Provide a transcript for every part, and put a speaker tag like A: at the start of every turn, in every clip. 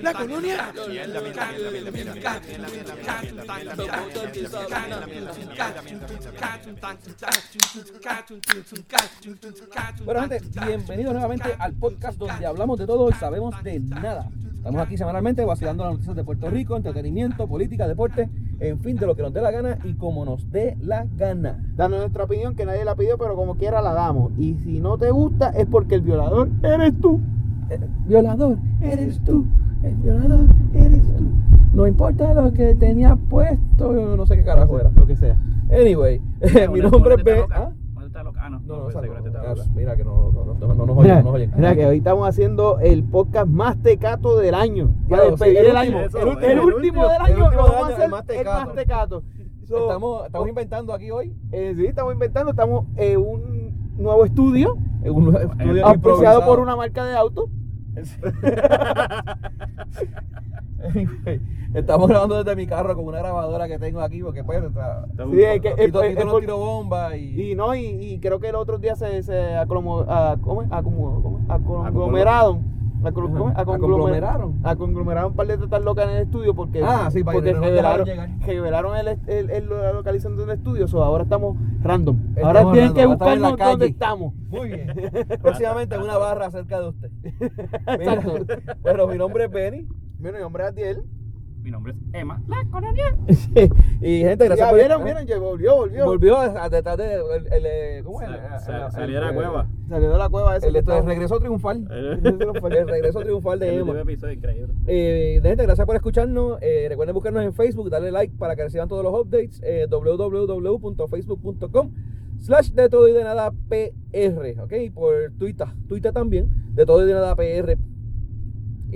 A: La colonia.
B: Bueno, gente, bienvenidos nuevamente al podcast donde hablamos de todo y sabemos de nada. Estamos aquí semanalmente vacilando las noticias de Puerto Rico, entretenimiento, política, deporte, en fin, de lo que nos dé la gana y como nos dé la gana.
C: Danos nuestra opinión que nadie la pidió, pero como quiera la damos. Y si no te gusta es porque el violador eres tú.
B: Violador, eres tú. El violador, eres tú. No importa lo que tenía puesto, yo no sé qué carajo era.
C: Lo que sea.
B: Anyway, mi
D: Una-
B: nombre
D: una
B: es
D: teta
B: B.
D: loca.
B: ¿Ah?
D: Una teta loca. Ah, no.
B: No, no,
D: no,
B: esa
D: pensé que
B: no,
D: era teta
B: no,
D: loca.
B: Mira que no, no, no, no nos oyen,
C: Mira,
B: no nos oyen.
C: mira que hoy estamos haciendo el podcast más tecato del año. Para
B: Claro, sí,
C: despedir
B: el
C: el
B: último,
C: año.
D: eso,
C: el,
D: el
C: último, el último del
B: el
C: año
B: último
C: lo
B: del
C: vamos
B: año,
C: a
B: el
C: hacer
B: más
C: el
B: tecato.
C: más tecato. So,
B: Estamos, estamos inventando aquí hoy
C: eh, sí, estamos inventando, estamos en un nuevo estudio.
B: un nuevo estudio
C: Auspiciado Eh, por una marca de auto.
B: Anyway, Estamos grabando desde mi carro con una grabadora que tengo aquí porque pues tra-
D: Está
C: Sí, es
D: un-
C: que-
B: quito, quito
C: eh, eh,
B: los
C: por-
B: tirobombas y,
C: Y no, y, y creo que el otro día se, se aclomo- a- ¿cómo es? Acomo- ¿cómo es? aconglomeraron. Acro- ¿cómo es?
B: Ajá,
C: Aconglomeraron.
B: aconglomeraron.
C: Aconglomeraron un par de tetas locas en el estudio porque,
B: Ah, sí, para que
C: porque
B: no nos
C: revelaron,
B: dejaron llegar.
C: revelaron el, est- el, el- la localización del estudio. so, ahora estamos random.
B: Estamos
C: ahora tienen
B: random,
C: que
B: ahora estamos en la
C: buscarnos dónde
B: calle.
C: estamos.
B: Muy bien. Próximamente en una barra cerca de usted. Mira, bueno, mi nombre es Benny.
C: Bueno, mi nombre es Adiel.
D: Mi nombre es Emma.
B: Y gente, gracias
C: Ya
B: por
C: vieron, vieron, llegó, volvió, volvió.
B: Volvió a- a- detrás de el, el, eh, ¿cómo es?
D: Sa-
B: El-
D: sa-
B: el-
D: Salí de
B: el-
D: la
B: el-
D: cueva.
C: Salió de la cueva ese.
B: El,
C: que
B: el
C: estaba-
B: regreso triunfal. El
C: El
B: regreso triunfal de
D: El
B: Emma.
D: último episodio increíble.
B: Eh, gente, gracias por escucharnos. Eh, recuerden buscarnos en Facebook, darle like para que reciban todos los updates. eh, www.facebook.com slash de todo y de nada PR. Ok, por Twitter, Twitter también, de todo y de nada PR.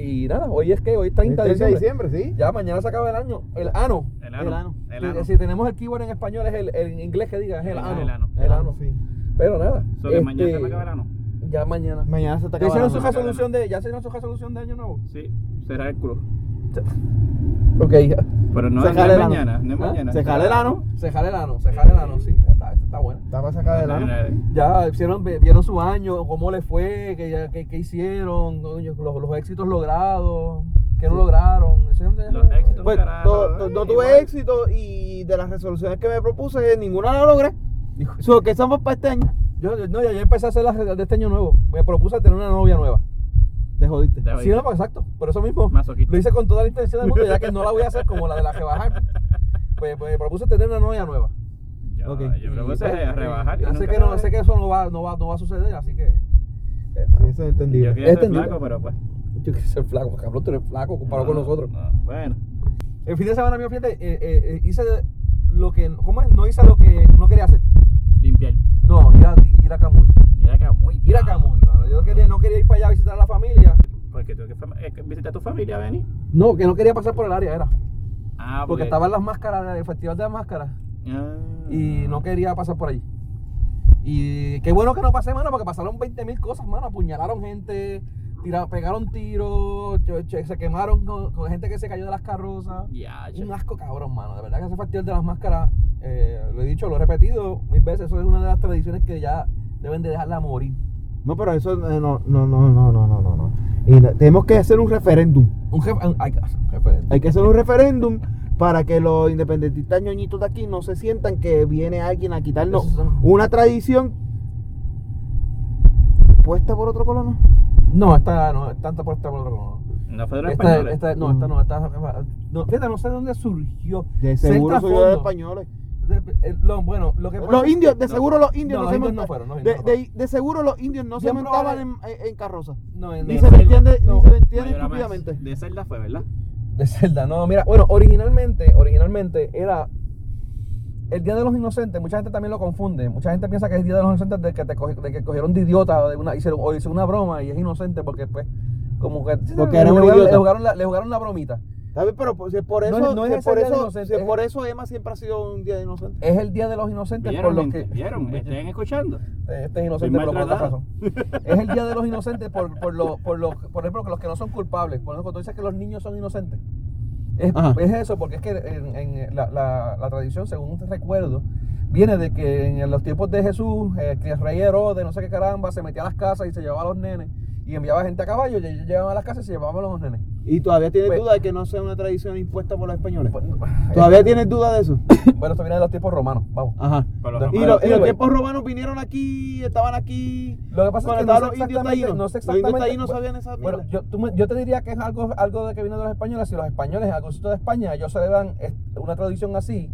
B: Y nada, hoy es que hoy es 30 de
C: 30
B: diciembre.
C: de diciembre, sí.
B: Ya mañana se acaba el año. El ah, ano.
D: El
C: El
D: ano.
C: ano.
D: El ano.
B: Si, si tenemos el keyword en español, es el, el en inglés que diga, es el
D: El
B: ano.
D: ano.
B: Ah, El ano.
C: Sí.
B: Pero nada.
D: So que mañana
B: este,
D: se acaba el ano.
B: Ya mañana.
C: Mañana se te
B: ¿Ya
C: acaba
B: hicieron
C: la
B: su
C: mano.
D: acaba el
B: resolución de, ¿Ya hicieron su resolución de año nuevo?
D: Sí, será el culo.
B: Ok, ya.
D: Pero no
C: Se
D: es no
C: jala
D: es
C: el ano.
D: mañana. No es
B: ¿Ah?
D: mañana.
C: Se jala el ano.
B: Se jala el ano, se jala el ano, sí. Está, está bueno.
C: Está para sacar el
D: No, no,
C: ano.
D: no, no.
B: Ya hicieron, vieron su año, cómo le fue, qué, ya- qué- qué hicieron, coño, los, los éxitos logrados, qué no lograron. ¿Hicieron de-
D: Los éxitos.
C: Pues
D: Carajo,
C: to- to- no
D: igual.
C: tuve éxito y de las resoluciones que me propuse, ninguna la logré.
B: Hijo-
C: So, que estamos para este año.
B: Yo, yo- no, ya yo empecé a hacer las de este año nuevo. Me propuse tener una novia nueva.
C: Te jodiste.
D: Te
B: Sí, no, pues, exacto. Por eso mismo
D: Masoquista.
B: lo hice con toda la intención del mundo, ya que no la voy a hacer como la de la que bajar. Pues, pues, me propuse tener una novia nueva.
D: Ya,
C: Ok.
D: Yo creo que
B: Y,
D: se
B: pues,
D: rebajar. y
B: ya sé
D: nunca
B: que, no,
D: rebajar.
B: sé que eso no va, no, va, no va a suceder, así que. eh,
C: eso es entendible.
D: Yo quería ser
B: Entendido.
D: flaco, pero pues.
B: Yo quiero ser flaco, cabrón, tú eres flaco comparado con
D: no,
B: nosotros.
D: no, Bueno.
B: El fin de semana mío, fíjate, eh, eh, eh, hice lo que. ¿Cómo es? No hice lo que no quería hacer.
D: Limpiar.
B: No, ir a, ir a Camuy.
D: Ir acá muy.
B: Ir a Camuy, mano. Yo quería- no quería ir para allá a visitar a la familia.
D: Porque tengo que fam- es que visitar a tu familia, Benny.
B: No, que no quería pasar por el área, era.
D: Ah,
B: Porque estaban las máscaras, el festival de las máscaras.
D: Ah.
B: Y no quería pasar por allí. Y qué bueno que no pasé, mano, porque pasaron 20 mil cosas, mano. Apuñalaron gente, tiraron, pegaron tiros, yo- che, se quemaron con, con gente que se cayó de las carrozas.
D: Ya, che.
B: Un asco cabrón, mano. De verdad que ese festival de las máscaras, eh, lo he dicho, lo he repetido mil veces, eso es una de las tradiciones que ya deben de dejarla morir.
C: No, pero eso eh, no, no, no, no, no, no, no, no. Y no- tenemos que hacer un referéndum.
B: Un jefe, un- hay que hacer un referéndum.
C: Hay que hacer un referéndum para que los independentistas ñoñitos de aquí no se sientan que viene alguien a quitarnos
B: Eso son-
C: una tradición puesta por otro colono.
B: No, esta no, esta está puesta por otro lado.
D: No fue de los
B: Esta,
D: españoles.
B: esta- no,
C: Mm.
B: esta no, esta no, fíjate, no sé de dónde surgió.
C: De
B: Sé el
C: seguro soy yo de
B: trasfondo.
C: españoles.
B: De- el- lo- bueno, lo que pasa
C: Los
B: es
C: indios, de
D: no.
C: seguro los indios
B: No,
C: no,
B: los
C: se
B: indios no
C: monta-
B: fueron, los
C: de,
B: indios no
C: de- de seguro los indios no se
B: Bien
C: montaban en, en, en carroza.
B: que- no, de,
C: Ni
B: de
C: se
B: Zelda-
C: le entiende,
B: no,
C: ni se le entiende
D: Mayor Amas.
C: estúpidamente.
D: De Zelda fue, ¿verdad?
B: de Zelda, no, mira, bueno, originalmente, originalmente era el Día de los Inocentes, mucha gente también lo confunde, mucha gente piensa que es el Día de los Inocentes de que te cogi- de que cogieron de idiota o, de una, hicieron, o hicieron una broma y es inocente porque pues como que
C: Porque
B: le,
C: era un
B: jugaron,
C: idiota.
B: le jugaron la, le jugaron la bromita.
C: ¿Sabes? Pero por- si por
B: No
C: eso,
B: es- no es
C: si
B: ese
C: por,
B: día de
C: eso
B: inocente,
C: si
B: es-
C: por eso Emma siempre ha sido un día de inocente.
B: Es el Día de los Inocentes por
D: Vieron,
B: los
D: gente,
B: que
D: vieron, estén escuchando.
B: este es inocente
D: Soy
B: por lo
D: maltratado.
B: Es el Día de los Inocentes por, por, lo- por, lo- por ejemplo, que los que no son culpables. Por ejemplo, tú dices que los niños son inocentes. Es,
C: Ajá.
B: es eso, porque es que en, en la, la- la tradición, según recuerdo, viene de que en los tiempos de Jesús, eh, que el rey Herodes, no sé qué caramba, se metía a las casas y se llevaba a los nenes. y enviaba gente a caballo, lle- llegaban a las casas y se llevaban a los nenes.
C: ¿Y todavía tienes
B: Pues-
C: duda de que no sea una tradición impuesta por los españoles?
B: Pues,
C: ¿Todavía tienes duda de eso?
B: Bueno, esto viene de los tiempos romanos, vamos.
C: Ajá.
D: Por los
B: Y
C: Y, lo-
D: romanos.
C: y los
B: Anyway.
C: tiempos romanos vinieron aquí, estaban aquí.
B: Lo que pasa
C: Cuando
B: es que no sé
C: estaban los indios
B: exactamente-
C: taínos.
B: no sé
C: Los indios
B: exactamente-
C: taínos sabían esa
B: Bueno,
C: mierda.
B: yo, tú me- yo te diría que es algo, algo de que viene de los españoles. Si los españoles en algún sitio de España, ellos celebran es- una tradición así,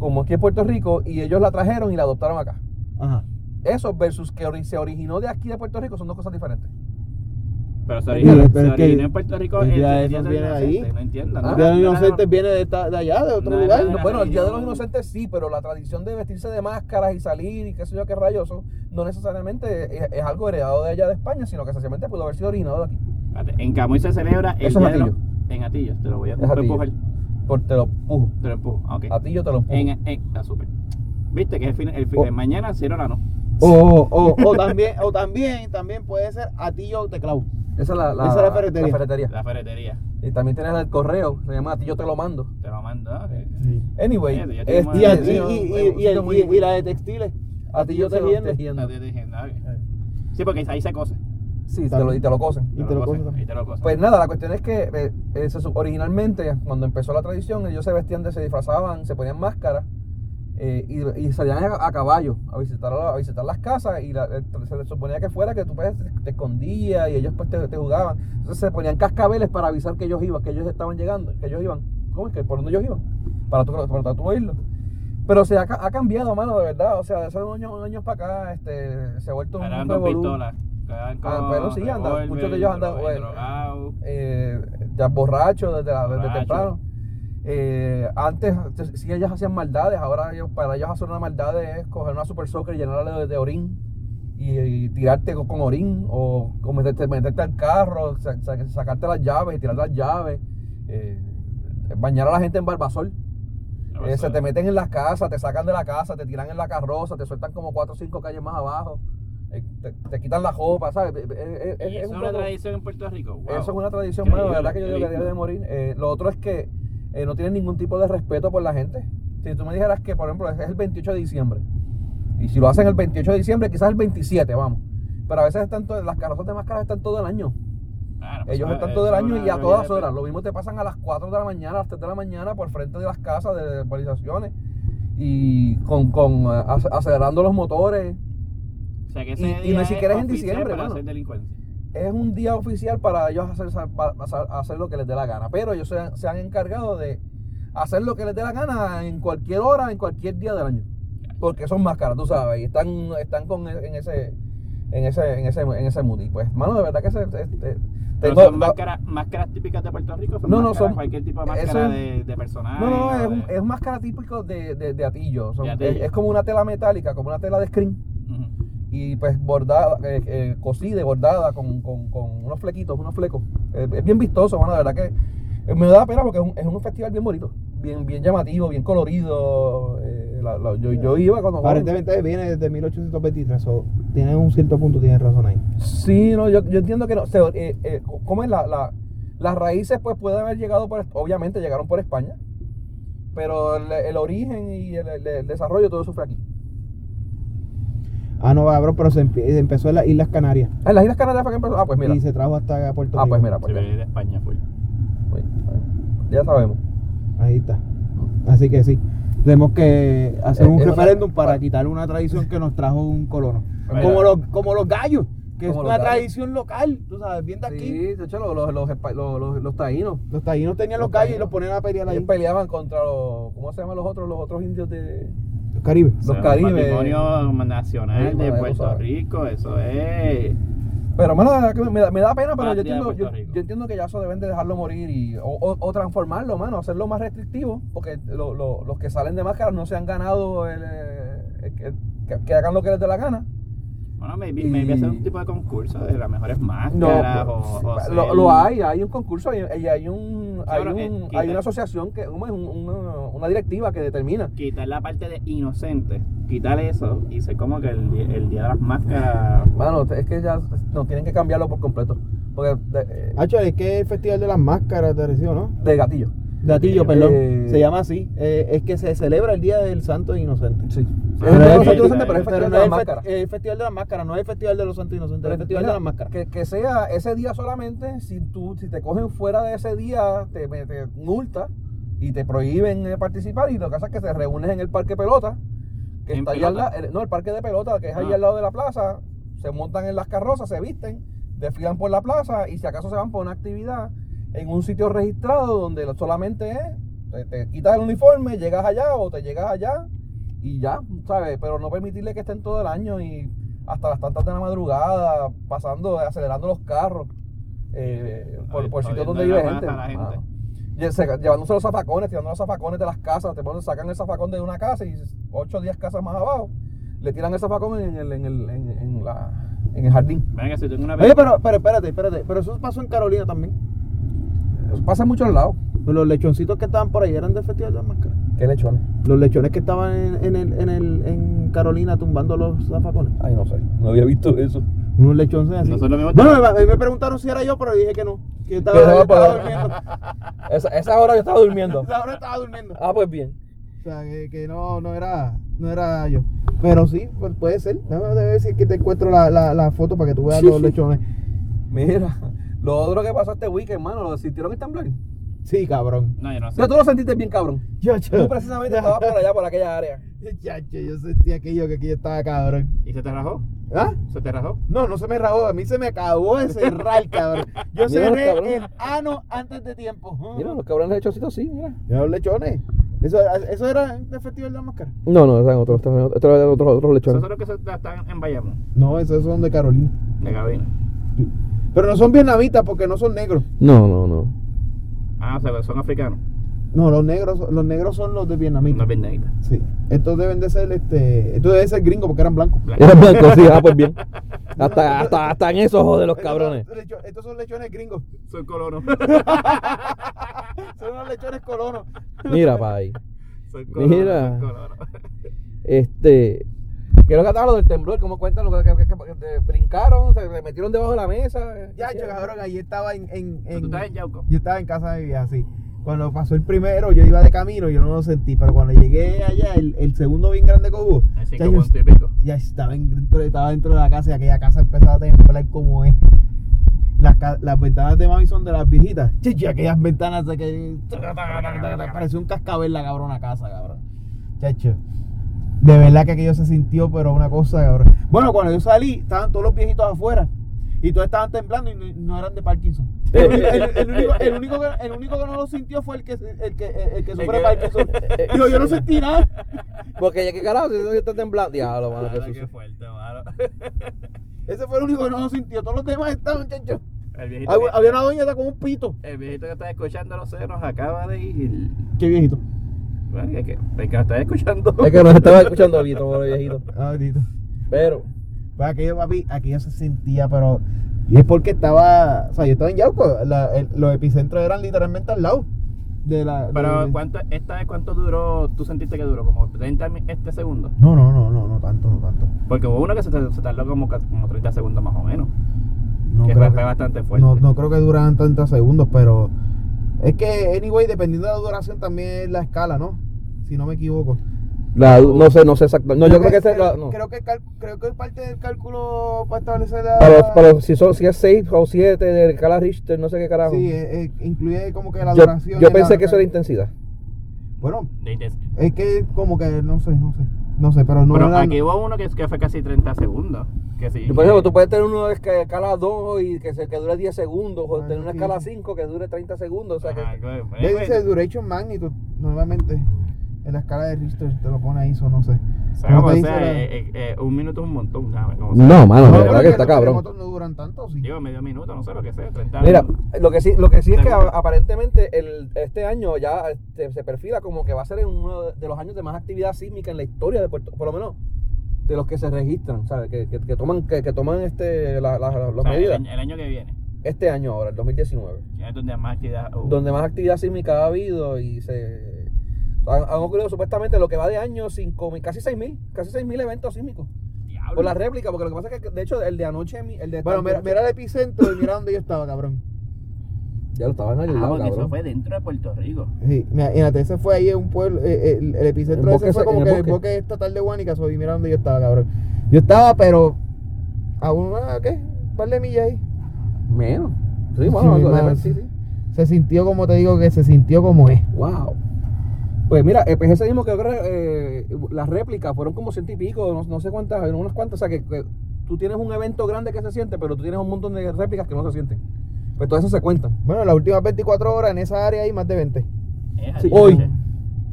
B: como aquí en Puerto Rico, y ellos la trajeron y la adoptaron acá.
C: Ajá.
B: Eso versus que ori- se originó de aquí de Puerto Rico son dos cosas diferentes.
D: Pero se
C: Mira, pero
D: originó, se
C: es que
D: originó en Puerto Rico
C: el
D: el
C: día de
D: día del
C: esos viene de
D: Inocente,
C: ahí.
D: No entiendan.
B: Ah,
C: El
D: ¿no?
C: Día de los
D: No, no, no.
C: Inocentes este viene de, esta- de allá, de otro
D: No, no,
C: lugar.
D: no, no.
B: bueno, el Día de los
D: religión.
B: Inocentes sí, pero la tradición de vestirse de máscaras y salir y qué sé yo qué rayoso, no necesariamente es, es algo heredado de allá de España, sino que sencillamente pudo haber sido originado de aquí.
D: Espérate, En Camuy se celebra el
B: Eso es
D: día de los-
B: Atillo.
D: En Atillo, te lo voy a
B: Es
D: te lo
B: Atillo.
D: empujo,
B: Por te lo empujo.
D: Te lo empujo. ah, ok.
B: A ti yo te lo empujo.
D: En, en, ah, súper. Viste que es el fin, el fin
B: Oh.
D: eh, mañana cero la no.
C: O, o, o, también, o también, también puede ser Atillo Teclado.
B: Esa es la, la,
C: Esa es la ferretería.
D: La ferretería.
B: Y también tienes el correo, se llama a ti yo te lo mando.
D: Te lo mando. ah, ok.
B: Anyway,
D: Fíjate, ya
B: este,
D: tenemos-
C: Y, a- y,
B: sí,
C: y, y-
B: no, bueno,
C: y-
B: sitio muy-
C: y- y la de textiles.
B: a ti yo te lo
C: tejiendo.
D: No
B: tejiendo.
D: te dije nada, ok. Sí, porque ahí se cose.
B: Sí, te lo, y te lo cosen.
C: Y te lo cosen también.
D: Y te lo cosen.
B: Pues nada, la cuestión es que eh, eh, se su- originalmente, cuando empezó la tradición, ellos se vestían, de, se disfrazaban, se ponían máscaras eh, y, y salían a, a caballo a visitar, a, a visitar las casas y la- eh, se les suponía que fuera que tú pues, te, te escondías y ellos pues, te, te jugaban. Entonces se ponían cascabeles para avisar que ellos iban, que ellos estaban llegando, que ellos iban. ¿Cómo es que? ¿Por dónde ellos iban? Para tú, para tú oírlo. Pero se ha, ca- ha cambiado, mano, de verdad. O sea, de hace unos años, unos años para acá este, se ha vuelto un
D: Ahora andan con
B: revolú.
D: pistolas. Andan
B: Ah,
D: con
B: pero sí, andan.
D: revólver,
B: Muchos de ellos andan,
D: dro-
B: bueno.
D: drogados.
B: eh, ya borracho desde, la- desde
D: Borracho.
B: temprano. Eh, antes te- sí ellas hacían maldades, ahora ellos- para ellos hacer una maldad es coger una super soccer y llenarla de, de orín y, y tirarte con, con orín o, o meterte, meterte al carro, sa- sa- sacarte las llaves y tirar las llaves, eh, bañar a la gente en barbasol.
D: No,
B: Eh,
D: eso-
B: se te meten en las casas, te sacan de la casa, te tiran en la carroza, te sueltan como cuatro o cinco calles más abajo, eh, te, te quitan la ropa, ¿sabes? Eh, eh, eh,
D: ¿Y eso es una
B: poco-
D: tradición en Puerto Rico. Wow.
B: eso es una tradición,
D: Increíble,
B: mano, de verdad que yo digo que
D: increíble.
B: debe de morir. Eh, lo otro es que eh, no tienen ningún tipo de respeto por la gente. Si tú me dijeras que, por ejemplo, es el 28 de diciembre, y si lo hacen el 28 de diciembre, quizás el 27, vamos. Pero a veces están to- las carrozas de máscaras están todo el año.
D: Ah, no, pues,
B: Ellos
D: ah,
B: están
D: eso
B: todo el
D: es
B: año
D: una
B: y a todas
D: realidad,
B: horas. Lo mismo te pasan a las 4 de la mañana, a las 3 de la mañana, por frente de las casas de urbanizaciones y con, con, eh, ac- acelerando los motores.
D: O sea que
B: Y-
D: ese
B: y ni
D: día
B: siquiera es en
D: oficial
B: diciembre,
D: Para
B: mano.
D: hacer delincuencia.
B: es un día oficial para ellos hacer, sa- pa- pasar- hacer lo que les dé la gana. Pero ellos se han, se han encargado de hacer lo que les dé la gana en cualquier hora, en cualquier día del año. Porque son máscaras, tú sabes, y están, están con e- en ese en ese en ese en ese mood. Y pues, mano, de verdad que se, este,
D: Pero
B: tengo-
D: son máscaras, máscaras típicas de Puerto Rico. Son
B: No, no,
D: máscaras-
B: son-
D: Cualquier tipo de
B: eso
D: máscara
B: es-
D: de, de personaje.
B: no, no, no,
D: o
B: es, un-
D: de-
B: es máscara típico de, de, de atillo. Son-
D: De atillo.
B: es, es como una tela metálica, como una tela de screen.
D: Ujú.
B: y pues bordada, eh, eh, cosida y bordada con, con- con unos flequitos, unos flecos. Eh, es bien vistoso, bueno, la verdad que eh, me da pena porque es un, es un festival bien bonito, bien, bien llamativo, bien colorido. eh, la- la- yo, yo iba cuando... joven.
C: Aparentemente viene desde 1823. o tienes un cierto punto, tienes razón ahí.
B: Sí, no, yo, yo entiendo que no. se- eh, eh, ¿Cómo es la, la- las raíces? Pues pueden haber llegado por, obviamente llegaron por España, pero el, el origen y el, el- el desarrollo, todo eso fue aquí.
C: Ah, no, cabrón, pero se empe- empezó en las Islas Canarias.
B: Ah, ¿En las Islas Canarias fue que empezó? Ah, pues mira.
C: Y se trajo hasta Puerto Rico.
B: Ah, pues mira, pues
D: Se
B: ya.
D: ve de España, full.
B: Uy, Ya sabemos.
C: Ahí está. Así que sí. Tenemos que hacer
B: Eh,
C: un
B: eh,
C: referéndum
B: pa-
C: para
B: pa-
C: quitar una tradición que nos trajo un colono.
B: Mira.
C: Como los, como los gallos, que es
B: Como los
C: una
B: gallos.
C: tradición local, tú sabes, bien de aquí.
B: Sí, de hecho, los, los, los, espa- los, los- los taínos.
C: Los taínos tenían los,
B: Los
C: gallos y
B: taínos.
C: los ponían a pelear ahí.
B: Ellos peleaban contra los. ¿Cómo se llaman los otros? Los otros indios de.
C: Los caribes.
D: O
B: Los
D: sea,
B: caribes.
D: Patrimonio nacional
B: Sí,
D: de
B: madre,
D: Puerto
B: tú sabes.
D: Rico. Eso es.
B: Pero, mano, la verdad que me, da- me da pena, pero yo
D: Patria
B: entiendo,
D: de
B: yo,
D: Puerto Rico.
B: yo entiendo que ya eso deben de dejarlo morir y, o, o- o transformarlo, mano, hacerlo más restrictivo, porque lo- lo- los que salen de máscaras no se han ganado el, eh, el- el- que, que hagan lo que les dé la gana.
D: Bueno, maybe,
B: Y-
D: maybe hacer un tipo de concurso de las mejores
B: No,
D: máscaras o, o
B: lo-
D: hacer-
B: lo, lo hay, hay un concurso y y hay, un, hay,
D: Claro, eh,
B: un,
D: quita-
B: hay una asociación, que ¿cómo es? Un- una, una directiva que determina.
D: Quitar la parte de inocente, quitar eso y ser como que el, di- el día de las máscaras.
B: Mano, es que ya no tienen que cambiarlo por completo, porque de- eh,
C: Hacho, es que el Festival de las Máscaras te recibo, ¿no?
B: de gatillo.
C: De Atillo,
B: Eh,
C: perdón. se llama así. Eh, es que se celebra el Día del Santo Inocente.
B: Sí. Es
D: Pero
B: el de los
D: es el-
B: santos inocentes, pero es el
C: Pero no
B: festival de
C: es
B: la
C: el,
B: máscara.
C: fe- el Festival de la Máscara, no es el Festival de los Santos Inocentes, es el Festival de la Máscara.
B: Que, que sea ese día solamente, si tú si te cogen fuera de ese día, te, me- te multa y te prohíben eh, participar. Y lo que pasa es que se reúnen en el parque pelota, que
D: ¿En
B: está allá al
D: pelota?
B: la- el- No, el parque de pelota, que es allí
D: Ah.
B: al lado de la plaza. Se montan en las carrozas, se visten, desfilan por la plaza y si acaso se van por una actividad en un sitio registrado donde lo- solamente es, te, te quitas el uniforme, llegas allá o te llegas allá y ya, ¿sabes? Pero no permitirle que estén todo el año y hasta las tantas de la madrugada, pasando, acelerando los carros eh, por, por
D: Jodiendo
B: sitios donde
D: en la
B: vive
D: plaza
B: gente.
D: a la gente.
B: mano. Lle- se- Llevándose los zafacones, tirando los zafacones de las casas, te ponen, sacan el zafacón de una casa y ocho o diez casas más abajo, le tiran el zafacón en el, en el, en, en la, en el jardín.
D: Venga, que si tengo una
C: Oye, pero, pero espérate, espérate, pero eso pasó en Carolina también.
B: Eso pasa en muchos lados.
C: Pues Los lechoncitos que estaban por ahí eran del Festival de la Máscara.
B: ¿Qué lechones?
C: Los lechones que estaban en, en, el, en, el, en Carolina tumbando los zafacones.
B: Ay, no sé, no había visto eso.
C: Unos lechones así.
D: Nosotros mismos-
C: Bueno, me, me preguntaron si era yo, pero dije que no. pues. Que estaba,
B: Que no,
C: estaba
B: pero-
C: durmiendo.
B: Esa, esa hora yo estaba durmiendo.
C: Ahora estaba durmiendo.
B: Ah, pues bien.
C: O sea, que, que no, no era, no era yo. Pero sí, pu- puede ser. Déjame ver si es que te encuentro la, la, la foto para que tú veas los lechones.
B: Mira, lo otro que pasó este weekend, hermano, lo sintieron en temblar.
C: Sí, cabrón.
D: No, yo no sé.
B: Pero tú lo sentiste bien, cabrón.
C: Yo,
B: Tú
C: yo,
B: precisamente estabas por allá, por aquella área.
C: Chacho, yo sentí aquello que aquí estaba cabrón.
D: ¿Y se te rajó?
C: ¿Ah?
D: ¿Se te rajó?
C: No, no se me rajó, a mí se me acabó de cerrar, cabrón. Yo
B: Mira,
C: cerré
B: cabrón.
C: el ano antes de tiempo.
B: Mira, los cabrones de chocitos sí, mira.
C: Mira los lechones. Eso, eso era el festival de la máscara.
B: No, no, están otros, están otros, otros, otros, otros
D: Esos
B: lechones.
D: son los que se- están en Bayamón,
C: No, esos son de Carolina.
D: de Gabina.
C: Pero no son vietnamitas porque no son negros.
B: No, no, no.
D: Ah, o sea, son africanos.
C: No, los negros, los negros son los de
D: No
C: vietnamitas.
D: vietnamitas.
C: Sí. Estos deben de ser, este, estos deben ser gringos porque eran blancos.
B: Eran blancos, sí, ah, pues bien. Hasta, hasta, hasta en esos ojos de los cabrones.
C: Estos, son lecho- estos son lechones gringos.
D: Soy colono.
C: Son unos lechones colonos.
B: Mira, pay.
D: Soy
B: colono, Mira. soy Este. Creo que estaba lo del temblor, ¿cómo cuentan? Lo que, que- que- que- que brincaron, se le metieron debajo de la mesa.
C: Ya, yo, cabrón, ahí estaba en, en, en-
D: ¿Tú estás en Yauco?
C: Yo estaba en casa de mi vida, sí. Cuando pasó el primero, yo iba de camino, yo no lo sentí, pero cuando llegué allá, el, el segundo bien grande que hubo,
D: Así
C: ya,
D: que
C: yo-
D: punto y pico.
C: ya estaba, en- dentro, estaba dentro de la casa y aquella casa empezaba a temblar como es. Las, ca- las ventanas de mami son de las viejitas. Chichi, aquellas ventanas de que. Pareció un cascabel la cabrona casa, cabrón. Chacho. De verdad que aquello se sintió, pero una cosa, cabrón. Bueno, cuando yo salí, estaban todos los viejitos afuera. Y todos estaban temblando y no, no eran de Parkinson. El, único- el- el único, el único que, el único que no lo sintió fue el que, el que, el que sufre
D: que-
C: Parkinson. Digo, yo no sentí nada.
B: Porque ya que carajo, si se está temblando. Diablo, mano, qué
D: Claro,
B: sucio.
D: qué fuerte, mano.
C: Ese fue el único que no lo sintió. Todos los demás estaban, chacho.
D: El viejito,
C: Había
D: que,
C: había una doña con un pito.
D: el viejito que está escuchando los ceros acaba de ir.
C: Qué viejito.
D: Bueno, el que, el que lo está escuchando.
B: Es que nos estaba escuchando Vito, pobre viejito.
C: Ah, viejito.
B: Pero,
C: Pues aquello, papi, aquello se sentía, pero. Y es porque estaba. O sea, yo estaba en Yauco. la- el- los epicentros eran literalmente al lado. De la.
D: Pero
C: de-
D: ¿cuánto, esta vez cuánto duró, tú sentiste que duró, como 30 mi- este segundo.
C: No, no, no, no, no tanto, no tanto.
D: Porque hubo uno que se, se tardó como, ca- como 30 segundos más o menos.
C: No
D: que
C: creo
D: fue,
C: que-
D: fue bastante fuerte.
C: no, no creo que duraran tantos segundos, pero. Es que, anyway, dependiendo de la duración también es la escala, ¿no? Si no me equivoco.
B: la, no sé, no sé exactamente. No, yo creo que ese. la-
C: creo,
B: no.
C: creo que el cal- creo que parte del cálculo para establecer la.
B: Para, para- si, son, si es 6 o 7 de escala Richter, no sé qué carajo.
C: Sí, eh, eh, incluye como que la
B: yo
C: duración.
B: yo
C: en la-
B: pensé que eso era intensidad.
C: Bueno,
D: De inten-
C: es que como que no sé, no sé. No sé, pero no
D: pero
C: era-
D: aquí hubo uno que, que fue casi 30 segundos. Que sí,
B: Por ejemplo, tú puedes tener uno de esca- escala 2 y que, se, que dure 10 segundos, o
C: Ah,
B: tener una
C: sí.
B: escala 5 que dure 30 segundos. O sea, que,
D: Ajá, güey, güey,
C: Le
D: güey.
C: dice duration magnitude, normalmente. En la escala de Richter te lo pone ahí, o no sé.
D: O sea,
C: Pero
D: como
C: te
D: sea,
C: dice la-
D: eh, eh, eh, un minuto es un montón, ¿sabes? Como sea.
B: No, mano,
C: No,
B: de
D: yo
B: verdad
D: creo
B: que
D: que
B: está
C: los
B: cabrón.
C: terremotos no duran tanto, sí.
D: Digo, medio minuto, no sé lo que sea, 30
B: Mira,
D: minutos.
B: lo que sí, lo que sí es que a-
D: Seguro.
B: aparentemente el, este año ya este, se perfila como que va a ser uno de los años de más actividad sísmica en la historia de Puerto, por lo menos de los que se registran, ¿sabes? Que, que, que toman, que, que toman este la- la- las
D: O sea,
B: medidas.
D: el, el año que viene,
B: Este año ahora, el 2019.
D: que es donde más
A: Oh.
D: actividad hubo.
B: donde más actividad sísmica ha habido y se han, han ocurrido supuestamente lo que va de año cinco mil- casi 6.000, casi 6.000 eventos sísmicos.
D: Diablo.
B: Por la réplica, porque lo que pasa es que de hecho el de anoche, mi- el de
C: Bueno, mira, mira el epicentro y mira dónde yo estaba, cabrón.
B: Ya lo estaban al
A: Ah,
B: lado,
A: porque eso
B: cabrón.
A: fue dentro de Puerto Rico.
C: Sí, mira, fíjate, ese fue ahí en un pueblo, eh, el, el
B: El
C: epicentro
B: bosque
C: ese fue
B: ese-
C: como
B: en el
C: que el
B: bosque.
C: bosque estatal de Guanacazo y mira dónde yo estaba, cabrón. Yo estaba, pero a una, ¿qué? Un par de millas ahí.
B: Menos. Sí,
C: Sí,
B: bueno, algo de-
C: hermano.
B: sí, sí.
C: Se sintió como te digo que se sintió como es.
B: Wow. Pues mira, eh, pues ese mismo que eh, las réplicas fueron como ciento y pico, no, no sé cuántas, unas cuantas. O sea, que, que tú tienes un evento grande que se siente, pero tú tienes un montón de réplicas que no se sienten. Pues todas esas se cuentan.
C: Bueno, las últimas 24 horas en esa área hay más de 20.
A: Es
B: Sí,
A: así.
B: hoy.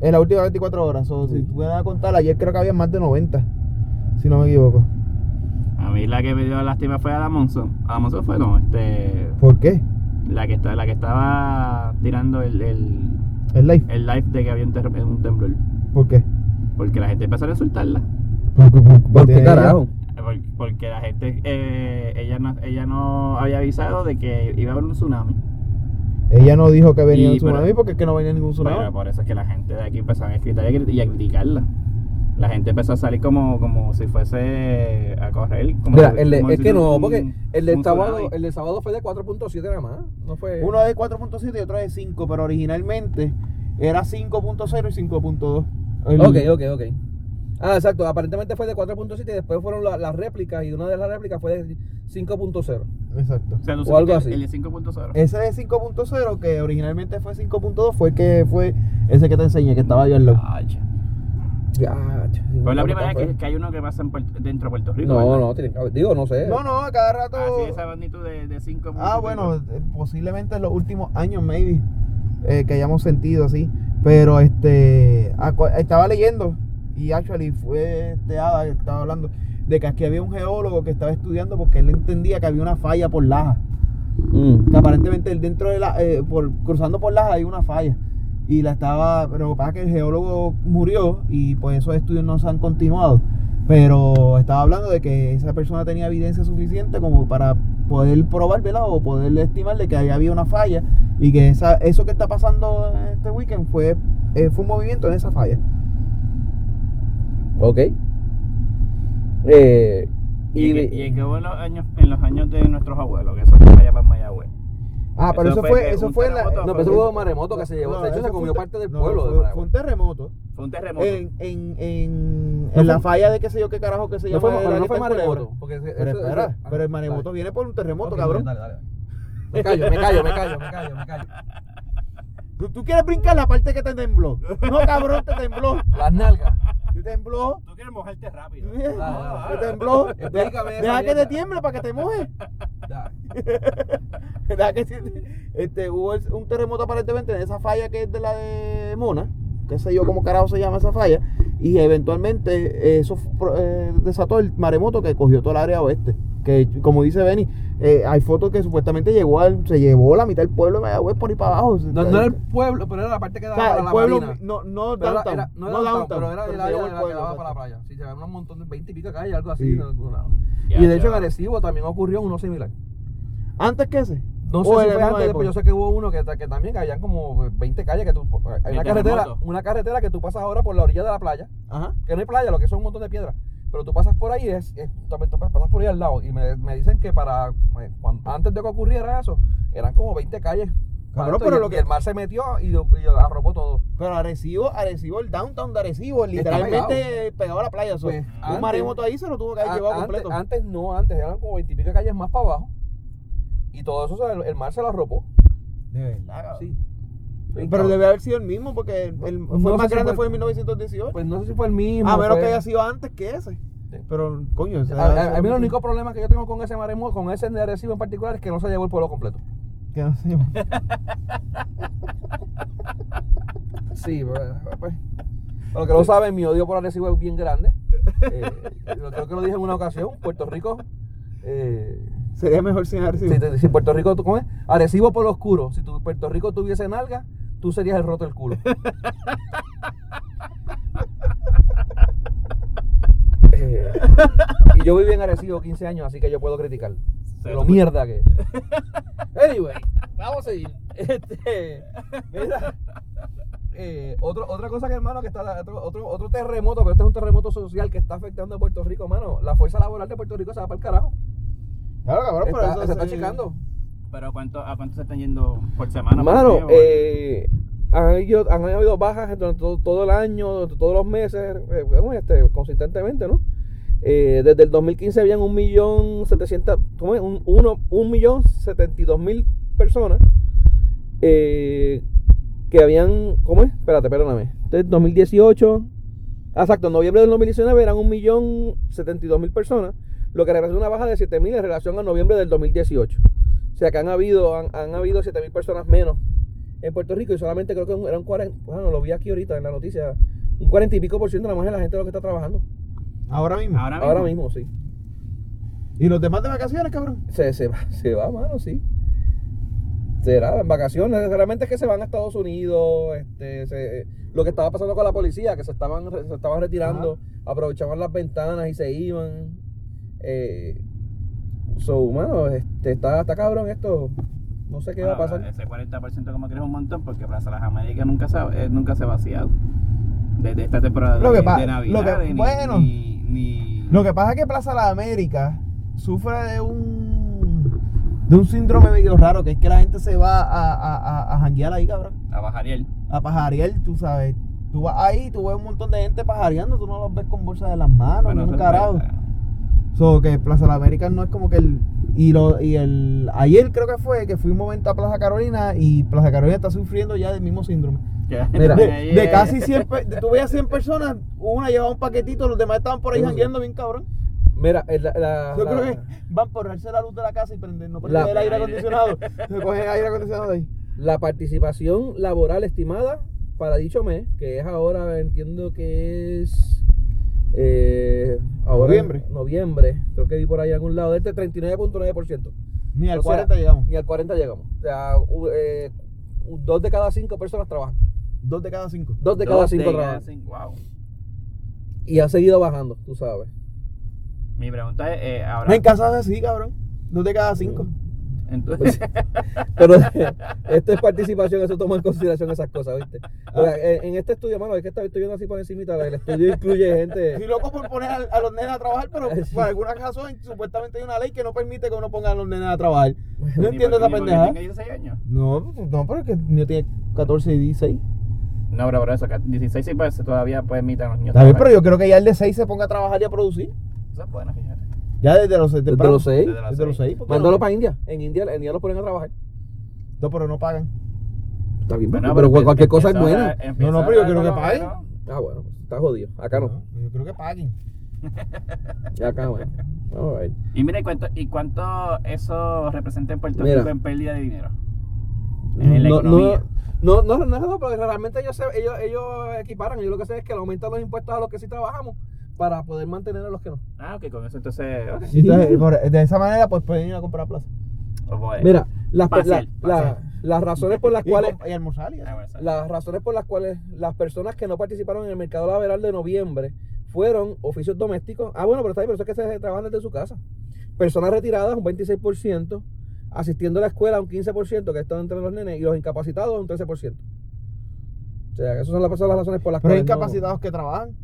C: En las últimas 24 horas. o Si tú me das a contar, ayer creo que había más de 90. Si no me equivoco.
D: A mí la que me dio lástima fue Adam Monson. Adam Monson fue, no, este.
C: ¿Por qué?
D: La que, está, la que estaba tirando el, el,
C: El live.
D: el live de que había un, ter- un temblor.
C: ¿Por qué?
D: Porque la gente empezó a insultarla.
B: ¿Por qué
C: Porque-
B: carajo?
D: Por- Porque la gente, eh, ella, no, ella no había avisado de que iba a haber un tsunami.
C: Ella no dijo que venía
D: Y,
C: un tsunami
D: pero-
C: porque es que no venía ningún tsunami.
D: Pero por eso es que la gente de aquí empezó a escritar y a crit- y a criticarla. La gente empezó a salir como, como si fuese a correr. Como
B: Mira,
D: si-
B: el de-
D: como
B: es
D: si
B: que no,
D: un-
B: porque el
D: un
B: del sábado,
D: tsunami.
B: el del sábado fue de 4.7 nada más. No fue.
C: Uno de 4.7 y otro de 5, pero originalmente era 5.0 y 5.2. El-
B: Ok, ok, ok. Ah, exacto. Aparentemente fue de 4.7 y después fueron la- las réplicas y una de las réplicas fue de 5.0.
C: Exacto.
D: O, sea, tú
B: o
D: sabes
B: algo
D: que
B: así.
D: El de 5.0.
C: Ese de 5.0 que originalmente fue 5.2 fue el que fue ese que te enseñé que estaba yo al lado.
D: Ah, ya.
B: Ya, ch-
D: Pero es la
B: no,
D: primera vez
B: fue.
D: que, que hay uno que pasa en Puerto- dentro de Puerto Rico.
B: No,
D: ¿verdad?
B: no, tiene que haber- digo, no sé.
C: No, no, a cada rato.
D: Así eh. Ah, esa magnitud de, de 5.
C: Ah, bueno, eh, posiblemente en los últimos años, maybe, eh, que hayamos sentido así. Pero este, acu- estaba leyendo y actually fue este Ada que estaba hablando de que aquí había un geólogo que estaba estudiando porque él entendía que había una falla por Laja.
B: Mm.
C: Que aparentemente él dentro de la, eh, por, cruzando por Laja hay una falla. Y la estaba, pero pasa que el geólogo murió y pues esos estudios no se han continuado. Pero estaba hablando de que esa persona tenía evidencia suficiente como para poder probar, ¿verdad? O poder estimar de que había habido una falla y que esa, eso que está pasando este weekend fue, eh, fue un movimiento en esa falla.
B: Ok. Eh,
D: Y,
B: y,
D: que- y que hubo en los, años, en los años de nuestros abuelos, que eso fue allá para Mayagüez.
C: Ah, pero
D: Eso
C: eso,
D: fue que
C: fue, eso
D: un
C: fue en la-
D: terremoto
B: no, pero eso fue un maremoto que se llevó.
C: No,
B: de hecho,
C: eso
B: se
C: fue
B: comió
C: un ter-
B: parte del
C: no,
B: pueblo. de
C: fue-
B: Mayagüez.
C: fue un terremoto.
D: Fue un terremoto.
C: en, en, en,
B: No
C: en la
B: fue-
C: falla de qué sé yo qué carajo que se
B: no
C: llama.
B: fue,
C: el
B: pero no
C: área
B: fue
C: del Culebra.
B: maremoto. Porque eso-
C: Pero
B: eso-
C: espera,
B: eso-
C: ah, pero el
B: Ajá,
C: maremoto
B: dale.
C: viene por un terremoto,
B: Ok,
C: cabrón.
B: dale, dale, dale. Me callo, me callo, me callo, me callo, me callo.
C: ¿Tú, tú quieres brincar la parte que te tembló. No, cabrón, te tembló.
B: Las nalgas.
C: Te tembló.
D: Tú quieres mojarte rápido.
C: Te tembló.
B: Explícame esa
C: Deja que
B: mierda.
C: te tiemble para que te mojes.
B: Dale.
C: ¿Verdad que sí? Este, hubo el- un terremoto aparentemente de esa falla que es de la de Mona, qué sé yo cómo carajo se llama esa falla, y eventualmente eh, eso fu- pro- eh, desató el maremoto que cogió toda el área oeste. Que como dice Benny, eh, hay fotos que supuestamente llegó al- se llevó la mitad del pueblo de Mayagüez por ahí para abajo.
B: No, no era el pueblo, pero era la parte que
C: O
B: daba
C: sea,
B: para
C: el
B: la
C: pueblo,
B: marina.
C: no, no
B: Pero era-
C: downtown,
B: era- no era
C: no
B: downtown,
C: downtown,
B: pero era el
C: se
B: área
C: llevó
B: de
C: el
B: la que
C: pueblo,
B: daba para la
C: exacto.
B: playa. Si llevaban un montón de 20 y pico calles, algo así.
C: Sí.
B: en algún lado.
D: Ya,
B: y de hecho
D: ya.
B: en Arecibo también ocurrió uno similar.
C: Antes que ese.
B: No sé
C: O
B: si
C: en la
B: fue
C: misma
B: antes,
C: época.
B: pero yo sé que hubo uno que, ta- que también habían como 20 calles que tú... Hay
D: De
B: una carretera,
D: terremoto.
B: una carretera que tú pasas ahora por la orilla de la playa,
C: Ajá.
B: que no hay playa, lo que son un montón de piedras. Pero tú pasas por ahí, es, es- también tú pasas por ahí al lado. Y me, me dicen que para eh, cuan- antes de que ocurriera eso, eran como 20 calles.
C: Cabrón,
B: Tanto,
C: pero
B: y-
C: lo
B: y
C: que-
B: el mar se metió y, lo- y lo arropó todo.
C: Pero Arecibo, Arecibo, el downtown de Arecibo,
B: Está
C: literalmente pegado a la playa. eso.
B: Pues,
C: un
B: antes-
C: maremoto ahí se lo tuvo que haber
B: A-
C: llevado
B: antes,
C: completo.
B: antes no, antes eran como 20 y pico calles más para abajo. Y todo eso, o sea, el, el mar se lo arropó.
C: De verdad.
B: Sí.
C: Ah, Pero debe haber sido el mismo porque el, el- fue
B: No
C: el
B: sé
C: más
B: si
C: grande
B: fue-
C: fue en 1918.
B: Pues no sé si fue el mismo.
C: a menos
B: fue-
C: Ah, que haya sido antes que ese. Pero, coño, ese
B: A, a-
C: era-
B: a mí el único problema que yo tengo con ese maremoto, con ese de Arecibo en particular, es que no se llevó el pueblo completo.
C: que no sé.
B: Sí, pues. pues, Para los que no saben, mi odio por Arecibo es bien grande. Eh, lo- creo que lo dije en una ocasión. Puerto Rico. eh,
C: Sería mejor sin Arecibo.
B: si, te- si Puerto Rico, ¿cómo es? Arecibo por lo oscuro. Si tu Puerto Rico tuviese nalga, tú serías el roto del culo. Eh, y yo viví en Arecibo 15 años, así que yo puedo criticar. De lo mierda que. es. Anyway, vamos a seguir. Este, mira, eh, otro- otra cosa que, hermano, que está otro, otro, otro terremoto, pero este es un terremoto social que está afectando a Puerto Rico, hermano. La fuerza laboral de Puerto Rico se va para el carajo.
C: Claro, cabrón, pero
B: Está-
C: eso
B: se está checando.
D: Pero ¿cuánto, ¿a cuánto se están yendo por semana? por día,
B: Mano,
D: o-
B: eh, han, habido, han habido bajas durante todo, todo el año, durante todos los meses, eh, bueno, este, consistentemente, ¿no? Eh, desde el 2015 habían un millón setecientas- ¿cómo es? Un, uno- un millón setenta y dos mil personas eh, que habían, ¿cómo es? Espérate, perdóname. Entonces, 2018, ah, exacto, en noviembre del 2019 eran un millón setenta y dos mil personas, lo que representa una baja de siete mil en relación a noviembre del 2018. O sea que han habido, han, han habido 7 mil personas menos en Puerto Rico y solamente creo que un- eran 40, bueno, lo vi aquí ahorita en la noticia, un 40 y pico por ciento nada más de la gente lo que está trabajando.
C: Ahora mismo.
D: Ahora mismo.
B: Ahora mismo, sí.
C: ¿Y los demás de vacaciones, cabrón?
B: Se, se, va, se va, mano, sí. Será, en vacaciones, realmente es que se van a Estados Unidos, este, se- lo que estaba pasando con la policía, que se estaban, re- se estaban retirando, aprovechaban las ventanas y se iban. Eh, so, mano, este, está, está cabrón esto, no sé qué va a
D: Bueno,
B: pasar.
D: Ese 40% como que es un montón porque Plaza Las Américas nunca se, ha- eh, nunca se ha vaciado. Desde esta temporada
C: Lo que
D: de,
C: pa-
D: de Navidad.
C: lo que-
D: ni,
C: bueno.
D: Ni, ni-
C: Lo que pasa es que Plaza Las Américas sufre de un de un síndrome medio raro, que es que la gente se va a, a, a, a janguear ahí, cabrón.
D: A Bajariel.
C: A pajarear, tú sabes. Tú vas ahí, tú ves un montón de gente pajareando, tú no los ves con bolsa de las manos,
D: Bueno,
C: ni un
D: eso es
C: carajo.
D: verdad.
C: So, que Plaza Las Américas no es como que el. Y, lo, y el ayer creo que fue que fui un momento a Plaza Carolina y Plaza Carolina está sufriendo ya del mismo síndrome.
D: Que la gente
B: Mira,
D: pone
C: De,
D: ahí,
C: de
D: eh,
C: casi 100, pe- de- tú veías 100 personas, una llevaba un paquetito, los demás estaban por ahí
B: Sí, sí.
C: jangueando bien cabrón.
B: Mira, eh, la- la-
C: Yo
B: la-
C: creo que van por ahorrarse la luz de la casa y prender, no prender
B: La-
C: el aire acondicionado. Se cogen el aire acondicionado de ahí.
B: La participación laboral estimada para dicho mes, que es ahora, entiendo que es. eh, ahora en
C: Noviembre.
B: Noviembre, creo que vi por ahí en algún lado, de este 39.9%.
C: Ni al
B: O sea,
C: 40 llegamos.
B: Ni al 40 llegamos. O sea, u- eh, u- dos de cada cinco personas trabajan.
C: Dos de cada cinco.
B: Dos de
D: dos
B: cada cinco
D: de cada
B: trabajan.
D: cinco, wow.
B: Y ha seguido bajando, tú sabes.
D: Mi pregunta es, eh, ahora,
C: En casa es así, cabrón. Dos de cada cinco.
D: entonces,
B: Pero esto es participación, eso toma en consideración esas cosas, ¿viste? O
C: Ah.
B: sea, en, en este estudio, mano, es que está- estoy viendo así por encimita, el estudio incluye gente.
C: Estoy loco por poner a, a los nenes a trabajar, pero por alguna razón supuestamente hay una ley que no permite que uno ponga a los nenes a trabajar. No entiendo esa pendeja.
D: Tengo 16 años.
C: No, no, pero es que el niño tiene 14 y 16.
D: No, pero por eso, que 16 sí parece todavía pues, permiten a los niños.
C: Está bien, pero
D: trabajar.
C: yo creo que ya el de 6 se ponga a trabajar y a producir.
D: Eso es bueno, fíjate.
C: Ya desde los 6.
B: Desde los seis.
D: Desde los
C: Desde los 6.
B: Mándalo para India. En India, en India los ponen a trabajar.
C: No, pero no pagan.
B: Está bien,
D: Bueno,
B: pero, cual- cualquier cosa es
D: empieza
B: buena.
D: a-
C: No,
D: empieza
C: no,
D: a
C: pero yo
D: dar
C: creo que
D: por lo
C: paguen.
D: menos.
B: Ah, bueno, pues, está jodido. Acá no.
C: Yo creo que paguen.
B: Acá bueno. All right.
D: Y mira, ¿y cuánto, ¿y cuánto eso representa en Puerto
B: Mira. Mm,
D: Rico en pérdida de dinero? En la economía.
B: No, no, no, no, no, porque realmente ellos, se- ellos, ellos equiparan. Ellos lo que hacen es que le aumentan los impuestos a los que sí trabajamos para poder mantener a los que no.
D: Ah, ok, con eso entonces. ok.
C: Y entonces, por- de esa manera, pues pueden ir a comprar a plaza.
D: Os voy a-
B: Mira, las,
D: Fácil,
B: la- la-
D: fácil.
B: las razones por las
C: Y,
B: cuales
C: com- y almorzar. y
D: Ah,
C: eso.
D: bueno, sale.
B: las razones por las cuales las personas que no participaron en el mercado laboral de noviembre fueron oficios domésticos. Ah, bueno, pero está bien, pero eso es que se trabajan desde su casa. Personas retiradas, un 26%, asistiendo a la escuela, un 15%, que están entre los nenes, y los incapacitados, un 13%. O sea, esas son las, esas son las razones por las
C: Pero hay
B: cuales. pues, no-
C: incapacitados que trabajan.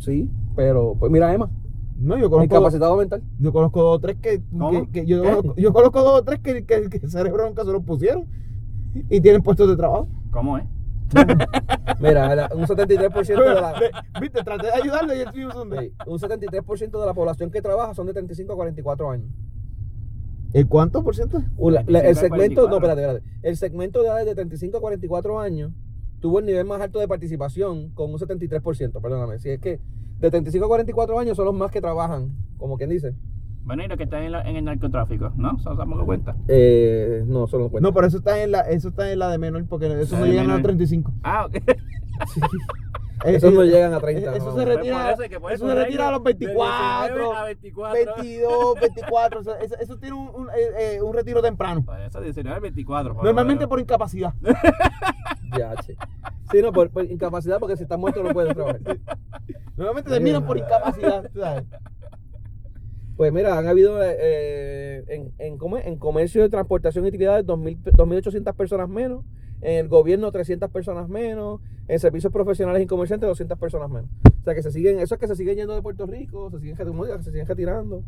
B: Sí, pero pues mira, Emma,
C: No, yo conozco,
B: incapacitado mental.
C: yo conozco dos o tres que.
D: ¿Cómo?
C: que- que yo, conozco, yo conozco dos o tres que, que, que el cerebro nunca se los pusieron. Y tienen puestos de trabajo.
D: ¿Cómo es?
B: Mira, la- un 73% de la.
C: Le- Viste, traté de ayudarle y el tío son de.
B: sí, un 73% de la población que trabaja son de 35 a 44 años.
C: ¿El cuánto por ciento?
B: O Uh, la- la- el
D: 35 a
B: segmento,
D: 44.
B: no, espérate, espérate. El segmento de edades de 35 a 44 años tuvo el nivel más alto de participación con un 73%, perdóname. Si es que de 35 a 44 años son los más que trabajan, como quien dice.
D: Bueno, y los que están en, la- en el narcotráfico, ¿no? Eso nos damos cuenta.
B: Eh, no, solo no cuenta.
C: No, pero eso está en la, eso está en la de menor, porque eso
D: La
C: no
D: de
C: llegan a los
D: menor.
C: 35.
D: Ah, ok.
C: Eh,
B: Esos no
C: eh,
B: llegan a 30.
C: Eso
B: no.
C: se
D: Pues
C: retira,
D: por eso es que puedes
C: eso se
D: ponerle
C: retira a los
D: de 19
C: 24,
D: a 24.
C: 22, 24. o sea, eso, eso tiene un, un, eh, eh, un retiro temprano.
D: Por eso 19 a 24. por lo
C: Normalmente
D: menos.
C: por incapacidad.
B: Ya, che. Sí, no, por, por incapacidad, porque si estás muerto no puedes trabajar.
C: Normalmente terminan por incapacidad. tú ¿sabes?
B: Pues mira, han habido eh, en, en, ¿cómo es? en comercio de transportación y utilidades 2.000 pe- 2.800 personas menos, en el gobierno 300 personas menos, en servicios profesionales y comerciantes 200 personas menos. O sea que se siguen, eso es que se siguen yendo de Puerto Rico, se siguen, reti- se siguen retirando.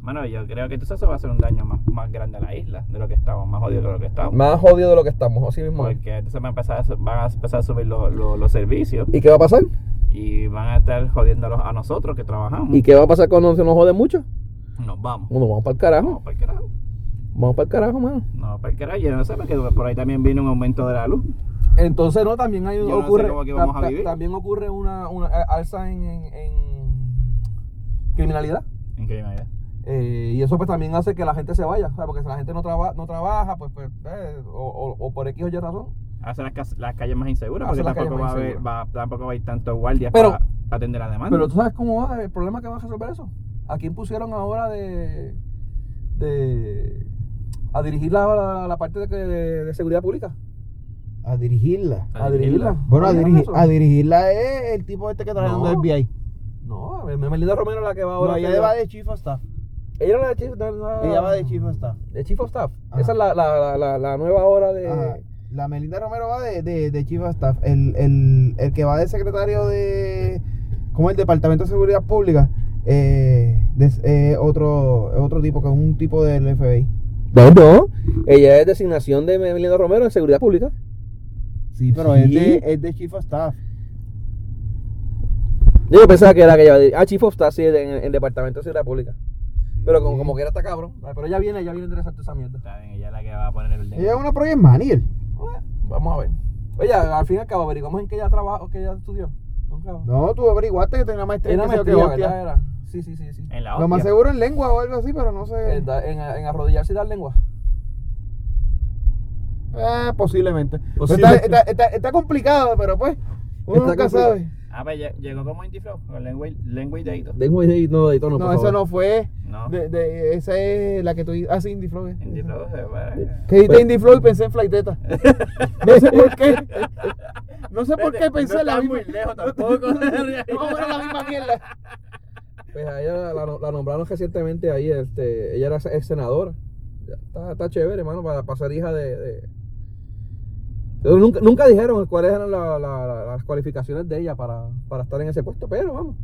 D: Bueno, yo creo que entonces eso va a ser un daño más, más grande de la isla, de lo que estamos, más jodido de lo que estamos.
B: Más jodido de lo que estamos, así mismo. es.
D: Porque entonces van a empezar a, su- van a, empezar a subir los, los, los servicios
B: ¿Y qué va a pasar?
E: Mm.
D: y van a estar jodiéndolos a nosotros que trabajamos.
B: ¿Y qué va a pasar cuando se nos jode mucho?
D: Nos vamos.
B: Bueno, vamos para el carajo.
D: No, para el carajo.
B: Vamos para el carajo, mano.
D: No, para el carajo. Yo no sé, porque por ahí también viene un aumento de la luz.
E: Entonces, no, también hay,
D: Yo no sé
E: ocurre.
D: cómo que vamos a
E: ta- ta-
D: vivir.
E: También ocurre una, una a- alza en, en- en criminalidad.
D: Increíble.
E: Eh, y eso pues también hace que la gente se vaya, ¿sabes? porque si la gente no, traba- no trabaja, pues, pues, eh, o, o- o por X o Y razón.
D: Hace las, cas- las calles más inseguras
E: Hace
D: porque
E: las calles
D: tampoco va,
E: más
D: a haber,
E: inseguras.
D: va- tampoco va a haber tantos guardias
E: Pero-
D: para atender la demanda.
E: Pero tú sabes cómo va el problema que va a resolver eso. ¿A quién pusieron ahora de. de a dirigir la, la- la parte de, que- de- de seguridad pública?
C: A dirigirla.
D: A dirigirla.
C: Bueno, a,
E: ¿No
C: dirigi-
E: vieron eso?
C: a dirigirla es el tipo este que trajeron
E: No.
C: del FBI.
E: No, Melinda Romero es la que va ahora.
C: No,
E: que-
C: ella va de chief of staff.
B: Ella era la chief, no, no,
C: Ella va de chief of staff.
B: de chief of staff.
C: Ajá.
B: Esa es la, la, la, la, la nueva hora de.
C: Ajá. este, La Melinda Romero va de, de, de chief of staff. El, el, el que va de secretario de. ¿Cómo es? el Departamento de Seguridad Pública? Eh, des- eh, otro, otro tipo, que es un tipo del FBI.
B: No, no. Ella es designación de Melinda Romero en seguridad pública.
C: Sí, pero
B: Sí.
C: Es, de, es de chief of staff.
B: Yo pensaba que era que ella. Ah, chief of staff, sí, en, en departamento de seguridad pública. Pero como, como que era está cabrón.
E: Ay, Ah, Pero ella viene, ella viene interesante esa mierda.
D: Está bien, ella es la que va a poner el orden.
C: Ella es una project manager.
E: Vamos a ver. Oye, al fin y al cabo, averiguamos en qué ella trabaja, que ella estudió. Nunca.
C: No, tú averiguaste que tenía una maestría.
E: Era
C: en qué sé yo qué
E: maestría,
C: hostia.
E: ¿verdad? Era. Sí, sí, sí, sí.
D: En la
C: Lo más
D: hostia.
C: seguro en lengua o algo así, pero no sé.
E: En, da- en, en arrodillarse y dar lengua.
C: Eh, posiblemente.
E: Posiblemente.
C: Está, está- está- está complicado, pero pues. Uno
B: Está
C: nunca
B: complicado.
C: sabe.
D: Ah, pues lle- llegó como Intiflow, con lengua y lengua y dedito.
B: Dejo de no, de tono,
C: No,
B: por
C: eso
B: favor.
C: no fue.
D: No.
C: De, de- esa es la que tú haces Indie Flow. eh.
D: Intiflow se va.
C: Que dijiste
B: Pero-
C: Indie Flow y pensé en Flighteta. No sé por qué. No sé por qué pensé en la
D: está
C: misma.
D: muy lejos tampoco.
C: No, era la misma mierda.
B: Pues a ella la, la nombraron recientemente ahí, este, ella era ex senadora. Ya, Está, está chévere, hermano, para, para ser hija de. de- Pero nunca, nunca dijeron cuáles eran la- la- la- las cualificaciones de ella para, para estar en ese puesto, pero vamos.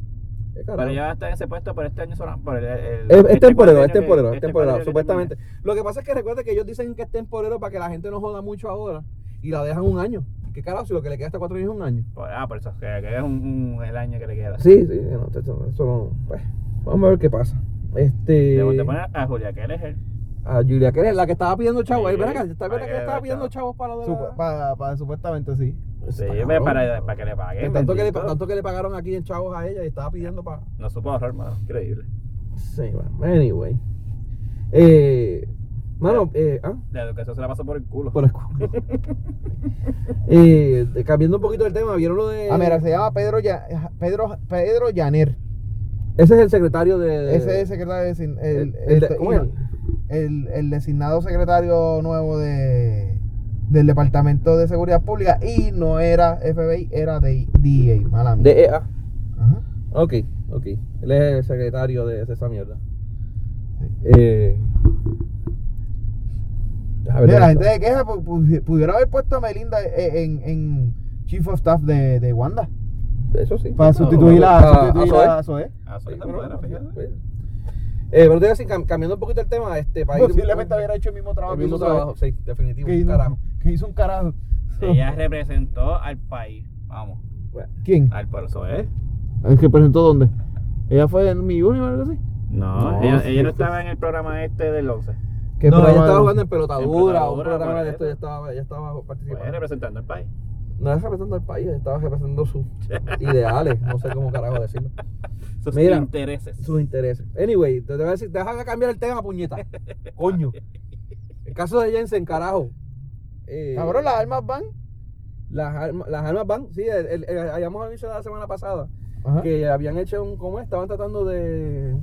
B: qué carajo.
D: Pero ya va a estar en ese puesto por este año solo. Por el,
B: Es,
D: el-
B: es
D: este
B: temporero,
D: cuatrenio
B: es
D: que-
B: temporero, es
D: este
B: temporero,
D: cuatrenio que
B: supuestamente. Lo que pasa es que recuerda que ellos dicen que es temporero para que la gente no joda mucho ahora y la dejan un año. ¿Qué carajo? Si lo que le queda hasta cuatro años es un año.
D: termina. Por- Ah, por eso, que, que es un, un- el año que le queda.
B: Sí, sí, no, esto- esto- eso no. pues, vamos a ver qué pasa. Este.
D: Debo de poner a Julia Keller.
B: A Julia, que es la que estaba pidiendo chavos.
D: Sí,
B: Eh, ven acá, ¿está bien
D: para
B: que
D: que
B: estaba
D: vea,
B: pidiendo
D: chavo.
B: chavos para lo de
C: Sup-
B: la...
C: pa- pa- supuestamente sí.
D: Sí,
B: Está
D: ve,
B: cabrón.
D: para, para que le paguen.
B: tanto, Pues que le,
D: bendito.
B: tanto que le pagaron aquí en chavos a ella y estaba pidiendo para.
D: No supo ahorrar, mano. Increíble.
B: Sí, bueno, anyway. Eh. Mano, eh. ¿ah?
D: La educación se la pasó por el culo.
B: Por el culo. eh, de- cambiando un poquito el tema, ¿vieron lo de.
C: Ah, mira, se llama Pedro, Ya- Pedro, Pedro Llaner.
B: Ese es el secretario de.
C: Ese es el secretario design- Eh. el,
B: el- el de-
C: el-
B: ¿cómo era?
C: el- el designado secretario nuevo de del Departamento de Seguridad Pública y no era FBI, era de DEA, mala mía.
B: de EA.
C: Ajá.
B: Ok, ok. Él es el secretario de, de esa mierda. Eh. déjame ver
C: Mira, la
B: dónde
C: gente de queja pu- pu- pudiera haber puesto a Melinda e- en, en Chief of Staff de, de Wanda
B: está. Eso sí.
C: para
D: No,
C: sustituir a,
B: a-
C: sustituir
B: a
C: a Zoe.
D: Ah, solo
B: Sí,
D: se
B: pero,
D: empodera, fíjate.
B: pues. Eh, pero te iba a decir, cam- cambiando un poquito el tema, este, para ir-
C: Posiblemente hubiera hecho el mismo trabajo,
B: el
C: que
B: mismo
C: hizo Zoe,
B: trabajo, sí, definitivo,
C: que
B: un
C: hizo-
B: carajo.
C: que hizo un carajo.
D: Ella representó al país. Vamos.
C: ¿Quién?
D: Al eso ¿eh?
C: ¿El que presentó dónde? ¿Ella fue en Mi Universe o algo así?
D: No,
C: No,
D: ella,
C: sí,
D: ella no
C: sí.
D: estaba en el programa este del 11.
C: ¿Qué
B: no, ella
C: programa
B: estaba
C: era?
B: jugando en pelotadura,
D: En
B: un
D: pelotadura,
B: programa de
D: por
B: esto,
D: eso.
B: ya estaba, ya estaba
D: Pues,
B: participando.
D: ella representando al país.
B: No era representando al país, estaba representando sus ideales, no sé cómo carajo decirlo,
D: Sus
B: Mira.
D: intereses.
B: sus intereses. Anyway, te te voy a decir, deja de cambiar el tema, puñeta. Coño. El caso de Jensen, carajo. Eh,
C: Cabrón, Ah, las armas van.
B: las, arma- las armas van, sí, el, el- el- habíamos anunciado la semana pasada
C: Ajá.
B: que habían hecho un como es, estaban tratando de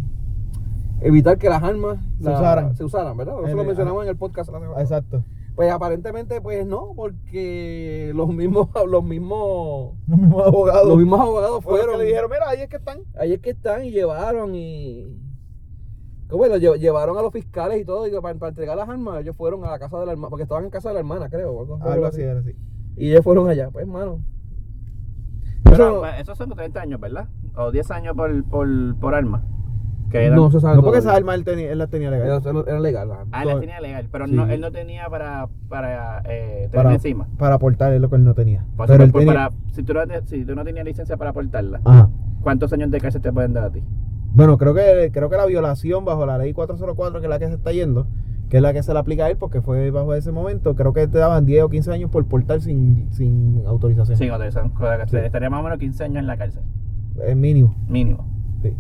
B: evitar que las armas
C: Se
B: la-
C: usaran.
B: se usaran, ¿verdad? Eso
C: El-
B: lo mencionamos en el podcast. la semana pasada.
C: Exacto.
B: Pues aparentemente, pues no, porque los mismos, los mismos,
C: Los mismos abogados.
B: los mismos abogados
C: fueron.
B: fueron.
C: que le dijeron, mira, ahí es que están.
B: Ahí es que están y llevaron y. ¿Cómo es? Lo lle- Llevaron a los fiscales y todo y para, para entregar las armas. Ellos fueron a la casa de la hermana, porque estaban en casa de la hermana, creo. o algo-
C: Algo así, algo así.
B: Y ellos fueron allá, pues, hermano.
D: Pero,
B: Eso-
D: pues, esos son 30 años, ¿verdad? O 10 años por, por, por arma. Que era-
B: No se sabe.
C: No porque esa
B: todavía.
C: arma él, tenía, él las tenía
B: Era,
C: legal.
B: era- era legal. la-
D: Ah, la tenía legal, pero
C: Sí.
D: no, él no tenía para, para eh, tener
C: Para-
D: encima.
C: Para aportar es lo que él no tenía.
D: Por
C: Pero él Ah.
D: ejemplo,
C: tenía.
D: para- si, tú no, te- si tú no tenías licencia para portarla,
C: Ajá.
D: ¿cuántos años de cárcel te pueden dar a ti?
C: Bueno, creo que, creo que la violación bajo la ley 404, que es la que se está yendo, que es la que se le aplica a él porque fue bajo ese momento, creo que te daban 10 o 15 años por portar sin, sin autorización.
D: Sí, cuando son cosas que
C: Sí.
D: estaría más o menos 15 años en la cárcel,
C: Es mínimo.
D: mínimo.
C: Sí.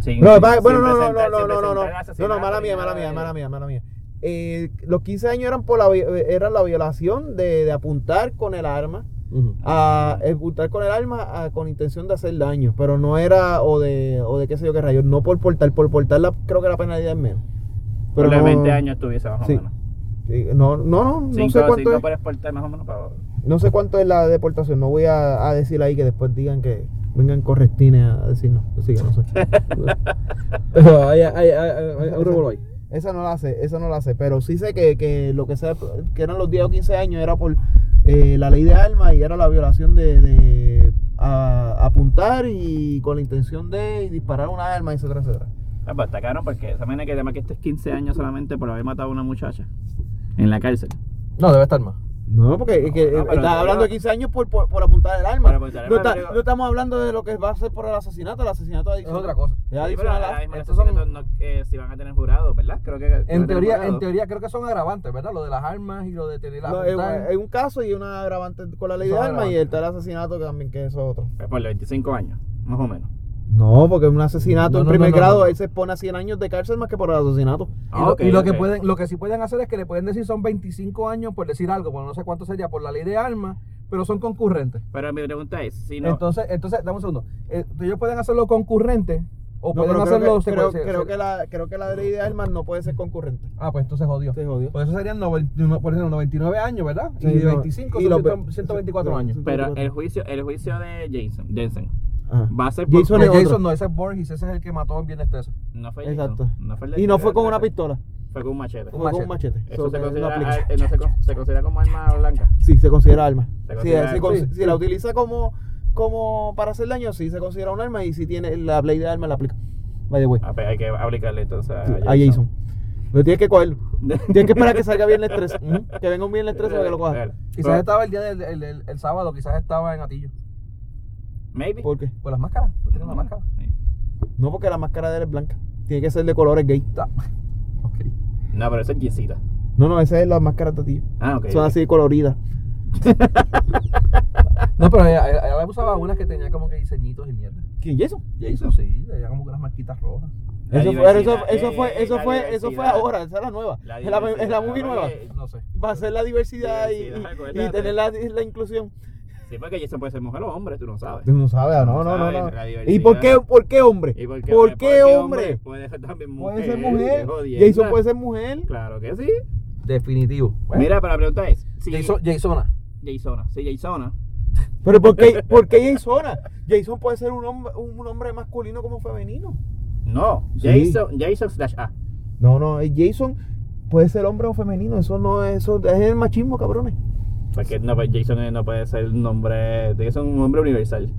D: Sin-
C: No, va-
D: sin
C: bueno, no, no,
D: presentar-
C: no, no,
D: sin
C: no, no, no,
D: presentar
C: no,
D: asesinato
C: no, mala
D: ni
C: mía,
D: nada
C: mala mía,
D: de-
C: mala mía, mala mía. Eh, los 15 años eran por la, vi- era la violación de, de apuntar con el arma,
B: Ujú.
C: a eh, apuntar con el arma a- con intención de hacer daño, pero no era o de, o de qué sé yo qué rayos, no por portar, por portar la, creo que la penalidad es menos.
D: Por los
C: no-
D: 20 años tuviese más o
C: Sí.
D: menos.
C: Sí, No, no, no, no
D: 5
C: sé cuánto es.
D: para exportar más o menos para...
C: No sé cuánto es la deportación. No voy a, a decir ahí que después digan que vengan correstines a decirnos. Así que no sé.
B: Pero hay, hay, hay, hay- hay un revolú ahí.
C: Esa no la sé, esa no la sé. Pero sí sé que, que lo que sea, que eran los 10 o 15 años era por eh, la ley de armas y era la violación de, de a- apuntar y con la intención de disparar una arma, etcétera, etcétera.
D: Ah, pues está caro porque esa manera que además que estés 15 años solamente por haber matado a una muchacha en la cárcel.
B: No, debe estar más.
C: No, porque es que,
D: No,
C: eh,
D: pero-
C: estás hablando de 15 años por, por, por apuntar el arma.
D: Para apuntar el
C: no,
D: arma,
C: está-
D: pero-
C: no estamos hablando de lo que va a ser por el asesinato. El asesinato
B: Es otra cosa.
C: Es
D: Sí, pero
C: adicional a-
D: ahora mismo los
C: estos son-
D: asesinatos no- eh, si van a tener jurado, ¿verdad? Creo que van a
B: En
D: tener
B: teoría,
D: jurado.
B: en teoría creo que son agravantes, ¿verdad? Lo de las armas y lo de tener la
C: No, eh, es, un- es un caso y una agravante con la ley
B: Son
C: de armas y
B: agravantes.
C: el tal asesinato que también, que eso es otro.
D: Pues por los 25 años, más o menos.
C: No, porque un asesinato
B: No,
C: en
B: no,
C: primer
B: no, no,
C: grado,
B: no.
C: él se expone a 100 años de cárcel más que por el asesinato.
B: Y
D: Ah,
B: lo,
D: ok,
B: y lo que
D: ok.
B: pueden, lo que sí pueden hacer es que le pueden decir son 25 años por decir algo, bueno, no sé cuánto sería por la ley de armas, pero son concurrentes.
D: Pero mi pregunta es, si no...
B: Entonces, entonces, dame un segundo. Eh, ellos pueden hacerlo concurrente o
C: No,
B: pueden
C: pero
B: hacerlo
C: creo, que, creo,
B: secuencial.
C: creo que la, creo que la ley de armas no puede ser concurrente.
B: Ah, pues entonces jodió.
C: Se jodió.
B: Por eso serían 91 por ejemplo, 99 años, ¿verdad?
C: Sí,
B: y de
C: no.
B: 25
C: Y
B: son
C: los
B: ciento-
C: ve-
B: 124 años.
D: Pero el juicio, el juicio de Jason, Jensen,
B: Ah.
C: Ajá.
D: va a ser por...
C: Jason
B: De
C: es otro.
B: Jason no, ese es Borges, ese es el que mató en Viernes 13.
D: No fue
C: Exacto.
D: Jason, No fue el de-
C: Y no fue con
D: el-
C: una pistola,
D: Fue con un machete.
C: fue con un machete.
D: Eso
C: So,
D: se,
C: que no
D: considera,
C: aplica.
D: ah, eh, no se con- se considera como arma blanca.
C: Sí, se considera arma.
D: Se
C: Sí,
D: considera-
C: se con-
D: sí,
C: si la utiliza como, como para hacer daño, sí se considera un arma y si tiene la ley de armas la aplica. By the way.
D: Ah, pues hay que aplicarle entonces a
C: Sí,
D: Jason.
C: a Jason. Pero tienes que cogerlo. Tienes que esperar que salga bien el estrés. Que venga un bien el estrés para que lo coja.
D: Claro.
B: Quizás
D: Pero-
B: estaba el día del el, el- el sábado, quizás estaba en Atillo.
D: Maybe.
C: ¿Por qué?
B: Por las máscaras, porque
C: Ah,
B: tienen la máscara.
D: Sí.
C: No, porque la máscara de él es blanca. Tiene que ser de colores gay.
B: Ta- Ok.
D: No, pero eso es Jensita.
C: No, no, esa es la máscara de ti.
D: Ah, ok.
C: Son
D: ok.
C: así coloridas.
B: No, pero ella, ella- ella usaba unas que tenía como que diseñitos y mierda.
C: ¿Quién? ¿Y eso?
B: Jason, sí, tenía como que unas marquitas rojas.
D: La
C: Eso fue, eso,
D: diversidad,
C: eso
D: eh,
C: fue, eso
D: la
C: fue, eso fue
D: diversidad.
C: ahora, esa es la nueva.
D: La ah,
C: es la, es la movie
D: diversidad,
C: nueva.
D: oye.
B: No sé.
C: Va a ser la diversidad y, y-
D: Diversidad,
C: y
D: acuérdate.
C: tener la, la inclusión.
D: Sí, porque Jason puede ser mujer o hombre, tú no sabes.
C: Tú no sabes,
D: no, no, no. La
C: ¿Y por qué,
D: diversidad.
C: por qué hombre?
D: ¿Y
C: ¿Por qué, hombre?
D: Puede ser también mujer.
C: Puede ser
D: qué
C: mujer.
D: jodienda.
C: Jason puede ser mujer.
D: Claro que sí.
B: Definitivo. Bueno,
D: Mira, pero la pregunta es: si
B: Jason, Jasona.
D: Jasona. Si Jasona.
C: Pero ¿por qué, por qué Jasona? Jason puede ser un hombre, un hombre masculino como femenino.
D: No,
C: Sí.
D: Jason, Jason slash A.
C: No, no, eh, Jason puede ser hombre o femenino, eso no es, eso es el machismo, cabrones.
D: Porque no, pues Jason eh, no puede ser un hombre. Jason es un hombre universal.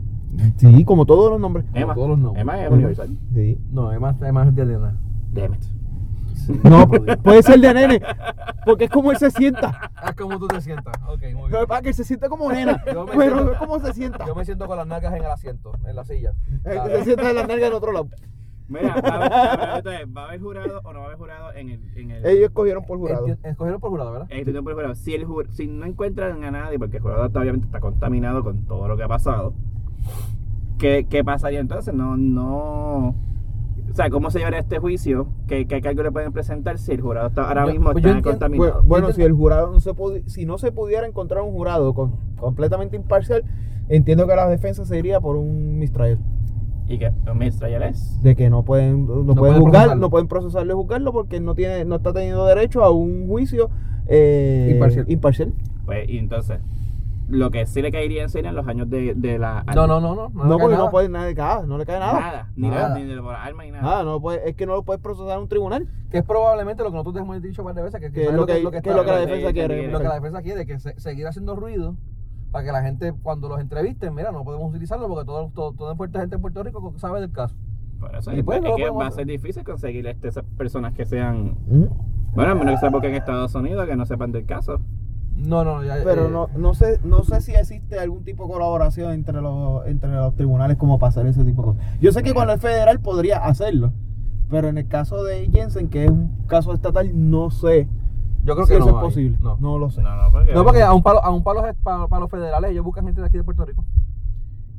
C: Sí, como todos los nombres.
D: Emma.
B: todos los nombres.
D: Emma es
C: Emma.
D: universal.
C: Sí.
B: No, es más, es más de pues, Elena.
D: Damn it.
C: No, pues. puede ser de nene, porque es como él se sienta.
B: Ah, como tú te sientas. Ok, muy
C: Pero
B: bien.
C: es para que él se sienta como nena,
B: Yo me
C: pero
B: siento-
C: es como se sienta.
B: Yo me siento con las nalgas en el asiento, en la silla.
C: Él Se sienta en la nalga del otro lado.
D: Mira, va a haber- la pregunta es, ¿va a haber jurado o no va a haber jurado en el. En el
C: Ellos cogieron por jurado.
B: Enti- Escogieron por jurado, ¿verdad?
D: Este tiempo del jurado. Si, el ju- si no encuentran a nadie, porque el jurado está, obviamente está contaminado con todo lo que ha pasado, ¿qué, qué pasaría entonces? No, no. O sea, ¿cómo se llevará este juicio? ¿Qué, qué cargo le pueden presentar si el jurado está ahora
B: Yo-
D: mismo
B: pues yo
D: está
B: entiendo-
C: Bueno,
D: contaminado?
C: bueno, si el jurado no se pudi- si no se pudiera encontrar un jurado con- completamente imparcial, entiendo que la defensa se iría por un mistrial.
D: ¿Y oh, qué? ¿Mientras ya les?
C: de que no pueden no,
B: No
C: pueden
B: pueden
C: juzgar,
B: procesarlo.
C: no pueden procesarlo y juzgarlo porque no tiene no está teniendo derecho a un juicio eh,
B: Imparcial.
D: Pues, y entonces, lo que sí le caería en serían los años de, de la.
B: No, no, no, no.
C: Ah, No,
B: le cae
C: porque
B: nada.
C: no puede nada de cada, no le cae nada.
D: Nada, ni nada,
B: Nada.
D: ni de por arma ni nada.
C: Nada, no puede, es que no lo puedes procesar en un tribunal.
B: Que es probablemente lo que nosotros te hemos dicho varias veces, que,
C: Que es
B: quizás
C: lo que, que es lo que la
D: sí,
C: defensa
D: sí,
C: quiere.
D: sí,
B: Este, lo que la defensa quiere, que se- seguir haciendo ruido para que la gente, cuando los entrevisten, mira, no podemos utilizarlo porque todo, todo, toda gente en Puerto Rico sabe del caso.
D: Por eso
C: Y
D: es-
C: pues,
D: es
C: no lo
D: que
C: podemos
D: va a
C: hacer.
D: ser difícil conseguir este, esas personas que sean.
C: Ujú.
D: Bueno, a menos que sea porque en Estados Unidos, que no sepan del caso.
B: No, no, ya,
C: Pero
B: eh,
C: no, no, sé, no sé si existe algún tipo de colaboración entre los, entre los tribunales como para hacer ese tipo de cosas. Yo sé que con el federal podría hacerlo, pero en el caso de Jensen, que es un caso estatal, no sé
B: Yo creo
C: si
B: que
C: eso
B: no
C: es
B: hay,
C: posible.
B: No.
C: lo sé.
D: no, porque.
B: No, porque a un palo, a un palo para, los federales ellos buscan gente de aquí de Puerto Rico.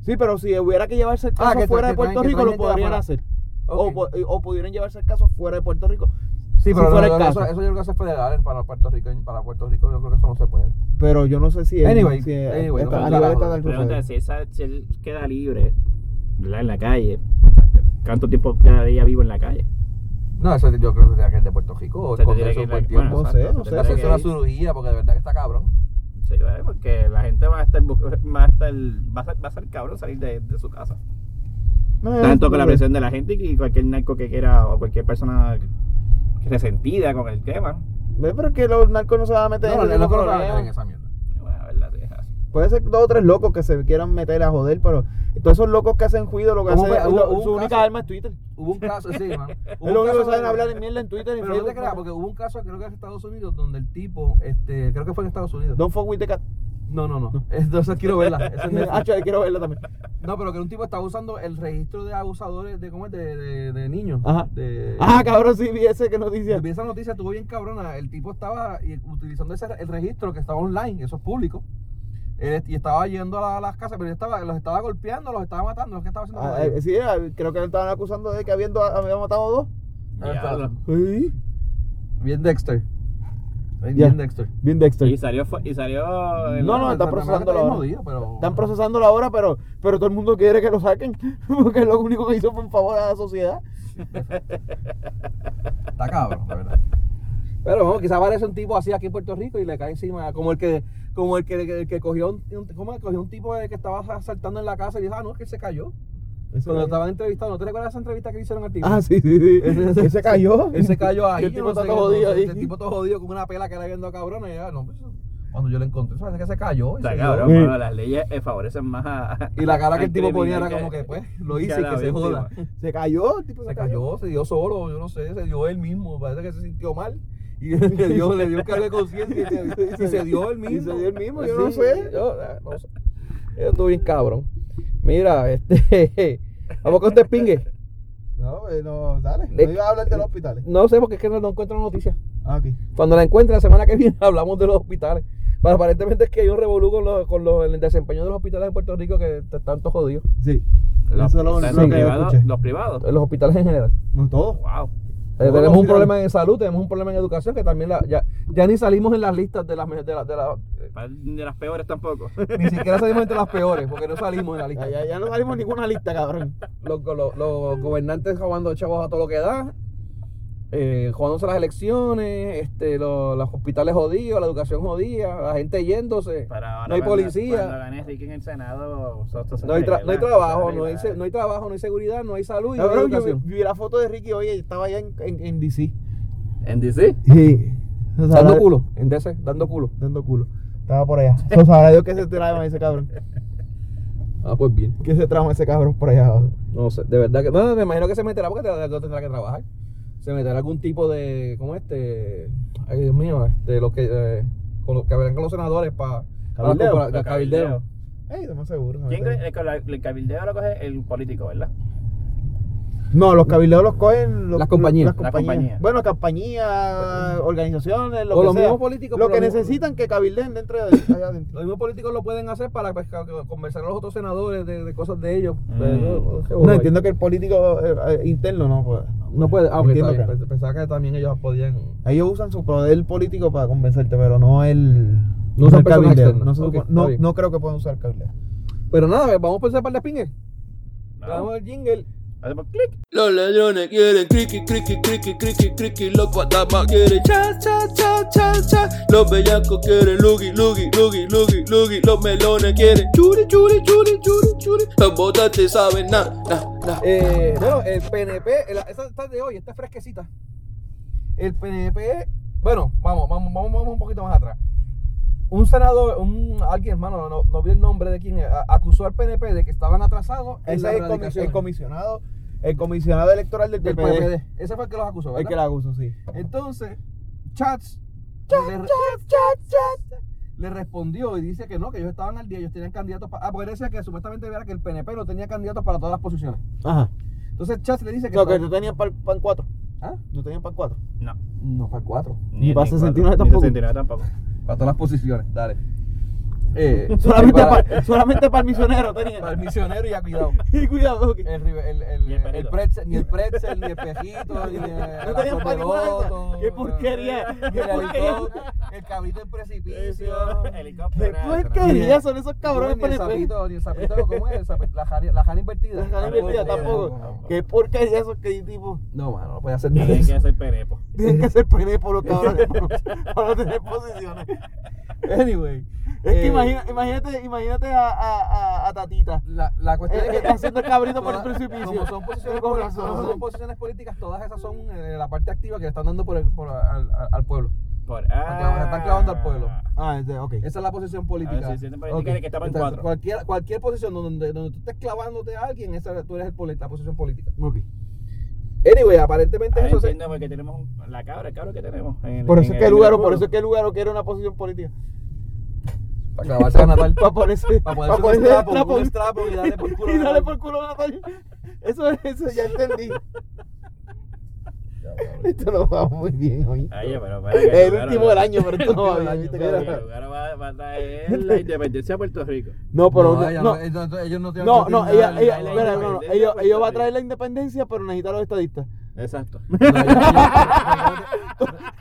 C: Sí, pero si hubiera que llevarse el
B: Ah,
C: caso
B: que tra-
C: fuera de
B: que traen-
C: Puerto
B: que
C: Rico,
B: traen
C: lo
B: gente de
C: podrían
B: afuera.
C: hacer.
B: Ok.
C: O, po- o pudieran llevarse el caso fuera de Puerto Rico.
B: Sí, pero
C: si fuera
B: no,
C: el
B: no,
C: caso.
B: Eso, eso yo creo que es federal para Puerto Rico, para Puerto Rico, yo creo que eso no se puede.
C: Pero yo no sé si es.
B: Anyway,
C: si es-
B: anyway,
C: está-
B: no,
C: a nivel
B: carajo,
C: estatal.
D: Pregunta si, esa- si él queda libre, ¿verdad? En la calle. ¿Cuánto tiempo cada día vivo en la calle?
B: No, eso yo creo que tendría que ir de Puerto Rico o
D: Se
B: el
D: tendría
B: Congreso
D: que ir
B: un
D: la-
B: buen tiempo.
C: bueno,
D: exacto,
C: No sé, no sé.
D: se tendría
B: Hacerse
D: que
B: una
D: ir.
B: cirugía porque de verdad que está cabrón.
D: Sí, ¿vale? porque la gente va a estar, bu- va a estar, va a ser, va a ser cabrón salir de, de su casa.
C: Eh,
D: Tanto con la
C: no sé.
D: presión de la gente y cualquier narco que quiera o cualquier persona resentida con el tema.
C: Ve, Pero es que los narcos no se van a meter
B: No,
C: en Este
B: no,
C: el
B: no creo que
C: problema.
B: vayan en esa mierda.
D: Bueno, la verdad, sí, es así.
C: Puede ser dos o tres locos que se quieran meter a joder, pero todos esos locos que hacen juicio, lo que
B: Hubo-
C: hacen.
B: hubo-
C: lo-
B: hubo
C: su
B: un
C: única
B: caso.
C: arma es Twitter.
B: Hubo un caso, sí, man. Hubo
C: Es lo
B: un
C: único que
B: caso
C: saben
B: de-
C: hablar en mierda en Twitter. y
B: Pero no te creas, porque hubo un caso, creo que en Estados Unidos, donde el tipo, este, creo que fue en Estados Unidos.
C: Don't fuck with the cat.
B: No, no, no. Entonces quiero verla. Esa es Netflix.
C: Ah, chale, quiero verla también.
B: No, pero que un tipo estaba usando el registro de abusadores de cómo es de, de, de niños.
C: Ajá.
B: De,
C: Ah, cabrón, sí, vi ese que nos dice.
B: Vi esa noticia, estuvo bien cabrona. El tipo estaba y- utilizando ese, el registro que estaba online, eso es público. Él est- y estaba yendo a, la- a las casas, pero él estaba, los estaba golpeando, los estaba matando, los que estaba haciendo. con
C: Ah,
B: ellos.
C: eh, sí, ah, creo que lo estaban acusando de que habiendo, había matado dos.
B: Ah,
D: Diablo.
B: está-
C: Sí.
B: Bien Dexter. Bien
C: Ya.
B: Dexter.
C: Bien, Dexter.
D: Y salió, fue- y salió el-
C: No, no, está
B: exactamente,
C: procesándolo
B: el mismo
C: ahora.
B: día, pero-
C: Están procesándolo ahora, pero, pero todo el mundo quiere que lo saquen. Porque lo único que hizo fue un favor a la sociedad.
B: Está cabrón, la verdad. Pero bueno, quizás aparece un tipo así aquí en Puerto Rico y le cae encima, como el que, como el que, el que cogió un, un- ¿cómo es? cogió un tipo de- que estaba asaltando en la casa y dijo, ah, no, es que él se cayó. Cuando estaban entrevistando, ¿no te recuerdas esa entrevista que le hicieron al tipo?
C: Ah, sí, sí, sí. Ese, cayó.
B: Él se cayó ahí.
C: El tipo
B: yo no
C: está
B: sé,
C: todo
B: no sé,
C: jodido ahí.
B: El tipo todo jodido con una pela que le viendo a cabrón. Y ya, no, pues, cuando yo le encontré, parece que se cayó. y
D: Está
B: se
D: cabrón,
C: Sí.
D: mano, las leyes eh, favorecen más a.
B: dio. Y la cara que
D: al
B: el tipo ponía
D: criminal
B: era como que, pues, lo
D: que
B: hice
D: a
B: y
D: la
B: que se
D: víctima.
B: joda.
C: Se cayó, el tipo
B: Se cayó, se dio solo, yo no sé, se dio él mismo, parece que se sintió mal. Y le dio, le dio un cargo de conciencia y, se- y se dio él mismo.
C: Y se dio él mismo, yo no sé.
B: Yo, eh, no sé. Yo estuve bien cabrón. Mira, este. Vamos con despingue.
C: No, pues, no, dale.
B: Le-
C: No iba a hablar de los hospitales.
B: No sé, porque es que no, no encuentro noticias.
C: Ah, ok.
B: Cuando la encuentre la semana que viene hablamos de los hospitales. Pero aparentemente es que hay un revolú con, los- con los- el desempeño de los hospitales en Puerto Rico que están tanto jodidos.
C: Sí.
D: Los,
C: Eso es lo
D: o sea,
C: único
D: los
C: que yo
D: privados-
C: escuché.
D: los privados.
B: Los hospitales en general.
C: No todo.
D: Wow.
B: Eh,
C: Todos los
B: tenemos un
C: hospitales.
B: problema en salud, tenemos un problema en educación que también la- ya, ya ni salimos en las listas de las me- de la- de la- eh,
D: Pa- Ni las peores tampoco.
B: ni siquiera salimos entre las peores porque no salimos en la
C: Ya,
B: lista.
C: ya, ya no salimos ninguna lista, cabrón.
B: Los, los- los gobernantes robando chavos a todo lo que da, eh, jugándose las elecciones, este, los, los hospitales jodidos, la educación jodida, la gente yéndose,
D: Para ahora,
B: no hay
D: cuando-
B: policía.
D: Cuando gané Ricky en el Senado, o sea, esto se
B: No hay, tra-
D: arregla,
B: no hay
D: esto se
B: trabajo, no hay,
D: arregla.
B: se- no hay trabajo, no hay seguridad, no hay salud y no hay
C: Cabrón, yo vi,
B: educación.
C: vi la foto de Ricky hoy y estaba allá en, en, en DC.
D: En DC.
C: Sí. O sea,
B: Dando
C: la-
B: culo, en DC, dando culo.
C: Dando culo. Estaba por allá. O sea, sabrá Dios que se trama ese cabrón.
B: Ah, pues bien.
C: Que se trama ese cabrón por allá abajo.
B: No sé, de verdad que. No, no, me imagino que se meterá porque tendrá, tendrá que trabajar. Se meterá algún tipo de. ¿Cómo este? Ay, Dios mío, este, los que. eh, con los que hablan con los senadores para.
C: Cabildeo.
B: Para,
D: Los
B: cabildeo.
D: cabildeos.
C: Ey, lo más seguro.
D: ¿Quién cree- el, el- el cabildeo lo coge el político, ¿verdad?
C: No, los cabildeos los cogen los-
B: Las compañías.
C: Las
D: Las
C: compañías.
D: compañías.
C: Bueno, compañías, organizaciones, lo
B: O
C: que
B: los
C: sea.
B: mismos políticos,
C: Lo
B: pero
C: que
B: los-
C: necesitan que cabilden dentro de allá adentro.
B: Los mismos políticos lo pueden hacer para pues, ca- ca- conversar con los otros senadores de, de cosas de ellos.
D: Mm.
B: De- de- de-
C: No, entiendo que el político eh, eh, interno no puede.
B: No puede. Ah, ok,
C: Entiendo
B: está bien.
C: que-
B: Pensaba que también ellos podían.
C: Ellos usan su poder político para convencerte, pero no el.
B: No son
C: el
B: personas
C: cabildeo.
B: externas.
C: No, se
B: Ok,
C: supo-
B: está
C: no-
B: bien.
C: no creo que puedan usar cabildeos.
B: Pero nada, vamos a pensar para el despingue. Le
D: No.
B: damos el jingle.
D: Hacemos clic.
F: Los ladrones quieren criqui, criqui, criqui, criqui, criqui. Los guatamas quieren cha, cha, cha, cha, cha. Los bellacos quieren lugi, lugi, lugi, lugi, lugi. Los melones quieren churi, churi, churi, churi, churi. Las botas te saben na, na, na.
B: Eh, bueno, el PNP, el- esta esta de hoy, esta es fresquecita. El PNP, bueno, vamos, vamos, vamos, vamos un poquito más atrás. Un senador, un, alguien, hermano, no, no vi el nombre de quién, es, a- acusó al PNP de que estaban atrasados en
C: Ese
B: la
C: es el, comi- el
B: erradicación.
C: comisionado, el comisionado electoral del,
G: Del
C: PPD.
G: PPD.
B: Ese fue el que los acusó,
C: El que
B: ¿verdad?
C: la acusó, sí.
B: Entonces, Chats le, re- le respondió y dice que no, que ellos estaban al día, ellos tenían candidatos para... Ah, porque él decía que supuestamente era que el PNP no tenía candidatos para todas las posiciones.
C: Ajá.
B: Entonces Chats le dice que...
C: No, que
B: no,
C: no tenían pan 4.
B: ¿Ah?
C: No tenían pan 4.
D: No.
B: no para cuatro.
C: Ni para
D: cuatro,
C: 69
D: ni
C: tampoco.
D: 69 tampoco.
B: Para todas las posiciones, dale. Eh,
C: Solamente
B: para,
C: para, solamente para el misionero tenían.
B: para el misionero y ya cuidado.
C: Y cuidado, ok.
B: El, ribe- el, el,
D: Ni el
B: el
D: perrito.
B: pretzel, ni el pretzel, ni el pejito, ni el,
C: No tenían pan ninguna de esas. Qué porquería,
B: ni
C: qué
B: el
C: porquería.
B: helicóptero, el cabrito en precipicio.
C: ¿Qué
D: Helicóptero.
C: porquería son esos cabrones
B: Ni el
C: PNP?
B: sapito, ni el sapito, ¿cómo es? El sapi- la, jara, la jara invertida.
C: La jara invertida, tampoco.
B: no.
C: ¿Qué porquería esos que tipo?
B: No, mano, no puede hacer nada. de
D: Tiene
B: eso.
D: que ser perepo.
C: Tienen que ser PNP por los cabrones para para no tener posiciones.
B: Anyway.
C: Es que
B: eh,
C: imagina- imagínate, imagínate a, a, a, a Tatita.
B: La, la cuestión es que
C: Eh, haciendo el cabrito por el
B: todas-
C: precipicio.
B: Como son posiciones,
C: Con
B: políticas,
C: razón.
B: como son posiciones políticas, todas esas son eh, la parte activa que le están dando por el- por- al, al- al pueblo.
D: Por,
B: clavando- están clavando al pueblo.
C: Ah, este, ok.
B: Esa es la posición política.
D: Ah, sí, sí, esa política
B: Ok.
D: que estaba en
B: Entonces,
D: cuatro.
B: Cualquier, cualquier posición donde, donde tú estés clavándote a alguien, esa, tú eres el, poli- la posición política.
C: Ok.
B: Anyway, aparentemente
D: Ahora
B: eso se-
D: Ah, entiendo porque tenemos un- la cabra, el cabra que tenemos. en-
C: Por
D: en
C: eso es que
D: el-
C: el lugar,
D: en el
C: por eso
D: pueblo.
C: es que el lugar quiere una posición política.
B: Para clavarse a Natal.
C: Para ponerse,
B: Para
C: para
B: ponerse un
C: ponerse
B: strapo,
C: trapo.
B: un strapo y darle por culo.
C: Y
B: a
C: dale
B: Natal.
C: por culo a Natal. Eso, eso ya entendí. Esto no va muy bien hoy.
D: Oye, pero para que
C: Es el
D: lugar-
C: último del año, pero esto no va
B: El último
C: bien. ¿viste,
B: del año,
D: Oye,
C: cabrón?
D: el lugar va, va a traer la independencia a Puerto Rico.
C: No, pero
B: ella
C: no, no,
B: ellos no- ellos no tienen-
C: no,
B: no
C: no,
B: tienen
C: ella,
B: nada-
C: ella, mira,
B: nada-
C: no, no,
D: independencia
C: ellos,
D: de
C: ellos van a
D: Puerto
C: traer la independencia, pero necesitan los estadistas.
D: Exacto.
B: No, ellos- ellos-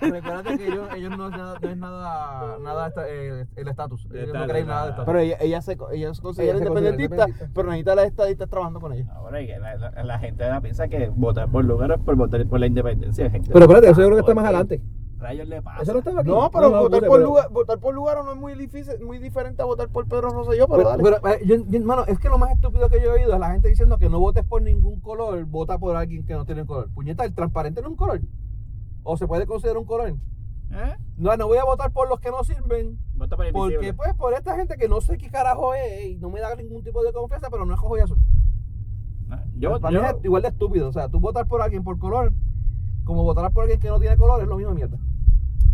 B: Recuérdate que ellos, ellos no, es nada- no es nada, nada esta- eh, el estatus. Ellos no
D: Estatus,
B: creen nada de
D: nada.
B: estatus.
C: Pero ella, ella se, co- ella se considera
B: Ella se considera
C: independentista,
B: independentista.
C: pero necesita los estadistas trabajando con ella.
D: Ahora y que la, la, la gente ahora piensa que votar por lugar es por votar por la independencia. Gente,
B: Pero espérate, eso yo creo que está más adelante.
D: Rayos le pasa.
B: Eso no estaba aquí.
C: No, pero votar,
B: puse,
C: por
B: pero-
C: lugar, votar por lugar no es muy difícil, muy diferente a votar por Pedro Rosselló, pero,
B: Pero,
C: dale.
B: pero, eh, yo, yo, mano, es que lo más estúpido que yo he oído es la gente diciendo que no votes por ningún color, vota por alguien que no tiene color. Puñeta, el transparente no es un color. O se puede considerar un color.
D: ¿Eh?
B: No, no voy a votar por los que no sirven.
D: Vota por el
B: Porque,
D: invisible.
B: pues, por esta gente que no sé qué carajo es y no me da ningún tipo de confianza, pero no es cojo y azul.
D: Ah, Yo,
B: Para
D: yo,
B: mí es igual de estúpido. O sea, tú votar por alguien por color, como votar por alguien que no tiene color, es lo mismo de mierda.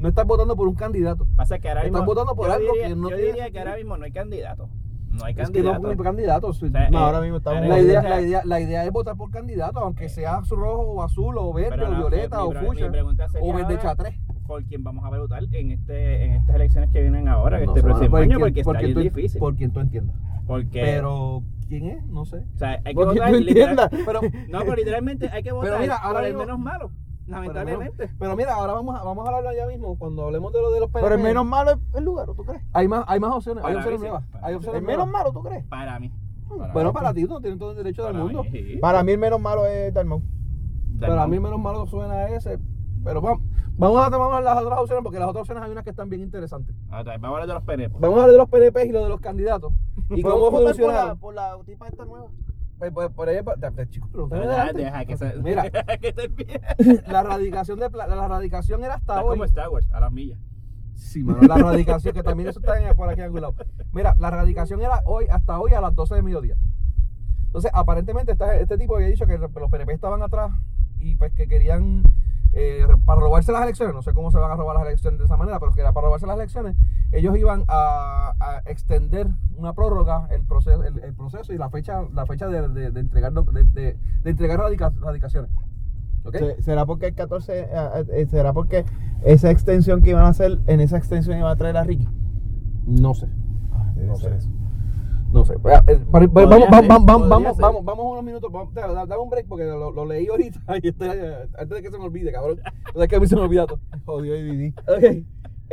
B: No estás votando por un candidato.
D: pasa que ahora mismo.
B: Estás votando por
D: yo
B: algo
D: diría-
B: que no
D: Yo
B: tiene
D: diría que
B: sentido.
D: ahora mismo no hay candidato. No hay
B: Es que no
D: candidato.
B: hay candidatos.
D: sea,
C: no,
D: eh,
C: ahora mismo estamos.
D: ahora
B: La
D: mismo
B: idea,
D: está-
B: la, idea, la idea es votar por candidato, aunque sea rojo o azul o verde
D: Pero
B: o
D: la-
B: violeta
D: mi
B: o
D: pre-
B: fucsia
D: mi pregunta sería
B: o verde
D: ahora,
B: chatré.
D: por quien vamos a votar en este en estas elecciones que vienen ahora, en
B: No
D: este
B: sé,
D: próximo
B: por
D: año,
B: quien-
D: porque,
B: por
D: está
B: quien
D: bien
B: tú-
D: difícil.
B: Por quien tú entiendas.
D: porque,
B: Pero, ¿quién es? No sé.
D: o sea, hay que
C: Porque
D: votar
C: tú
D: literal-
C: entiendas.
B: Pero,
D: No, pero literalmente hay que votar
B: mira, ahora
D: por el
B: mismo-
D: menos malo, lamentablemente.
B: pero mira, ahora vamos a, vamos a hablarlo ya mismo. Cuando hablemos de lo de los PNP.
C: Pero el menos malo es el lugar, ¿tú crees?
B: Hay más, hay más opciones. Hay
D: Para
B: opciones
D: mí sí.
B: nuevas.
D: Para
B: Hay
D: mí
B: opciones
C: El menos
B: nuevas.
C: malo, ¿tú crees?
D: Para mí.
B: Bueno, para ti, tú no tienes todo el derecho del
D: Para
B: mundo.
D: mí, sí.
C: Para mí el menos malo es Dalmau.
B: Para mí, menos malo suena ese. Pero vamos, vamos a tomar las otras opciones porque las otras opciones hay unas que están bien interesantes.
D: Ah, está bien, Vamos a hablar de los perepos.
B: Vamos a hablar de los PNP y lo de los candidatos. ¿Y
C: votar
B: cómo
C: por la,
B: funcionaron?
C: por la tipa esta nueva?
B: Pues, pues, por ahí, pa- da- da- chico, pero no te me
D: Deja,
B: adelantes.
D: deja que se,
B: Mira.
D: deja que termine.
B: La radicación de pla- la radicación era hasta
D: Está
B: hoy.
D: como Star Wars, a las millas.
B: Sí, mano, la radicación, que también eso está en- por aquí en algún lado. Mira, la radicación era hoy, hasta hoy a las 12 de mediodía. Entonces, aparentemente, esta- este tipo había dicho que los PNP estaban atrás y pues que querían, eh, para robarse las elecciones, no sé cómo se van a robar las elecciones de esa manera, pero que era para robarse las elecciones, ellos iban a, a extender una prórroga, el proceso, el, el proceso y la fecha, la fecha de, de- de entregar, doc- de, de- de entregar radica- radicaciones. ¿Ok?
C: Se- ¿Será porque el 14, eh, eh, será porque esa extensión que iban a hacer, en esa extensión iban a traer a Ricky? Ah,
B: No sé.
C: No sé.
B: No sé. pues, eh, para- para-
D: Podría
B: vamos, vamos,
D: ser,
B: vamos, vamos,
D: podría
B: vamos,
D: ser.
B: vamos, vamos unos minutos. Vamos, da- da- dame un break porque lo, lo leí ahorita. y estoy- eh, antes de que se me olvide, cabrón. O sea, que a mí se me olvida todo.
C: Jodió y Didi.
B: Ok.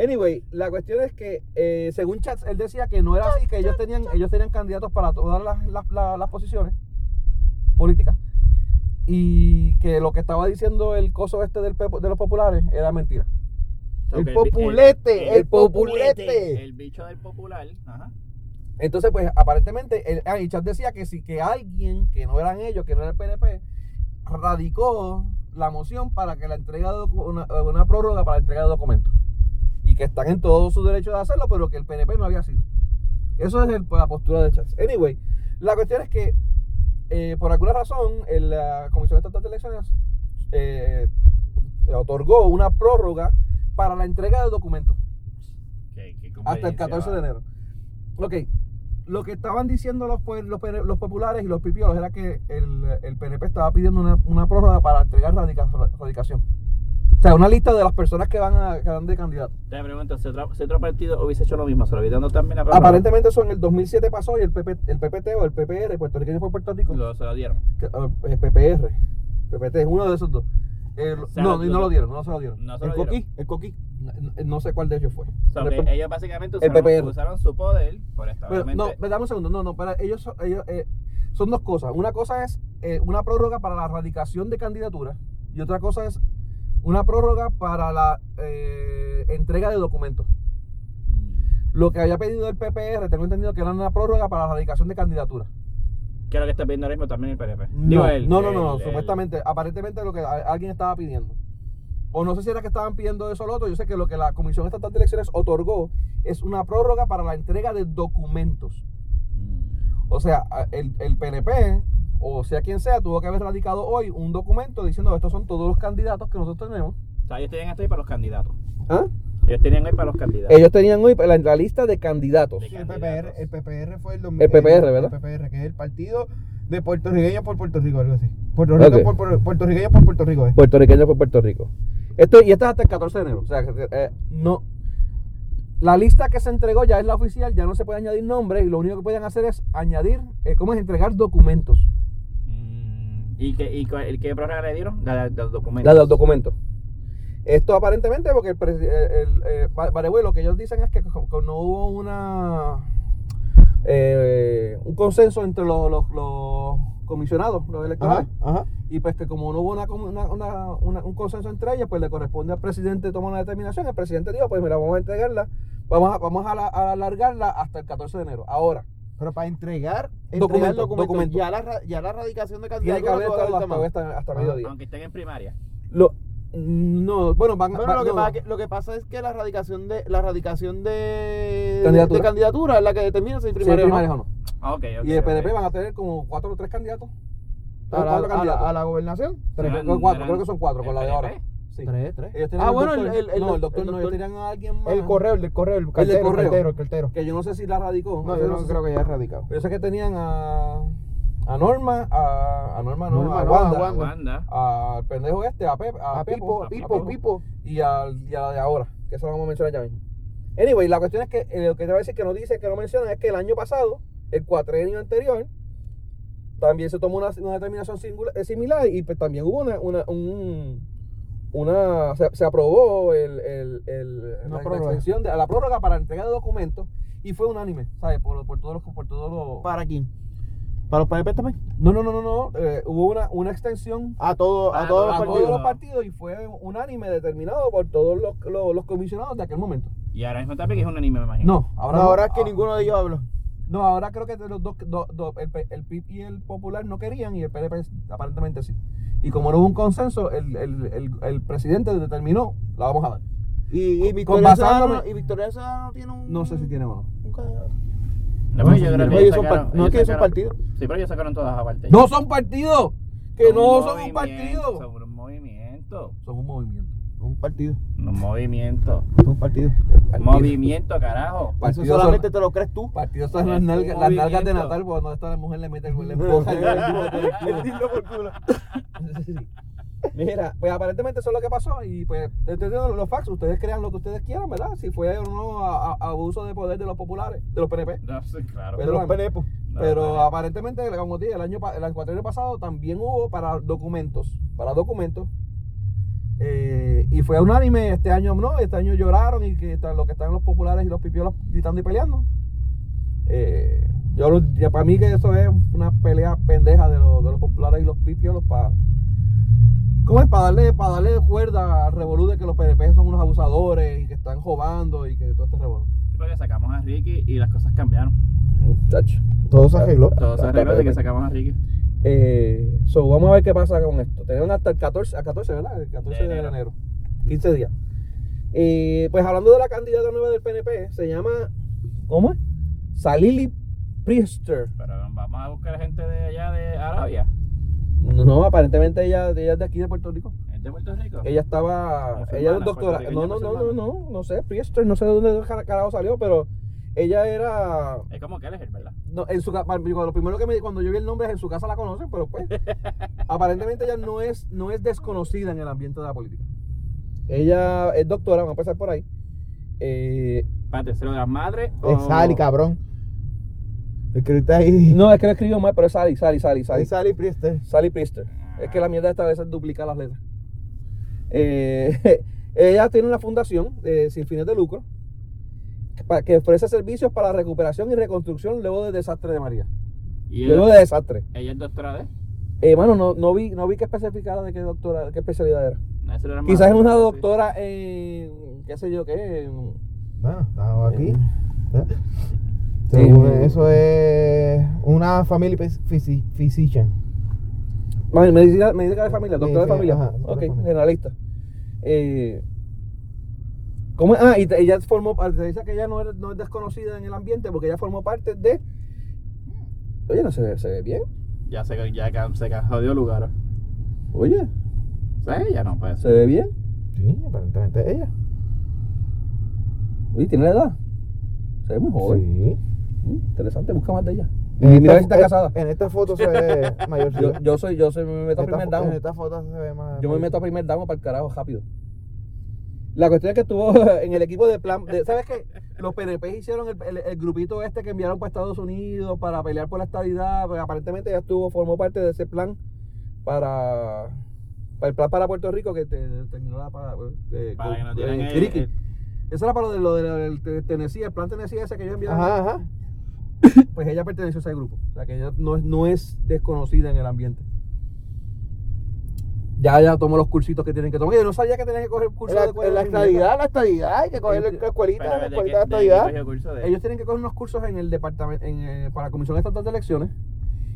B: Anyway, la cuestión es que eh, según Chats, él decía que no era así, que ellos tenían, ellos tenían candidatos para todas las, las- la- las posiciones políticas. Y que lo que estaba diciendo el coso este del, pepo- de los populares era mentira.
C: El
D: Ok,
C: populete, el populete.
D: El bicho del popular. Ajá.
B: Entonces, pues aparentemente, el, ah, y Chas decía que sí, que alguien que no eran ellos, que no era el PNP, radicó la moción para que la entrega de docu- una, una prórroga para la entrega de documentos. Y que están en todo su derecho de hacerlo, pero que el pues, PNP no había sido. Eso es el- la postura de Chats. Anyway, la cuestión es que eh, por alguna razón, el, la Comisión Estatal de Elecciones eh, otorgó una prórroga para la entrega de documentos
D: Que- que ah,
B: hasta el
D: conveniencia,
B: 14 de
D: vale.
B: enero. Ok, lo que estaban diciendo los, pue- los, pere- los populares y los pipiolos era que el, el PNP estaba pidiendo una, una prórroga para entregar radica- radicación. O sea, una lista de las personas que van a que van de candidato.
D: Te pregunto, si otro, si otro partido hubiese hecho lo mismo, se lo hubiese dado también la prórroga?
B: Aparentemente eso en el 2007 pasó y el, PP, el PPT o el PPR, Puerto Riqueño por Puerto Rico,
D: Lo, se lo dieron.
B: que- eh, PPR, PPT es uno de esos dos. Eh,
D: O sea,
B: no,
D: lo-
B: y no lo dieron, no se lo dieron.
D: No se
C: El
D: lo dieron.
C: coquí, el coquí.
B: No, no sé cuál de ellos fue.
D: O sea, que ellos básicamente
B: El PPR.
D: usaron, usaron su poder por esta
B: Pero, no,
D: obviamente,
B: pero dame un segundo. No, no, para ellos, son- ellos eh, son dos cosas. Una cosa es eh, una prórroga para la erradicación de candidaturas y otra cosa es una prórroga para la eh, entrega de documentos. Lo que había pedido el PPR, tengo entendido que era una prórroga para la erradicación de candidaturas.
D: Creo que está viendo ahora mismo también el PNP.
B: No,
D: Digo, el-
B: no, no, no,
D: el-
B: no,
D: el-
B: supuestamente, aparentemente lo que a- alguien estaba pidiendo. O no sé si era que estaban pidiendo eso o lo otro. Yo sé que lo que la Comisión Estatal de Elecciones otorgó es una prórroga para la entrega de documentos.
D: Mm.
B: O sea, a- el, el PNP, o sea quien sea, tuvo que haber radicado hoy un documento diciendo estos son todos los candidatos que nosotros tenemos.
D: O sea, ellos tenían esto ahí para los candidatos. Ellos tenían ahí para los candidatos.
B: ¿Ah? Ellos tenían hoy la, la lista de candidatos.
D: De
A: Sí, el PPR,
D: candidatos.
A: el PPR fue el, dos-
B: El PPR,
A: el-
B: ¿verdad?
A: El PPR, que es el partido de puertorriqueños por Puerto Rico, algo así. Puerto Rico
B: Ok.
A: por, por- puertorriqueños por Puerto Rico, eh.
B: Puertorriqueños por Puerto Rico. Esto, y esto es hasta el 14 de enero. O sea, que, eh, no. La lista que se entregó ya es la oficial, ya no se puede añadir nombres y lo único que pueden hacer es añadir, eh, ¿cómo es? Entregar documentos.
D: Mm, ¿Y qué, y cuál- el qué prórroga le dieron? La de los documentos.
B: La de los documentos. Esto aparentemente porque el, presi- eh, el, eh, Ba- Bareway, lo que ellos dicen es que co- co- no hubo una eh, un consenso entre los, los- los comisionados, los
A: Ajá,
B: electorales,
A: ajá.
B: y pues que como no hubo una, com- una- una- una- un consenso entre ellos, pues le corresponde al presidente tomar una determinación. El presidente dijo, pues mira, vamos a entregarla, vamos a, vamos a, la- a alargarla hasta el 14 de enero. Ahora,
A: Pero para entregar, entregar
B: Documento,
A: documentos,
B: documento.
A: Ya, la, ra- ya la radicación de
B: tiene que
A: candidatura
B: haber
A: toda
B: estado
A: la
B: hasta,
A: semana.
B: hasta- hasta
A: Ajá. Ah.
B: mediodía.
D: Aunque estén en primaria.
B: Lo- no, bueno, van,
A: Bueno,
B: van-
A: lo que,
B: no,
A: pasa
B: no.
A: que- lo que pasa es que la radicación de la radicación de
B: Candidatura.
A: de candidatura es la que determina si hay
B: Sí,
A: primaria o no.
B: primarias o no.
D: Ah, ok, ok,
B: Y el
D: ok.
B: PNP van a tener como cuatro o tres candidatos.
A: a
B: Tres,
A: la,
B: cuatro
A: a,
B: candidatos.
A: la, a la gobernación.
B: Tres,
D: Serán-
B: creo, cuatro,
D: serán-
B: creo que son cuatro con la de
D: ¿El
B: ahora.
D: PNP?
B: Sí.
A: Tres, tres.
B: Ellos tienen
A: Ah,
B: un
A: bueno,
B: doctor-
A: el- el-
B: no, el
A: el
B: doctor, no, ellos
A: doctor-
B: tenían a alguien más.
A: El correo, el del correo, el
B: El del
A: cartero, el,
B: correo.
A: cartero, el cartero.
B: Que yo no sé si la radicó.
A: No,
B: sé,
A: yo no
B: sé.
A: creo que haya radicado.
B: Pero yo sé que tenían a, a Norma, a, a Norma, no,
A: Norma,
B: a
A: no,
B: Wanda,
A: a Wanda.
D: Wanda.
B: al pendejo este, a, Pep, a,
A: A
B: Pepo,
A: Pipo,
D: a
A: Pipo,
D: Pipo.
A: Pipo.
B: y, al- y a la de ahora, que eso lo vamos a mencionar ya mismo. Anyway, la cuestión es que eh, lo que te voy a decir que no dice, que no mencionan, es que el año pasado, el cuatrenio anterior, también se tomó una, una determinación singula- eh, similar y pues también hubo una, una, un- una se, se aprobó el, el, el-
A: Una
B: la, la
A: prórroga.
B: extensión de la prórroga para entrega de documentos y fue unánime, ¿sabes? Por, por todos los... Por todos los
A: ¿Para quién? ¿Para los PNP también?
B: no, no, no, no, no, eh, hubo una, una extensión
A: A todo,
D: Ah,
A: a todos
D: no,
A: los
D: a
B: a
A: partidos.
B: todos los partidos y fue unánime determinado por todos los, los, los comisionados de aquel momento.
D: Y ahora mismo también que es un anime, me imagino.
B: No, ahora,
A: No,
B: no,
A: ahora es que
B: ah,
A: ninguno de ellos habló.
B: No, ahora creo que de los dos, do- do- el, P- el PIB y el Popular no querían y el PNP aparentemente sí. Y como no hubo un consenso, el, el, el, el presidente determinó, la vamos a dar.
A: Y, y
B: con
A: Victoria
B: basándome-
A: Ciudadano, y Victoria Ciudadano tiene un.
B: No sé si tiene o
A: un candidato.
D: No, pero yo
A: No,
D: creo que
A: ellos
D: ellos
A: son
D: sacaron-
A: part- no, es que ellos son
D: sacaron-
A: partidos.
D: Sí, pero ellos sacaron todas aparte.
B: no. No son partidos, que
D: Son
B: no
D: un
B: son un
D: movimiento,
B: partido.
D: Son un movimiento.
B: Son un movimiento.
A: Un partido.
D: Un movimiento.
A: Un partido.
D: Movimiento, carajo.
A: Eso
B: Partidos
A: solamente
B: son,
A: te lo crees tú.
B: partidos son
D: Es
B: las,
D: un
B: nalgas, las nalgas de
D: movimiento.
B: Natal, por donde está la mujer le mete el le empuja y el dildo por culo. Mira, pues aparentemente eso es lo que pasó y pues entendiendo los facts, ustedes crean lo que ustedes quieran, ¿verdad? Si fue o no a- a- abuso de poder de los populares, de los PNP.
D: No, sí, claro.
B: Pero-
A: Los PNP.
D: No,
B: Pero
D: vale.
B: aparentemente, como te dije, el año pa- el cuatro pasado también hubo para documentos, para documentos. eh, y fue unánime, este año no, este año lloraron y que están, lo que están los populares y los pipiolos gritando y peleando. Eh, yo lo- ya para mí que eso es una pelea pendeja de, los- de los populares y los pipiolos para ¿Cómo es? Para darle, para darle cuerda al revolú de que los PNP son unos abusadores y que están robando y que todo este revolú.
D: Sí, porque sacamos a Ricky y las cosas cambiaron.
A: Todo se arregló.
D: Todo se arregló de que sacamos a Ricky.
B: Eh, so, vamos a ver qué pasa con esto. Tenemos hasta el 14, a 14 ¿verdad? El 14 de,
D: De
B: enero.
D: enero.
B: 15 días. Eh, pues hablando de la candidata nueva del PNP, se llama. ¿Cómo es? Salili Priester.
D: Pero vamos a buscar gente de allá de Arabia.
B: No, aparentemente ella, ella es de aquí de Puerto Rico. Ah,
D: ¿Es de Puerto Rico? Ah,
B: Ella estaba.
D: Musulmana,
B: ella era un doctora. No,
D: puertorriqueña
B: no, no, no,
D: musulmana.
B: no. No sé, Priester, no sé de dónde car- carajo salió, pero ella era.
D: Es como que él es el, ¿verdad?
B: No, en su ca- pa- digo, lo primero que me cuando yo vi el nombre es en su casa la conocen, pero pues aparentemente ella no es no es desconocida en el ambiente de la política. Ella es doctora, vamos a empezar por ahí. Eh,
D: Espérate, ¿se lo de las madres? o-
A: Es Sally, cabrón. El que está ahí.
B: no, es que lo escribió mal, pero es Sally, Sally, Sally, Sally.
A: Es Sally Priester.
B: Sally Priester. Es que la mierda esta vez es duplicar las letras. Eh, ella tiene una fundación eh, sin fines de lucro que pa- que ofrece servicios para la recuperación y reconstrucción luego del desastre de María.
D: Y ella,
B: Luego de desastre.
D: ella es doctora de.
B: Eh, mano, no, no vi, no vi qué especificara de qué doctora, qué especialidad era.
D: No, se lo de las
B: Quizás es
D: madres,
B: una
D: sí.
B: doctora en qué sé yo qué. en-
A: Bueno, estamos aquí. ¿Eh?
B: Sí.
A: Según Eso es una family phys- phys- physician.
B: Bueno, Medicina, medicina de familia, doctora de
A: Medicina,
B: familia.
A: ajá, doctora
B: ok,
A: de familia.
B: generalista. Eh, ¿cómo es? Ah, y te- ella formó parte, dice que ella no, era- no es desconocida en el ambiente porque ella formó parte de... Oye, no se ve, se ve bien.
D: Ya se, ya ca- se ca- jodió lugar.
B: Oye,
D: Sí, ya no pues. puede
B: se
D: ser.
B: ve bien.
A: Sí, aparentemente es ella.
B: Oye, tiene la edad. Se ve muy joven.
A: Sí.
B: Mm, interesante, busca más de ella. Y
A: En esta
B: mira
A: eh,
B: si está
A: fo-
B: casada.
A: En esta foto se ve mayor.
B: Yo, yo soy, yo soy, me meto a
A: eh, Esta eh,
B: primer
A: fo-
B: down.
A: En esta foto se ve más.
B: Yo me meto a primer down para el carajo rápido. La cuestión es que estuvo en el equipo de plan. de- ¿Sabes qué? Los PNP hicieron el, el- el grupito este que enviaron para Estados Unidos para pelear por la estabilidad. aparentemente ya estuvo, formó parte de ese plan para. para el plan para Puerto Rico que te- terminó la. Para, eh,
D: Para que no
B: eh,
D: tienen el-
B: Criqui.
D: el-
B: Eso era para lo de lo del de, Tennessee, el plan Tennessee ese que ellos enviaron.
A: Ajá, ajá.
B: Pues ella perteneció a ese grupo. O sea que ella no, es- no es desconocida en el ambiente. Ya, ya tomó los cursitos que tienen que tomar. Yo no sabía que tenían que coger cursos
A: La,
B: de cuerda
A: la
B: de mierda.
A: estadidad, la estadidad. Hay que coger
B: Este,
A: la escuelita,
D: Pero
A: la
D: ¿de qué-
A: escuelita de
D: de qué
A: estadidad.
D: cogió curso de-
B: Ellos tienen que coger unos cursos en el departamento, en, eh, para la Comisión Estatal de Elecciones.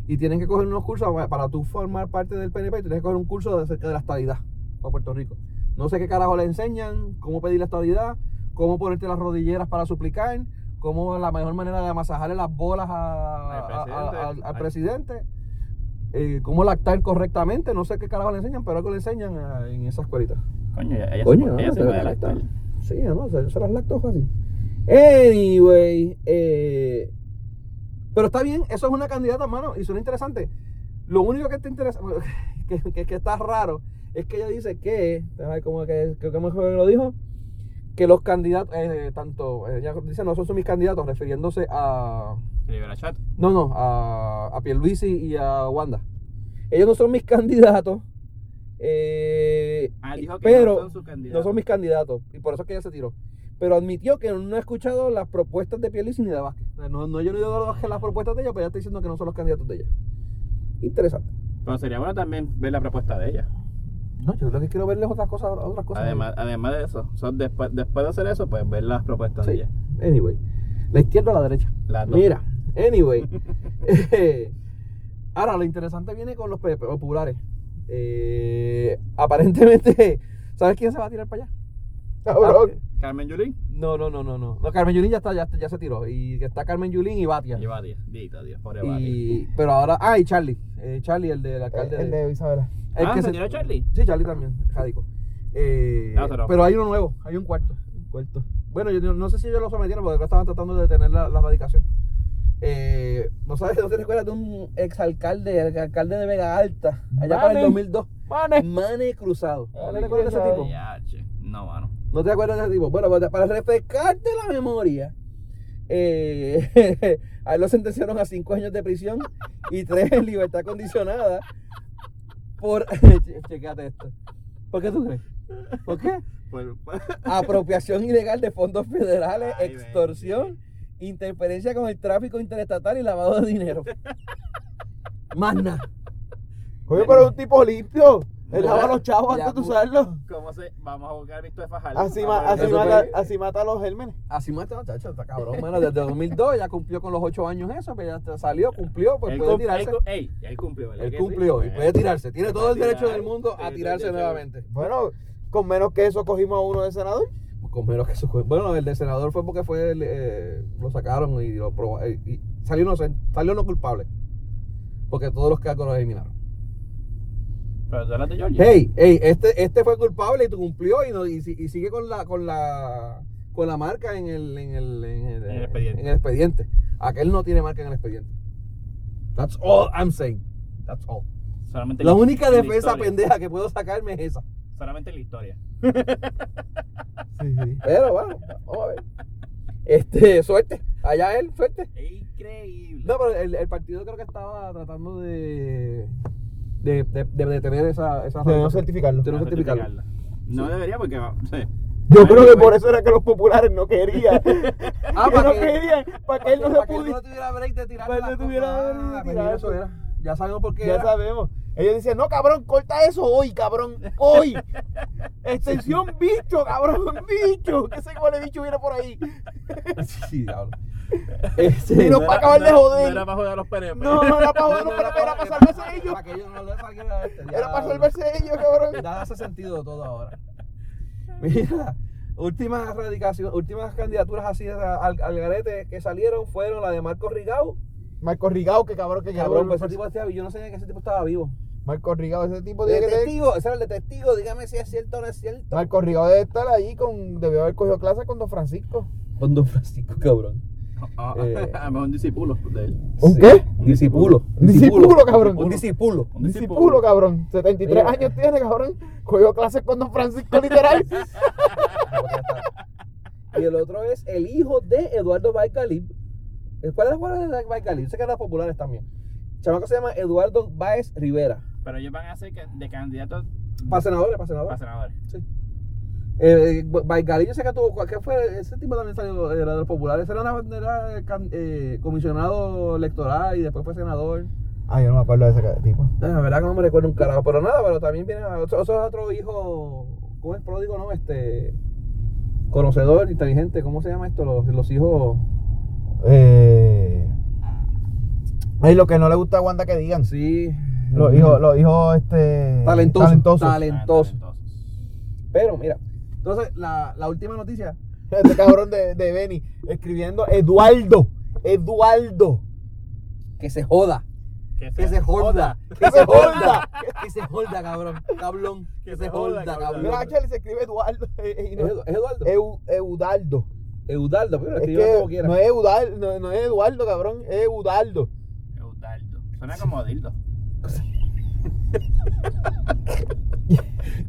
B: Y tienen que coger unos cursos para, para tú formar parte del PNP. Tienes que coger un curso de acerca de la estadidad para Puerto Rico. No sé qué carajo le enseñan, cómo pedir la estadidad, cómo ponerte las rodilleras para suplicar, cómo la mejor manera de amasajarle las bolas a- a-
D: Al presidente.
B: a- al- al
D: Ay.
B: presidente. eh, cómo lactar correctamente, no sé qué carajo le enseñan, pero algo le enseñan ah, en esa escuelita.
D: Coño, ella, ella
B: Coño,
D: se,
B: no,
D: ella
B: se
D: se
B: la
D: puede
B: lacta.
D: lactar.
B: Sí, no, se, se las lacto fácil. Anyway, eh, pero está bien, eso es una candidata, mano, y suena interesante. Lo único que te interesa, que, que, que está raro, es que ella dice que, déjame ver cómo que, creo que mejor lo dijo, que los candidatos, eh, tanto, ella dice, no, esos son mis candidatos, refiriéndose a,
D: Que libera chat.
B: no, no, a, a Pierluisi y a Wanda. Ellos no son mis candidatos, eh,
D: Ah, dijo que
B: pero
D: no son sus candidatos.
B: no son mis candidatos y por eso es que ella se tiró. Pero admitió que no ha escuchado las propuestas de Pierluisi ni de Vázquez. O sea, No, no yo no he oído las- las propuestas de ella, pero ya está diciendo que no son los candidatos de ella. Interesante.
D: Pero sería bueno también ver la propuesta de ella.
B: No, yo lo que quiero verles otras cosas, otras cosas.
D: Además, además de eso, son después, después de hacer eso, pues ver las propuestas de
B: Sí.
D: ella.
B: Anyway. La izquierda o la derecha.
D: Las dos.
B: Mira, anyway. Eh, ahora, lo interesante viene con los pe- populares. Eh, aparentemente, ¿sabes quién se va a tirar para allá? Ah,
A: Cabrón.
D: Carmen Yulín
B: No, no, no, no, no. No, Carmen Yulín ya está, ya, ya se tiró. Y está Carmen Yulín y Batia.
D: y Batia. Dito, Dios, pobre Batia.
B: Y, pero ahora, ah, y Charlie, eh, Charlie, el del alcalde.
A: El
B: de-
A: de Isabela.
B: el
D: Ah,
B: que
D: ¿se tiró Charlie?
B: Sí, Charlie también, Jadico. Eh,
D: No, pero-
B: pero hay uno nuevo, hay un cuarto.
A: Cuarto.
B: Bueno, yo no- no sé si ellos lo sometieron porque acá estaban tratando de detener la, la radicación. Eh, no sabes, no te recuerdas de un exalcalde, el alcalde de Vega Alta, allá para el
D: Mane.
B: 2002,
D: ¡Mane!
B: Mane Cruzado. ¿No te acuerdas de ese tipo?
D: No, mano.
B: No te acuerdas de ese tipo. Bueno, para, para refrescarte la memoria, eh, a él lo sentenciaron a cinco años de prisión y tres en libertad condicionada por. che- Checate esto. ¿Por qué tú crees? ¿Por qué?
D: Por-
B: Apropiación ilegal de fondos federales,
D: Ay,
B: extorsión, interferencia con el tráfico interestatal y lavado de dinero. Más nada.
A: Oye, pero es un tipo limpio. Él
B: Ya,
A: lava los chavos
B: ya,
A: antes de
B: pu-
A: usarlo.
D: ¿Cómo se? Vamos a buscar Víctor de Fajardo.
A: Así,
D: Vamos
A: ma-
D: a
A: así,
D: ver-
B: eso
A: mata,
B: fue-
A: así mata a los gérmenes.
B: Así mata, muchacho, está cabrón, mano. Desde 2002 ya cumplió con los 8 años eso, que ya te- salió, cumplió, pues
D: Él
B: puede
D: cum-
B: tirarse.
D: él cu- Ey, él cumplió, ¿verdad?
B: Él
D: que
B: cumplió
D: sí? Eh,
B: y puede tirarse. Tiene
D: Se
B: todo el
D: puede
B: derecho
D: tirar.
B: del mundo
D: Sí,
B: a
D: sí,
B: tirarse
D: sí, sí.
B: nuevamente.
A: Bueno, con menos que eso cogimos a uno de senador.
B: con menos que su juez. Bueno, el de senador fue porque fue el, eh, lo sacaron y lo proba- eh, y salió inocente, salió no culpable. Porque todos los cargos los eliminaron.
D: Pero tú hablas de Georgia.
B: Hey, hey, este, este fue culpable y tú cumplió y, no- y, si- y sigue con la, con la con la marca en el, en el, en el,
D: En el expediente.
B: en el expediente. Aquel no tiene marca en el expediente. That's all I'm saying. That's all.
D: Solamente
B: La
D: en-
B: única
D: en la
B: defensa
D: historia.
B: pendeja que puedo sacarme es esa.
D: Solamente en la historia.
H: Sí, sí.
B: Pero bueno, vamos a ver. Este, suerte. Allá él, suerte.
D: Increíble.
B: No, pero el, el partido creo que estaba tratando de de, de, de detener esa, esa
C: De no certificarlo.
B: de no
D: Para
B: certificarlo.
D: certificarlo. No debería porque va. sí.
C: Yo creo que por eso era que los populares no querían.
B: Ah,
C: que no
B: que-
C: querían, para que él no se
B: Para que él
C: pudiera.
B: no tuviera break de tirar
C: Para que
B: las
C: no tuviera
B: cosas.
C: break de
B: Ah, pues
C: tirar.
B: eso era. Ya sabemos por qué.
C: Ya
B: era.
C: sabemos. Ellos decían, no, cabrón, corta eso hoy, cabrón, hoy. Extensión bicho, cabrón, bicho. Que ese huele bicho viene por ahí.
B: Sí, diablo. Este,
C: Y no
B: no
C: para acabar de joder.
D: No era para joder a los PNP.
C: No, no era para jodernos, pero era para salvarse ellos.
B: Para que ellos no les saliera este,
C: Era para
B: diablo.
C: salvarse ellos, cabrón.
B: Ya hace sentido todo ahora. Mira, últimas erradicación, últimas candidaturas así a- al, al garete que salieron fueron la de Marco Rigau.
C: Marco Rigao, que cabrón, que
B: Cabrón,
C: cabrón.
B: pues ese tipo estaba, yo no sabía que ese tipo estaba vivo.
C: Marco Rigao, ese tipo tiene
B: El
C: que tener-
B: testigo, ese era el de testigo, dígame si es cierto o no es cierto.
C: Marco Rigao debe estar ahí con. Debió haber cogido clases con Don Francisco.
B: Con Don Francisco, cabrón.
D: Ah,
B: Eh.
D: A lo mejor un discípulo de él.
C: ¿Un qué?
B: Discípulo.
C: Un discípulo, cabrón.
B: Un discípulo.
C: Un discípulo, cabrón. 73
B: Mira.
C: años tiene, cabrón. Cogió clases con Don Francisco, literal.
B: Y el otro es el hijo de Eduardo Baicalib. ¿Cuál es la de Baicalib? Sé que eran populares también. El chamaco se llama Eduardo Báez Rivera.
D: Pero ellos van a ser ca- de candidatos
B: Para senadores, para senadores.
D: para senadores.
B: Eh, Baicalí, yo sé que tuvo. ¿Qué fue? Ese tipo también salió era de los populares. Era, una, era can- eh, comisionado electoral y después fue senador.
C: Ay, Ah, yo no me acuerdo de ese tipo.
B: Ah, La verdad que no me recuerdo un carajo. Pero nada, pero también viene. Eso eso es otro hijo. ¿Cómo es pródigo, no? Este. Conocedor, inteligente. ¿Cómo se llama esto? Los, los hijos.
C: Eh, ay, lo que no le gusta a Wanda que digan.
B: Sí.
C: Los hijos, los hijos este,
B: Talentosos.
C: talentosos.
B: Talentosos.
D: Ah, talentosos.
B: Pero mira. Entonces, la, la última noticia.
C: Este cabrón de, de Benny escribiendo Eduardo. Eduardo.
B: Que se joda.
D: Que
B: Que se
D: sea-
B: joda. Que se joda. Que se joda, cabrón. Cablón. Que se joda, cabrón.
C: Mira, actually se escribe Eduardo. eh, y
B: Es
C: no-
B: Edu- es Eduardo.
C: Eu- Eudaldo.
B: Eudaldo, pero
C: Es
B: escribe como
C: que
B: quiera.
C: no es Eudaldo, no, no es Eduardo, cabrón. Es Eudaldo.
D: Eudaldo. Suena como Dildo.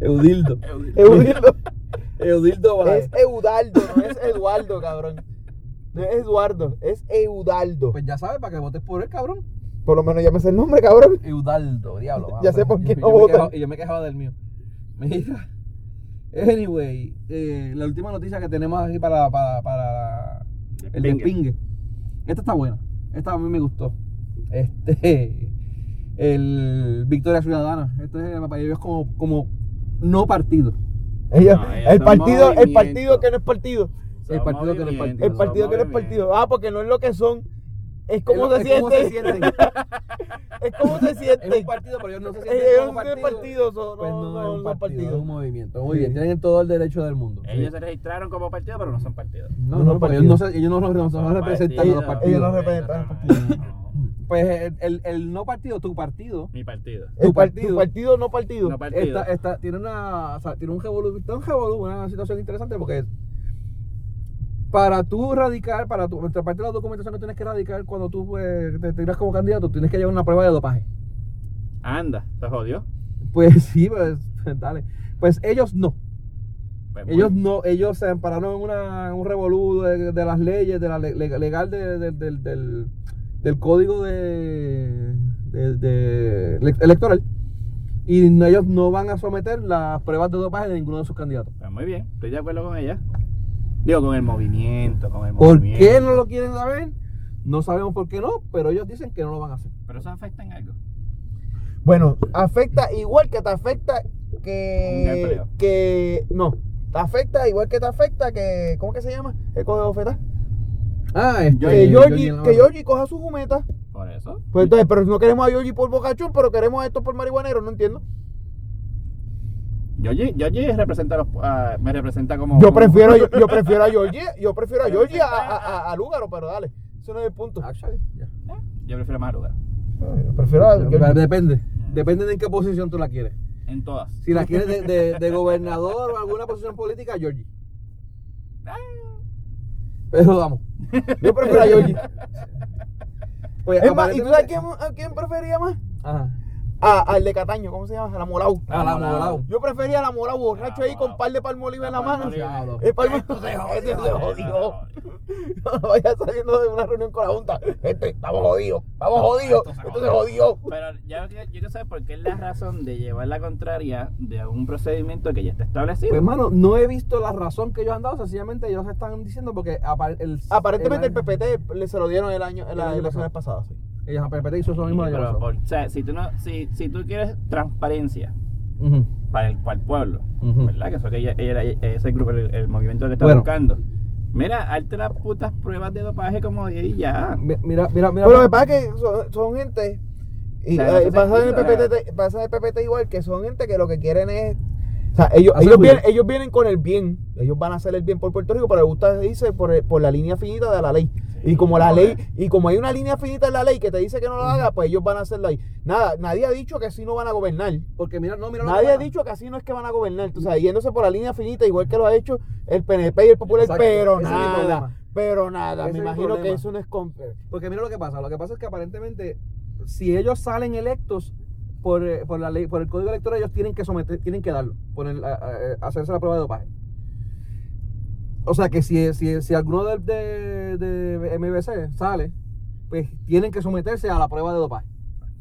B: Eudildo.
D: Eudildo.
C: Eudildo.
B: Eudildo Báez.
C: es Eudaldo, no es Eduardo, cabrón. No es Eduardo, es Eudaldo.
B: Pues ya sabes, para que votes por él, cabrón.
C: Por lo menos ya me sé el nombre, cabrón.
B: Eudaldo, diablo.
C: Ya
B: vamos,
C: sé por
B: yo-
C: qué
B: yo
C: no
B: me
C: votan.
B: quejaba- Y yo me quejaba del mío. Mira. Anyway, eh, la última noticia que tenemos aquí para, para, para el de pingue. Esta está buena. Esta a mí me gustó. Este. El Victoria Ciudadana. Esto es para ellos como, como no partido.
C: Ellos-
D: No, ellos
C: el
D: son
C: partido, el
D: movimiento.
C: partido que no es partido.
D: Son
B: el partido que no es partido.
D: movimientos,
C: El
D: son
C: partido que no es
D: movimientos.
C: partido. Ah, porque no es lo que son. Es como
B: Es
C: se
B: lo- es
C: sienten.
B: cómo se sienten.
C: Es como se eh,
B: Es
C: sienten.
B: un partido, pero ellos no se
C: Ellos
B: sienten como
C: no tienen
B: partido.
C: partidos, son-
B: Pues
C: no,
B: no, es un
C: no, no
B: partido, es un
C: partidos.
B: movimiento. Muy
C: Sí.
B: bien, tienen todo el derecho del mundo.
D: Ellos se registraron como partido, pero no son partido.
B: No,
C: No,
B: no,
C: no,
B: porque ellos no, se- ellos no, nos- nos representan a los
D: Partido.
B: partidos.
C: Ellos no representan los
B: Pues el, el- el no partido, tu partido,
D: Mi partido.
C: El
B: Tu
C: par-
B: partido.
C: Tu partido, no partido.
D: No partido.
B: está, está- tiene una o sea, tiene un revolú, está un revolú, una situación interesante porque para tú radicar, para tu, entre parte de la documentación que tienes que radicar cuando tú pues, te tiras como candidato, tienes que llevar una prueba de dopaje.
D: Anda, se jodió.
B: Pues sí, pues dale. Pues ellos no.
D: Pues
B: Ellos
D: bueno,
B: no, ellos se ampararon en, una, en un revolú de, de las leyes, de la le- le- legal de- de- del- del, del código de, de- de- ele- electoral. Y no- ellos no van a someter las pruebas de dopaje de ninguno de sus candidatos.
D: pues muy bien, estoy de acuerdo con ella. Digo, con el movimiento, con el
B: ¿Por
D: movimiento.
B: qué no lo quieren saber? No sabemos por qué no, pero ellos dicen que no lo van a hacer.
D: Pero eso afecta en algo.
C: Bueno, afecta igual que te afecta
D: Un gran
C: que.
D: empleo.
C: que no. Te afecta igual que te afecta que. ¿Cómo que se llama? El coge bofeta.
B: Ah, este,
C: Que Georgie,
B: en la
C: que
B: mano.
C: Georgie coja su jumeta.
D: Por eso.
C: Pues entonces, pero no queremos a Georgie por bocachón, pero queremos a esto por marihuanero, no entiendo.
D: Georgie, Georgie representa a los, a- me representa como.
C: Yo
D: como-
C: prefiero, yo, yo prefiero a Georgie, yo prefiero a Georgie a, a, a- a Lugaro, pero dale, eso no es el punto.
B: Actually, ya.
D: Yo prefiero más a Lugar.
C: Yo prefiero a
B: Pero
C: Georgie.
B: Depende. Depende de en qué posición tú la quieres.
D: En todas.
B: Si la quieres de, de- de gobernador o alguna posición política, Georgie. Pero vamos.
C: Yo prefiero a Georgie.
B: Oye,
C: Es más, ¿y tú sabes a
B: Pues, aparentemente-
C: quién, a quién prefería más?
B: Ajá.
C: A- al de Cataño, ¿cómo se llama? A la Molau.
B: A la Molau.
C: Yo prefería a la Molau borracho ahí con par de palmolive en la mano.
D: Palmolive.
C: El palmo se jodió. se jodió. Vaya saliendo de una reunión con la Junta. Gente, estamos jodidos. Estamos jodidos. Esto se jodió.
D: Pero ya, yo quiero saber por qué es la razón de llevar la contraria de un procedimiento que ya está
B: Pues,
D: establecido.
B: hermano, no he visto la razón que ellos han dado. Sencillamente ellos están diciendo porque apar- el,
C: Aparentemente el PPT le se lo dieron el año, en
B: El
C: las
B: año
C: elecciones pasadas. sí.
B: Ellos, el PPT hizo eso mismo el año
D: Pero,
B: pasado.
D: por- o sea, si tú, no, si, si tú quieres transparencia
B: Ujú.
D: para el, para el pueblo,
B: Ujú.
D: ¿verdad? Que eso que ella, ella- ese grupo, el, el movimiento que está
B: Bueno.
D: buscando. Mira, hazte las putas pruebas de dopaje como de y ya.
B: Mi- Mira, mira, mira.
C: Pero lo que pasa es que son, son gente. Y
D: O sea, no
C: eh,
D: se
C: pasa en el
D: sentido,
C: PPT, pasa en el PPT igual, que son gente que lo que quieren es. O sea, ellos,
B: Hacer
C: ellos,
B: ruido.
C: vienen, ellos vienen con el bien, ellos van a hacer el bien por Puerto Rico, pero les gusta dice por, el- por la línea finita de la ley. Y como la ley, y como hay una línea finita en la ley que te dice que no lo hagas, pues ellos van a hacerlo ahí. Nada, nadie ha dicho que así no van a gobernar.
B: Porque mira, no, mira. lo que
C: Nadie ha
B: pasa.
C: dicho que así no es que van a gobernar, tú sabes, yéndose por la línea finita, igual que lo ha hecho el PNP y el Popular,
B: Exacto,
C: pero
B: ese es mi
C: nada,
B: problema.
C: pero nada,
B: Ese
C: me
B: es mi
C: imagino que
B: problema.
C: eso no es... con-
B: Porque mira lo que pasa. Lo que pasa es que aparentemente, si ellos salen electos por, eh, por la ley, por el código electoral, ellos tienen que someter, tienen que darlo, poner, a- a- a- hacerse la prueba de dopaje. O sea que si, si, si alguno del- de, de, MBC sale, pues tienen que someterse a la prueba de dopaje.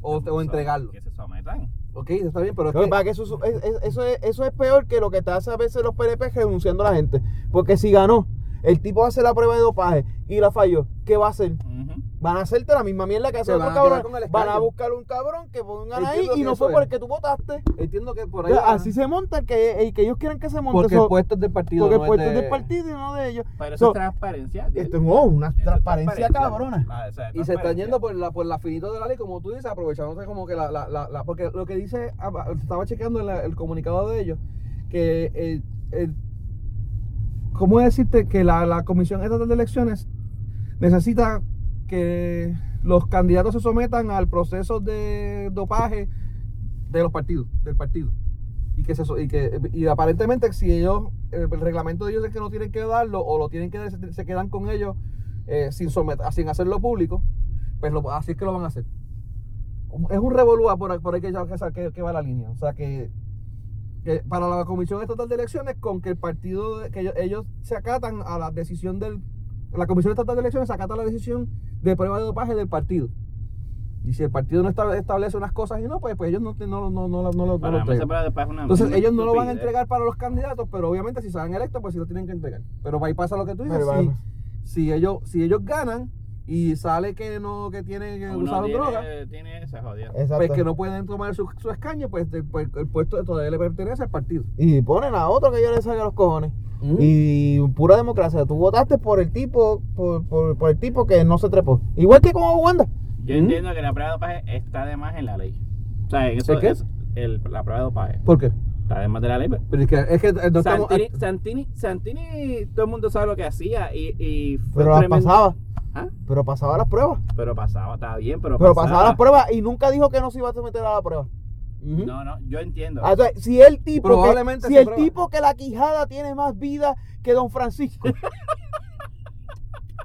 B: O, o entregarlo.
D: Que se sometan.
B: Ok, está bien, pero es
C: Lo que
B: que-
C: pasa es que eso, es- es- eso, es, eso es peor que lo que te hace a veces los PNP renunciando a la gente, porque si ganó, el tipo hace la prueba de dopaje y la falló, ¿qué va a hacer?
D: Ujú.
C: Van a hacerte la misma mierda que hacen
B: Te
C: otros
B: van a quedar
C: cabrones.
B: con el
C: Van a
B: escaño.
C: buscar un cabrón que pongan ahí
B: Entiendo
C: y
B: que
C: no
B: eso
C: fue por
B: es.
C: el que tú votaste.
B: entiendo que por ahí.
C: Ya, Así se monta el que, el que ellos quieren que se monte.
B: porque
C: so-
B: el puesto es del partido.
C: porque el
B: no
C: puesto
B: es
C: es
B: de-
C: del partido y no de ellos.
D: Pero eso
C: So,
D: es transparencia. dude.
C: Esto es oh, una
D: Eso es
C: transparencia cabrona.
D: Ah, o sea, es
B: Y se está
D: transparencia.
B: yendo por la, por la finita de la ley, como tú dices, aprovechándose como que la, la, la, la- porque lo que dice, ah, estaba chequeando el, el comunicado de ellos, que el, el- ¿cómo decirte? Que la, la Comisión Estatal de Elecciones necesita que los candidatos se sometan al proceso de dopaje de los partidos, del partido. Y que se so- y que y aparentemente si ellos, el, el reglamento de ellos es que no tienen que darlo o lo tienen que dar, se, se quedan con ellos eh, sin somet- sin hacerlo público, pues lo, así es que lo van a hacer. Es un revolúa por, ahí- por ahí que, ya- que, sa- que- que va la línea. O sea que, que para la Comisión Estatal de Elecciones, con que el partido, de- que ellos, ellos se acatan a la decisión del. La Comisión Estatal de Elecciones se acata la decisión de prueba de dopaje del partido. Y si el partido no esta- establece unas cosas y no, pues, pues ellos no, te- no, no, no, no, no lo- no
D: Para
B: lo
D: mí esa
B: entregan.
D: prueba de paz es una-
B: Entonces
D: una
B: ellos no lo van a
D: estupidez.
B: entregar para los candidatos, pero obviamente si salen electos, pues sí lo tienen que entregar. Pero ahí pasa lo que tú dices.
C: Pero
B: si-
C: vamos.
B: si ellos, si ellos ganan y sale que no, que tienen que
D: Uno
B: usaron
D: tiene-
B: droga,
D: Tiene esa jodida.
C: Exacto.
B: pues que no pueden tomar su, su escaño, pues de- pues, el puesto todavía le pertenece al partido.
C: Y ponen a otro que yo le saque los cojones.
B: Mm.
C: Y pura democracia. Tú votaste por el tipo, por, por, por el tipo que no se trepó. Igual que con Wanda.
B: ¿Mm?
D: Yo entiendo que la prueba de dopaje está de más en la ley. O sea, en eso
B: ¿El qué?
D: es el- la prueba de dopaje.
B: ¿Por qué?
D: Está de más de la ley. pero-
B: Pero es que, es que eh, no estamos-
D: Santini, Santini, Santini, todo el mundo sabe lo que hacía y, y fue
C: Pero las
D: tremendo-
C: pasaba.
D: ¿Ah?
C: Pero pasaba las pruebas.
D: Pero pasaba, estaba bien, pero,
C: Pero pasaba las pruebas y nunca dijo que no se iba a someter a la prueba.
B: Ujú.
D: No, no, yo entiendo.
C: Ah, entonces, si el tipo
B: Probablemente
C: que, si
B: se
C: el
B: prueba.
C: tipo que la quijada tiene más vida que don Francisco.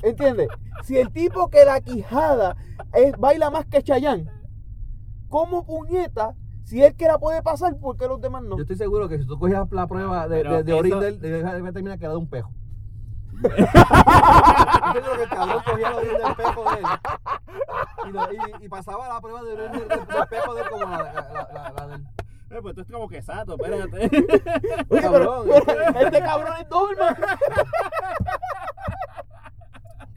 C: ¿Entiendes? Si el tipo que la quijada es- baila más que Chayán, ¿cómo puñeta? Si él que la puede pasar, ¿por qué los demás no?
B: Yo estoy seguro que si tú cogías la prueba de,
D: Pero
B: de, de orín
D: eso-
B: del, de, de- de- terminar que era de un pejo. Yo creo que el cabrón cogía el orín del pejo de él. Y, lo- y- y pasaba la prueba de orín del, del- del pejo de él como la, la- la- la del.
D: Eh, pues tú es como que sato, espérate.
C: Oye, pero,
B: Cabrón,
C: pero este cabrón es Doberman.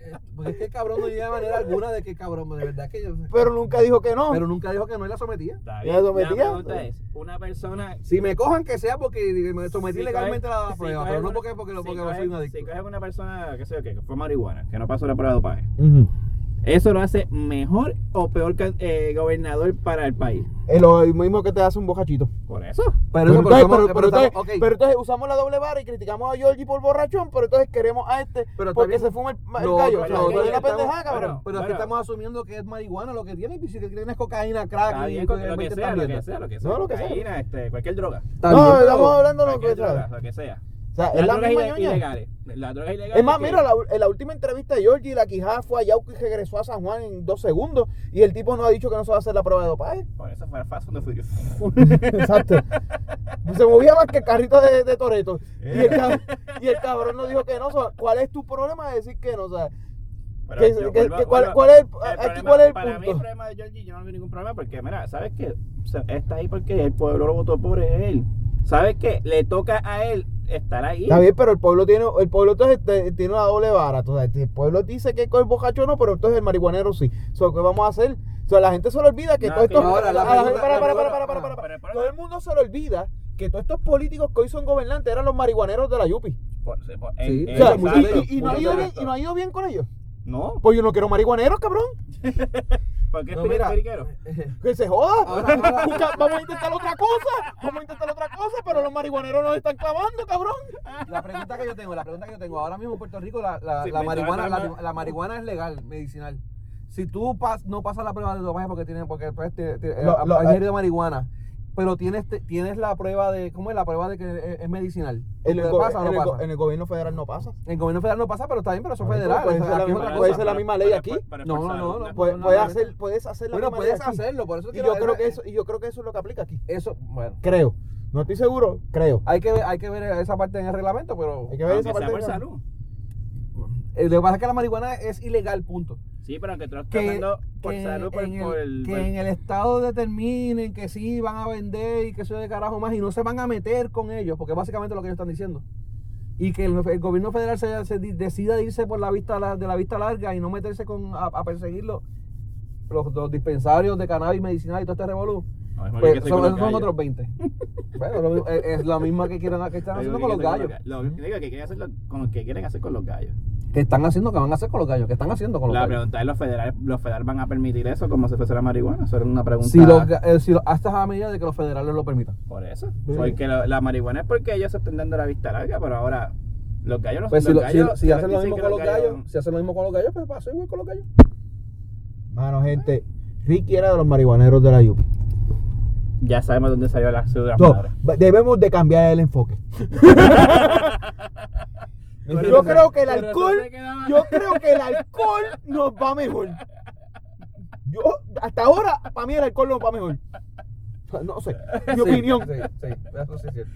B: Eh, Porque es que el cabrón no llega de manera alguna de que cabrón, de verdad que yo.
C: Pero nunca dijo que no.
B: Pero nunca dijo que no y la sometía.
D: Está
C: Ya
D: bien.
C: lo
D: La
C: metía.
D: pregunta es, una persona...
B: Si me cojan que sea porque me sometí
D: si
B: legalmente
D: coge-
B: a la
D: si
B: prueba,
D: coge
B: pero no
D: una-
B: porque, porque,
D: si
B: porque no
D: coge-
B: soy un
D: Si
B: adicto.
D: coges una persona, qué sé yo, que fue marihuana, que no pasó la prueba de dopaje, Eso lo hace mejor o peor can- eh, gobernador para el país.
C: Es lo mismo que te hace un bocachito.
D: Por eso.
I: Pero, eso,
C: Pero entonces-
I: pero-
C: pero-
I: pero-
C: pero
I: ok.
C: entonces- pero entonces usamos la doble vara y criticamos a Georgie por borrachón, pero entonces queremos a este
B: Pero está
C: porque
B: bien.
C: se fuma el, el
B: No,
C: gallo.
B: no,
C: O sea,
D: no,
C: que
D: no,
C: es una
D: no,
C: pendejada,
D: estamos-
C: cabrón.
B: Pero es que
D: Bueno.
B: estamos asumiendo que es marihuana lo que tiene, y si que tiene es cocaína, crack,
D: Está
B: y-
D: bien,
B: y-
D: con- lo que
B: y-
D: sea, lo que
B: también.
D: sea, lo que sea.
C: No, lo que sea.
D: Cocaína, este, cualquier droga.
B: Está
C: no,
B: bien, pero-
C: estamos hablando lo que
D: Cualquier droga,
C: sea.
D: lo que sea.
C: O sea, es la
D: Las
C: misma
D: drogas
C: ñoña.
D: ilegales. Las drogas ilegales.
C: Es más,
D: que-
C: mira, la, en la última entrevista de Georgie, la quijada fue a Yauco y regresó a San Juan en dos segundos. Y el tipo no ha dicho que no se va a hacer la prueba de dopaje.
D: Por eso fue Fast and the Furious.
C: Exacto. Se movía más que el carrito de, de Toreto. Y
B: Eh.
C: el, cab- y el cabrón no dijo que no. O sea, ¿Cuál es tu problema de decir que no? O sea,
D: Pero
C: ¿Qué-
D: yo
C: qué-
D: vuelvo-
C: qué- cuál-
D: vuelvo-
C: cuál es el-
D: el
C: aquí cuál es el
D: Para mí
C: punto?
D: el problema de Georgie, yo no veo ningún problema porque, mira, ¿sabes qué? O sea, está ahí porque el pueblo lo votó por él. ¿Sabes qué? Le toca a él estar ahí.
C: Está bien, pero el pueblo tiene el pueblo entonces te- tiene una doble vara. O sea, el pueblo dice que el bocacho no, pero entonces el marihuanero sí. So, ¿Qué vamos a hacer? O sea, la gente se le olvida que
D: No,
C: todo
D: que
C: esto.
B: ahora la
C: a la gente-
B: pregunta-
C: para, para,
B: la
C: para, para,
B: pregunta-
C: para, para.
D: pero- pero-
C: Todo el mundo se le olvida que todos estos políticos que hoy son gobernantes eran los marihuaneros de la Yupi.
D: Por- se- por-
B: Sí,
D: eh,
C: O sea,
D: eh,
C: y-
B: muy
D: ¿sabes?
B: cierto,
C: y, y no ha
B: muy
C: ido bien,
B: cierto.
C: y no ha ido bien con ellos.
D: No,
C: Pues yo no quiero marihuaneros, cabrón.
D: porque
B: No,
D: es
B: mira.
D: periquero.
C: Que se joda.
B: Ahora, ahora.
C: Busca- vamos a intentar otra cosa. Vamos a intentar otra cosa, pero los marihuaneros nos están clavando, cabrón.
B: La pregunta que yo tengo, la pregunta que yo tengo, ahora mismo en Puerto Rico la, la,
D: Sí,
B: la
D: me
B: marihuana,
D: estaba
B: la,
D: hablando-
B: la marihuana es legal, medicinal. Si tú pas- no pasas la prueba de dopaje porque tienes, porque pues, te- te-
C: Lo-
B: has
C: lo-
B: ingerido marihuana, pero tienes, te- tienes la prueba de, ¿cómo es la prueba de que es, es medicinal?
C: En el,
B: ¿Pero
C: go-
B: pasa o
C: en
B: no
C: el go-
B: pasa?
C: en el gobierno federal no pasa.
B: En el gobierno federal no pasa, pero está bien, pero eso es
C: Pero
B: federal.
C: puede
B: o sea,
C: ser la
B: aquí es
C: misma
B: otra
C: cosa,
B: cosa.
C: la misma ley aquí.
B: No, no, no, no,
C: Puedes,
B: no,
C: puedes
B: no,
C: hacer, puedes hacer la
B: Bueno,
C: misma
B: puedes
C: ley aquí.
B: hacerlo, por eso
C: Y
B: quiero-
C: yo
B: esa-
C: creo que eso, y yo creo que eso es lo que aplica aquí.
B: Eso, bueno,
C: Creo. No estoy seguro, creo.
B: hay que, ver, hay que ver esa parte en el reglamento, pero Ah,
C: Hay que ver
D: Aunque
C: esa
D: sea
C: parte.
D: por
C: de-
D: salud.
B: eh, lo que pasa es que la marihuana es ilegal, punto.
D: Sí, pero aunque tú lo estás
B: que,
D: dando por
B: que
D: salud, por,
B: en el,
D: por el-
B: que
D: por-
B: en el estado determinen que sí van a vender y que eso de carajo más y no se van a meter con ellos, porque es básicamente lo que ellos están diciendo. Y que el, el gobierno federal se, se di- decida irse por la vista la- de la vista larga y no meterse con a, a perseguir los, los, los dispensarios de cannabis medicinal y todo este revolú.
D: No, es más
B: Pues,
D: bien que soy
B: son,
D: con los
B: esos son
D: gallos.
B: otros 20. bueno, lo mismo- es, es la misma que quieren que están
D: Digo,
B: haciendo
D: que
B: con los
D: quieren hacer
B: gallos.
D: Lo lo- digo que quieren hacer lo- con lo que quieren hacer con los gallos.
B: Que están haciendo, que van a hacer con los gallos, que están haciendo con los
D: La
B: gallos.
D: pregunta es, ¿los federales, ¿los federales van a permitir eso como si fuese la marihuana? Eso era una pregunta...
B: Si los, ga- eh, si los- hasta a medida de que los federales lo permitan.
D: Por eso. Porque la, la marihuana es porque ellos se están dando la vista larga, pero ahora los gallos no
B: Pues si,
D: los
B: lo- si-
D: gallos,
B: si
D: nos
B: hacen lo
D: dicen
B: mismo
D: que
B: con los gallos,
D: no-
B: si hacen lo mismo con los gallos, pues pasa igual con los gallos.
C: Mano, gente, Ricky era de los marihuaneros de la Yupi.
D: Ya sabemos dónde salió la ciudad
C: No,
D: madre.
C: debemos de cambiar el enfoque. yo creo que el
D: Pero eso
C: alcohol,
D: se quedaba-
C: yo creo que el alcohol nos va mejor. Yo, hasta ahora, para mí el alcohol nos va mejor. No sé, mi
B: Sí,
C: opinión.
B: Sí, sí, eso sí es cierto.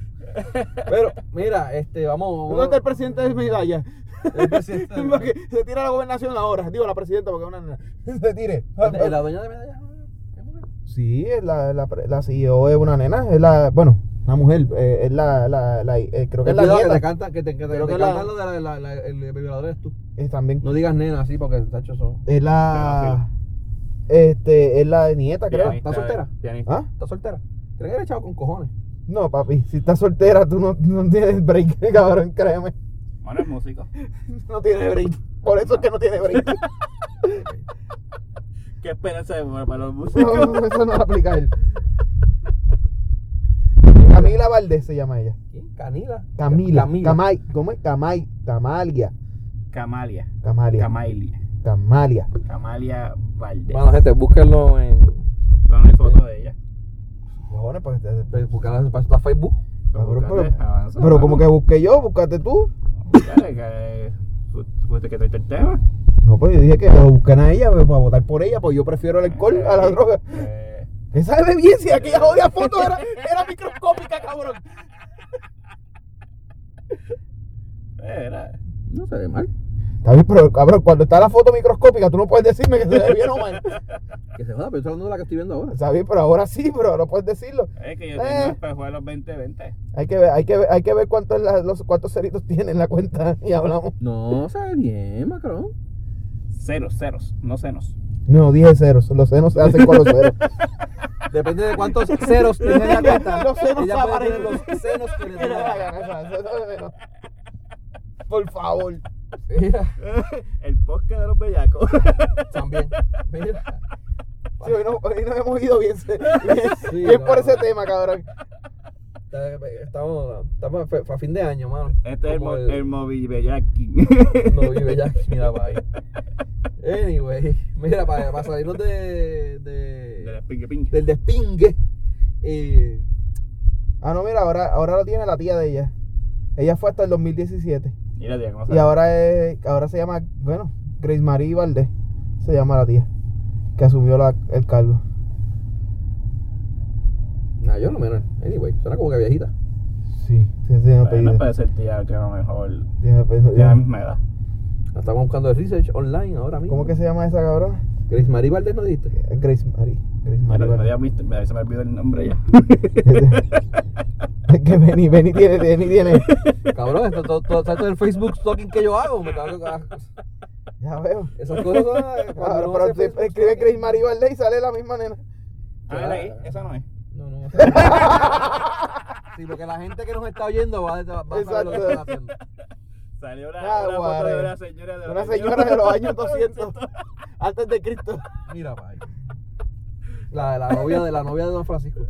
B: Pero, mira, este, vamos.
C: ¿Dónde está el presidente de medalla?
B: el presidente? de-
C: Porque se tira la gobernación ahora. Digo, la presidenta, porque es una nena. Se tire.
B: ¿La la dueña de medalla?
C: Sí, es la, la, la CEO es una nena. Es la, bueno, una mujer. eh, es la, la, la- eh, creo que es la
B: Cuidado que
C: nieta.
B: te canta, que te, que te,
C: Creo
B: te
C: que la-
B: cantan lo de la, la- la- el vibrador es tú.
C: Es también.
B: No digas nena así porque está hecho eso.
C: Es la. Este, es la nieta, creo.
D: Pianista,
B: ¿Está soltera?
D: pianista.
C: ¿Ah?
B: Está soltera. Tiene que haber echado con cojones.
C: No, papi, si estás soltera, tú no, no tienes break, cabrón, créeme.
D: Bueno, es músico.
C: No tiene break. Por eso es que no tiene break.
D: ¿Qué esperanza de para los músicos?
C: No, no, eso no lo aplica a él. Camila Valdés se llama ella.
B: ¿Quién? Canila.
C: Camila.
B: Camila.
C: Camay. ¿Cómo es? Camay. Camalia.
D: Camalia.
C: Camalia.
D: Camailia.
C: Camalia.
D: Camalia Valdés.
B: Bueno, gente, búsquenlo en.
D: Ponle foto de ella.
C: Cojones, pues, te-
B: este.
C: te-
B: Búsquenlo en está Facebook.
C: Cabrón,
D: Búscate,
C: pero-
D: avanza,
C: Pero como que
D: vamos.
C: busqué yo, búscate tú.
D: Dale, que- fu- Fuiste que traiste el tema.
C: No, pues yo dije que lo buscan a ella, pues, para votar por ella, pues yo prefiero el alcohol a la
D: Eh,
C: droga.
D: eh,
C: Esa es bien si aquella jodida foto era, era microscópica, cabrón.
D: Era.
B: No se ve mal.
C: Está bien, pero cabrón, cuando está la foto microscópica, tú no puedes decirme que se ve bien o mal.
B: Que se joda, pero yo estoy hablando de la que estoy viendo ahora.
C: Está bien, pero ahora sí, pero no puedes decirlo.
D: Es que yo
C: Eh.
D: tengo para jugar los 20-20.
C: Hay que ver, hay que ver, hay que ver cuántos, la- los, cuántos ceritos tiene en la cuenta y hablamos.
B: No, se ve bien, Macron.
D: Ceros, ceros, no senos.
C: No, dije ceros. Los ceros se hacen con los ceros.
B: Depende de cuántos ceros tiene en la cuenta.
C: Los ceros
B: ella
C: se
B: puede tener
C: aparecen.
B: los senos que le
C: Que no
B: den la gana.
C: hagan eso, eso es menos. Por favor.
B: Mira,
D: El podcast de los bellacos.
J: También.
B: Mira.
C: Sí, hoy, no, hoy nos hemos ido bien, se- bien,
B: Sí,
C: bien
B: no,
C: por
B: no.
C: ese tema, cabrón.
B: Está- Estamos, estamos fue- fue a fin de año, mano.
D: Este es el,
B: Como
D: mo- el móvil bellacking.
B: No vive ya, mira para ahí. Anyway, mira, para, para salirnos de, de-
D: De la pingue pingue.
B: del despingue. eh,
C: Ah, no, mira, ahora, ahora lo tiene la tía de ella. Ella fue hasta el 2017.
D: Mira, tía, ¿cómo
C: Y
D: sale?
C: ahora es, ahora se llama, bueno, Grace Marie Valdés. Se llama la tía. Que asumió la- el cargo.
B: nah, yo no menor. Anyway, suena como que viejita.
C: Sí, sí, tiene
D: Bueno,
C: apellido.
D: puede ser tía que a lo mejor
C: Tiene apellido.
D: tiene la misma edad.
B: La estamos buscando de research online ahora mismo.
C: ¿Cómo que se llama esa cabrona?
B: Grace Marie Valdés nos dijiste.
C: Grace Marie. Grace Marie
D: Pero me
C: Valdés.
D: había visto- me- se me olvidó el nombre ya.
C: Es que Benny, Benny tiene, Benny tiene.
B: Cabrón, esto, todo, todo, todo el Facebook stalking que yo hago. Me cago en la-
C: Ya veo.
B: Esas cosas. eh, cuando
C: Cabrón,
B: uno
C: Ah, pero
B: hace
C: se-
B: Facebook
C: escribe
B: stalking-
C: Grace Marie Valdés y sale la misma nena.
D: Ah, era ahí, esa no es.
B: No, no. Sí, porque la gente que nos está oyendo va, va a saber lo que
C: Exacto.
B: están haciendo.
D: Salió una,
C: Ah,
D: una foto de
C: guarda.
D: una señora de los
C: Una
D: años-
C: señora de los años 200. Antes de Cristo.
B: Mira, pa' ahí. La, la novia de la novia de Don Francisco.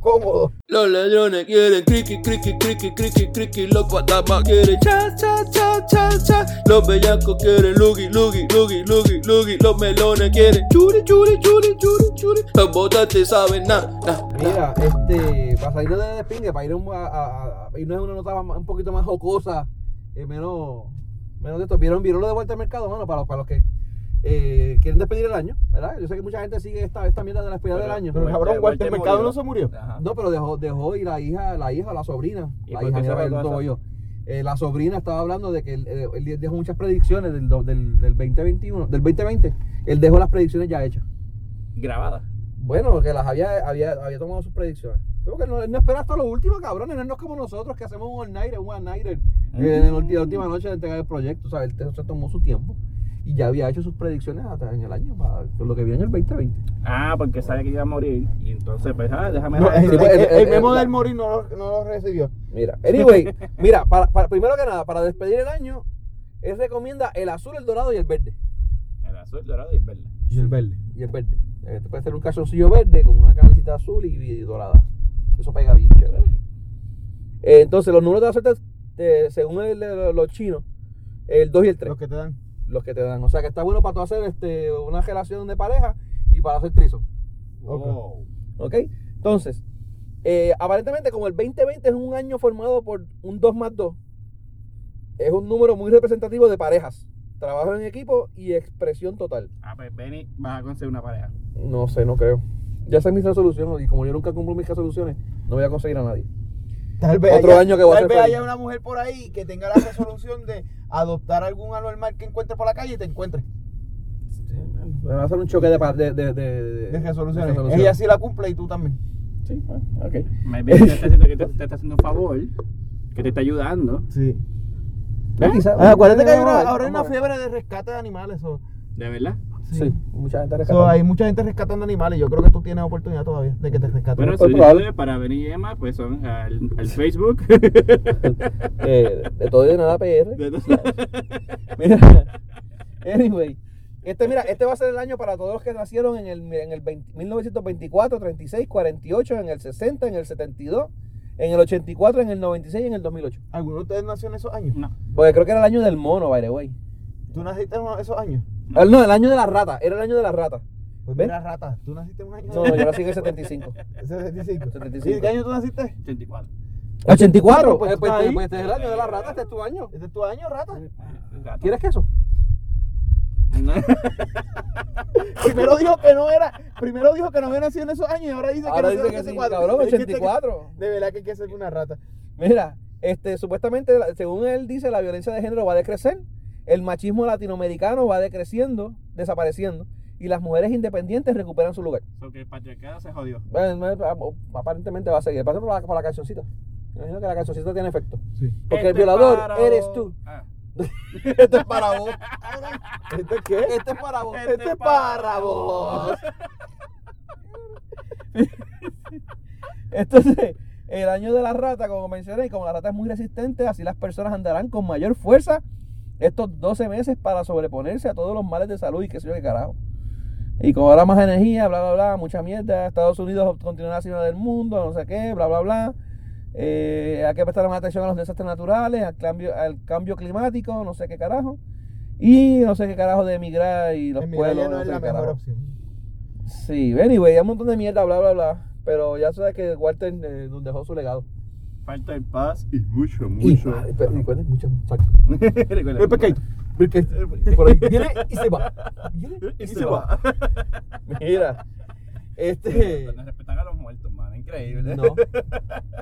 C: Cómodo.
F: Los ladrones quieren criqui, criqui, criqui, criqui, criqui, los guatamas quieren cha, cha, cha, cha, cha. Los bellacos quieren lugi, lugi, lugi, lugi, lugi. Los melones quieren churi, churi, churi, churi, churi. Los botantes saben na, na.
B: Mira, este, para salir de despingue, para ir a, un- a- a- a- irnos a una nota más- un poquito más jocosa, eh, menos, menos de esto. ¿Vieron, vieron lo de vuelta al mercado, mano, para, los- para los que eh, quieren despedir el año, ¿verdad? Yo sé que mucha gente sigue esta, esta mierda de la despedida del año.
C: Pero cabrón, Walter
D: Walter
C: Mercado
D: murió.
C: no se murió.
D: Ajá.
B: No, pero dejó, dejó y la hija, la hija, la sobrina,
D: ¿Y
B: la
D: por
B: hija,
D: qué
B: mira,
D: se
B: el
D: pasó
B: todo
D: eso?
B: yo. Eh, la sobrina estaba hablando de que él, eh, él dejó muchas predicciones del, do- del, del 2021, del 2020. Él dejó las predicciones ya hechas.
D: Grabada.
B: Bueno, que las había, había, había tomado sus predicciones. Pero que no, él no espera hasta lo último, cabrones. No es como nosotros que hacemos un all-nighter, un all-nighter eh, en la ulti- la última noche de entregar el proyecto. ¿sabes? Él te- se tomó su tiempo y ya había hecho sus predicciones hasta en el año, para por lo que viene en el 2020.
D: Ah, porque sabe que iba a morir. Y entonces, pues, ah, déjame.
C: No,
D: dejar
C: el,
D: esto.
B: sí, pues,
C: el-
B: el-
C: el
B: el-
C: memo
B: la-
C: del morir no lo, no lo recibió.
B: Mira, anyway, mira, para, para- primero que nada, para despedir el año, él recomienda el azul, el dorado y el verde.
D: El azul, el dorado y el verde.
K: Y el verde.
B: Y el verde. Eh, te puede ser un calzoncillo verde con una camisita azul y, y dorada. Eso pega bien chévere. Eh, entonces, los números de la suerte, eh, según el de los chinos, el 2 y el 3,
K: Los que te dan.
B: los que te dan. O sea que está bueno para tú hacer este, una relación de pareja y para hacer triso.
D: Wow.
B: ¿Ok? Entonces, eh, aparentemente como el 2020 es un año formado por un 2 más 2, es un número muy representativo de parejas, trabajo en equipo y expresión total.
D: Ah, pues, Benny, vas a conseguir una pareja.
B: No sé, no creo. Ya esa es mi resolución y como yo nunca cumplo mis resoluciones, no voy a conseguir a nadie.
C: Tal vez
B: Otro
C: haya-
B: año que voy a
C: tal
B: ser
C: vez
B: feliz.
C: haya una mujer por ahí que tenga la resolución de adoptar algún anormal que encuentre por la calle y te encuentre.
B: Me va a hacer un choque de... pa- de, de, de,
C: De
B: de
C: resoluciones.
B: resoluciones.
C: Ella sí la cumple y tú también.
B: Sí, ah, ok.
D: Maybe te está haciendo, que te, te está haciendo un favor. Que te está ayudando.
K: Sí.
B: Ya quizá-
C: Ah, acuérdate que hay una-
B: Vamos a ver,
C: ahora hay una
B: vamos a ver.
C: fiebre de rescate de animales. o-
D: ¿De verdad?
B: Sí, mucha gente
C: so,
B: Eh, rescatando.
C: hay mucha gente rescatando animales. Yo creo que tú tienes oportunidad todavía de que te rescaten.
D: Bueno,
B: por
D: soluciones para Benny y Emma, pues son al, al Facebook.
B: Eh, de todo y de nada PR.
D: De todo.
B: Mira. Anyway. Este, mira, este va a ser el año para todos los que nacieron en el, en el 20 1924, 36, 48, en el 60, en el 72, en el 84, en el 96 y en el 2008.
C: ¿Alguno de ustedes nació en esos años?
D: No.
B: Porque creo que era el año del mono, by the way.
C: ¿Tú naciste en uno de esos años?
B: Ah, No, el año de la rata. Era el año de la rata.
C: Pues
B: ¿Ven?
C: mira, rata, tú naciste en un año.
B: No, no, yo nací en el 75.
C: 75.
B: 75.
C: ¿Y qué año tú naciste?
D: 84.
B: 84. Pues,
C: Pues,
B: pues,
C: está ahí.
B: pues, este es el año de la rata, este es tu año.
C: Este es tu año, rata.
D: Gato.
B: ¿Quieres queso?
D: No.
C: Primero dijo que no era, primero dijo que no había nacido en esos años y ahora dice que
B: Ahora
C: nació
B: dice
C: en
B: que sí,
C: 84.
B: cabrón,
C: Dijiste que-
B: 84.
C: De verdad que hay que ser una rata.
B: Mira, este, supuestamente, la- según él dice, la violencia de género va a decrecer, el machismo latinoamericano va decreciendo, desapareciendo, y las mujeres independientes recuperan su lugar.
D: Porque el patriarcado se jodió.
B: Bueno, no es- ap- aparentemente va a seguir. Pasa por la, por la cancioncita. Me imagino que la cancioncita tiene efecto. Porque el
D: Este
B: violador
D: para
B: eres
D: vos.
B: tú.
D: Ah.
B: Este es para vos.
C: ¿Este qué?
B: Este es para vos.
C: Este es para vos.
B: Entonces, el año de la rata, como mencioné, y como la rata es muy resistente, así las personas andarán con mayor fuerza estos 12 meses para sobreponerse a todos los males de salud y qué sé yo qué carajo. Y cobrará más energía, bla, bla, bla, mucha mierda. Estados Unidos continuará siendo del mundo, no sé qué, bla, bla, bla. Eh, hay que prestar más atención a los desastres naturales, al cambio, al cambio climático, no sé qué carajo. Y no sé qué carajo de emigrar y los
C: Emigrar
B: pueblos.
C: ya no es
B: sé
C: la
B: qué
C: mejor
B: carajo.
C: opción.
B: Sí, anyway, hay un montón de mierda, bla, bla, bla. Pero ya sabes que Walter eh, nos dejó su legado.
D: Falta el paz y mucho,
B: Y,
D: mucho.
B: ah, pero recuerden, mucho, exacto.
D: Recuerda.
C: El pescadito.
B: Por ahí viene y se va. Viene
D: Y se va.
B: Mira, este.
D: No respetan a los muertos, mano. Increíble.
B: No.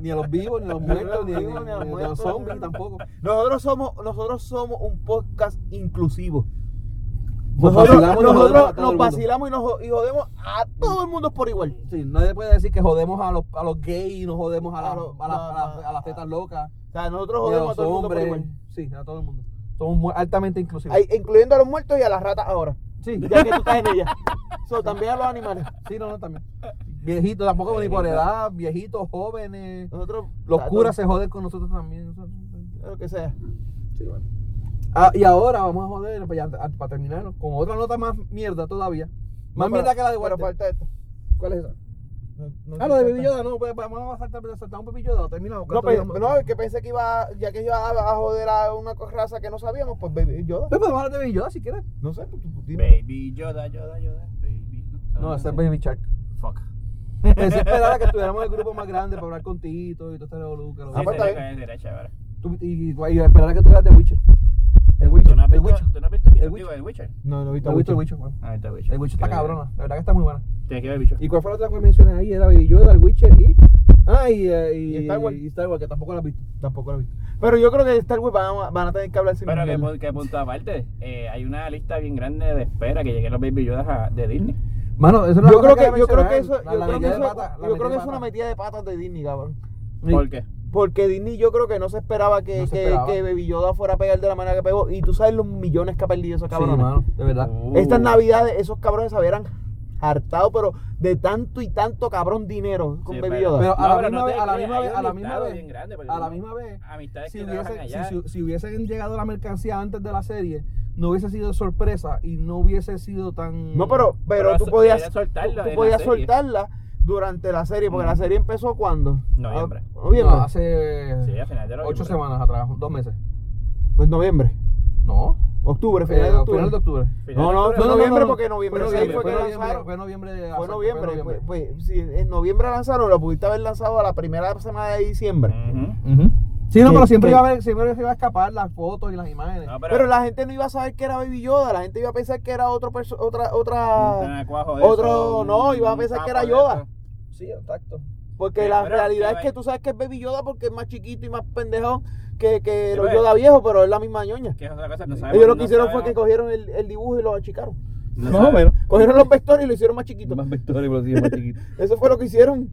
B: Ni a los vivos, ni a los muertos, ni, ni- ni a los zombies tampoco.
C: Nosotros somos, nosotros somos un podcast inclusivo.
B: Nos
C: Nosotros,
B: vacilamos, nos jodemos a
C: nosotros
B: todo
C: nos
B: el mundo.
C: vacilamos y nos jo- y jodemos a todo el mundo por igual.
B: Sí, nadie puede decir que jodemos a los, a los gays, nos jodemos a, la-
C: A los-
B: a, la- a la-
C: a-
B: a las tetas locas,
C: O sea, nosotros
B: ni a
C: jodemos a,
B: los
C: todo el mundo por
B: hombres.
C: igual.
B: Sí, a todo el mundo. Somos muy- altamente inclusivos.
C: Ay, incluyendo a los muertos y a las ratas ahora.
B: Sí,
C: Ya que tú estás en ella. So, también a los animales.
B: sí, no, no, también. Viejitos, tampoco ni por edad, viejitos, jóvenes.
C: Nosotros,
B: Los
C: a
B: curas se joden con nosotros también.
C: todo- Lo que sea.
B: Ah, y ahora vamos a joder, pues ya, ah, para terminar, ¿no? con otra nota más mierda todavía. Más
C: No,
B: mierda
C: pero-
B: que la de Walter.
C: Pero falta esto.
B: ¿Cuál es esa?
C: No- no
B: Ah, lo de
C: sé
B: Baby
C: qué está.
B: Yoda, no, pues vamos a saltar, saltar un Baby Yoda, terminado.
C: No, pero, no, es que pensé que iba, ya que iba a, a joder a una co- raza que no sabíamos, pues baby Yoda.
B: podemos hablar de Baby Yoda si quieres.
C: No sé, pues, tú- tú dime.
D: Baby Yoda, Yoda, Yoda. Baby. Ah,
B: No, ese es Baby Shark.
D: Fuck.
B: Pensé esperaba que estuviéramos en el grupo más grande para hablar con Tito y todo este revolú, que lo-
C: Ah, pues, está
D: sería- sería chévere.
B: Tú- y, y esperaba que tú eras de Witcher. El
D: ¿Tú
B: Witcher.
D: no has
B: el
D: visto
B: Witcher.
D: tú no has visto el Witcher?
B: El
D: Digo, el Witcher?
C: No, no he
B: No he visto el Witcher, weón.
D: Ah, está el Witcher.
B: El Witcher
D: Tienes
B: está
D: que
B: cabrona,
D: ver-
B: la verdad que está muy buena.
D: Tienes que ver el Witcher.
B: ¿Y cuál fue la otra que mencioné ahí? Era Baby Yoda, el Witcher y. Ah, y, eh, y,
C: Y Star Wars.
B: y Star Wars, que tampoco la has visto.
C: Tampoco lo he visto. Pero yo creo que de Star Wars van a, van a tener que hablar sin
D: Pero que,
C: mierda.
D: pu- que punto aparte, eh, hay una lista bien grande de espera que lleguen los Baby Yodas a- de Disney.
B: Mano, eso no
C: yo creo que yo creo que
B: ¿eh?
C: eso yo creo que eso- yo creo que es
B: es
C: una metida de patas de Disney, cabrón.
D: ¿Por qué?
C: Porque Disney yo creo que no se esperaba que,
B: No se
C: que,
B: esperaba.
C: que Baby Yoda fuera a pegar de la manera que pegó. Y tú sabes los millones que ha perdido esa
B: Cabrón,
C: cabrón.
B: mano, Uh. de verdad.
D: Oh.
C: Estas navidades esos cabrones se habían hartado, pero de tanto y tanto cabrón dinero con
D: Sí,
C: Baby Yoda.
B: Pero a la
D: no
B: misma
D: te
B: vez- a la
D: creas,
B: misma
D: hay
B: vez-
D: un
B: a la misma
D: listado
B: vez-
D: bien grande, porque
B: A la
D: no-
B: misma vez,
D: Amistades
B: si,
D: que
B: hubiese-
D: trabajan allá.
B: si- si- si hubiesen llegado la mercancía antes de la serie, no hubiese sido sorpresa y no hubiese sido tan.
C: No, pero, pero,
D: Pero
C: tú
D: so-
C: podías,
D: podías soltarla
C: tú-
D: en
C: tú podías
D: la serie.
C: soltarla durante la serie, porque la serie empezó cuando? Ah,
D: Noviembre.
C: noviembre.
B: No, hace
D: Sí, a final de noviembre.
B: ocho semanas atrás, dos meses.
C: Pues noviembre.
B: No,
C: Octubre,
B: eh,
C: final de octubre.
B: final de octubre.
D: Final
C: No,
D: de
C: no,
D: octubre.
C: fue noviembre porque noviembre
B: fue
C: seis
B: noviembre,
C: fue que
B: fue noviembre,
C: lanzaron.
B: fue noviembre,
C: Fue
B: exacto,
C: noviembre. Pues, pues, si en noviembre lanzaron, lo pudiste haber lanzado a la primera semana de diciembre.
D: Ujú.
B: Ujú. Sí, no,
C: Que-
B: pero siempre
C: que-
B: iba, a haber- siempre se iba a escapar las fotos y las imágenes.
D: No,
C: Pero la gente no iba a saber que era Baby Yoda, la gente iba a pensar que era otro perso- otra
D: Un
C: otra
D: tanacuajo de
C: otro
D: esos,
C: no,
D: un-
C: iba a
D: un
C: pensar que
D: sapo
C: era
D: de
C: Yoda,
D: esos.
B: Sí, exacto.
C: porque
D: Sí,
C: la
D: pero
C: realidad
D: iba-
C: es que tú sabes que es Baby Yoda porque es más chiquito y más pendejón que, que
D: Sí,
C: los
D: pero-
C: Yoda viejos, pero es la misma ñoña.
D: Que es otra cosa, no sabemos-
C: Ellos lo que
D: no
C: hicieron fue que
D: sabemos-
C: cogieron el, el dibujo y lo achicaron.
D: no
B: Más o
D: sabemos.
B: menos.
C: Cogieron los vectores y lo hicieron más chiquito.
B: Más vectores, pero sí, es más chiquito.
C: Eso fue lo que hicieron.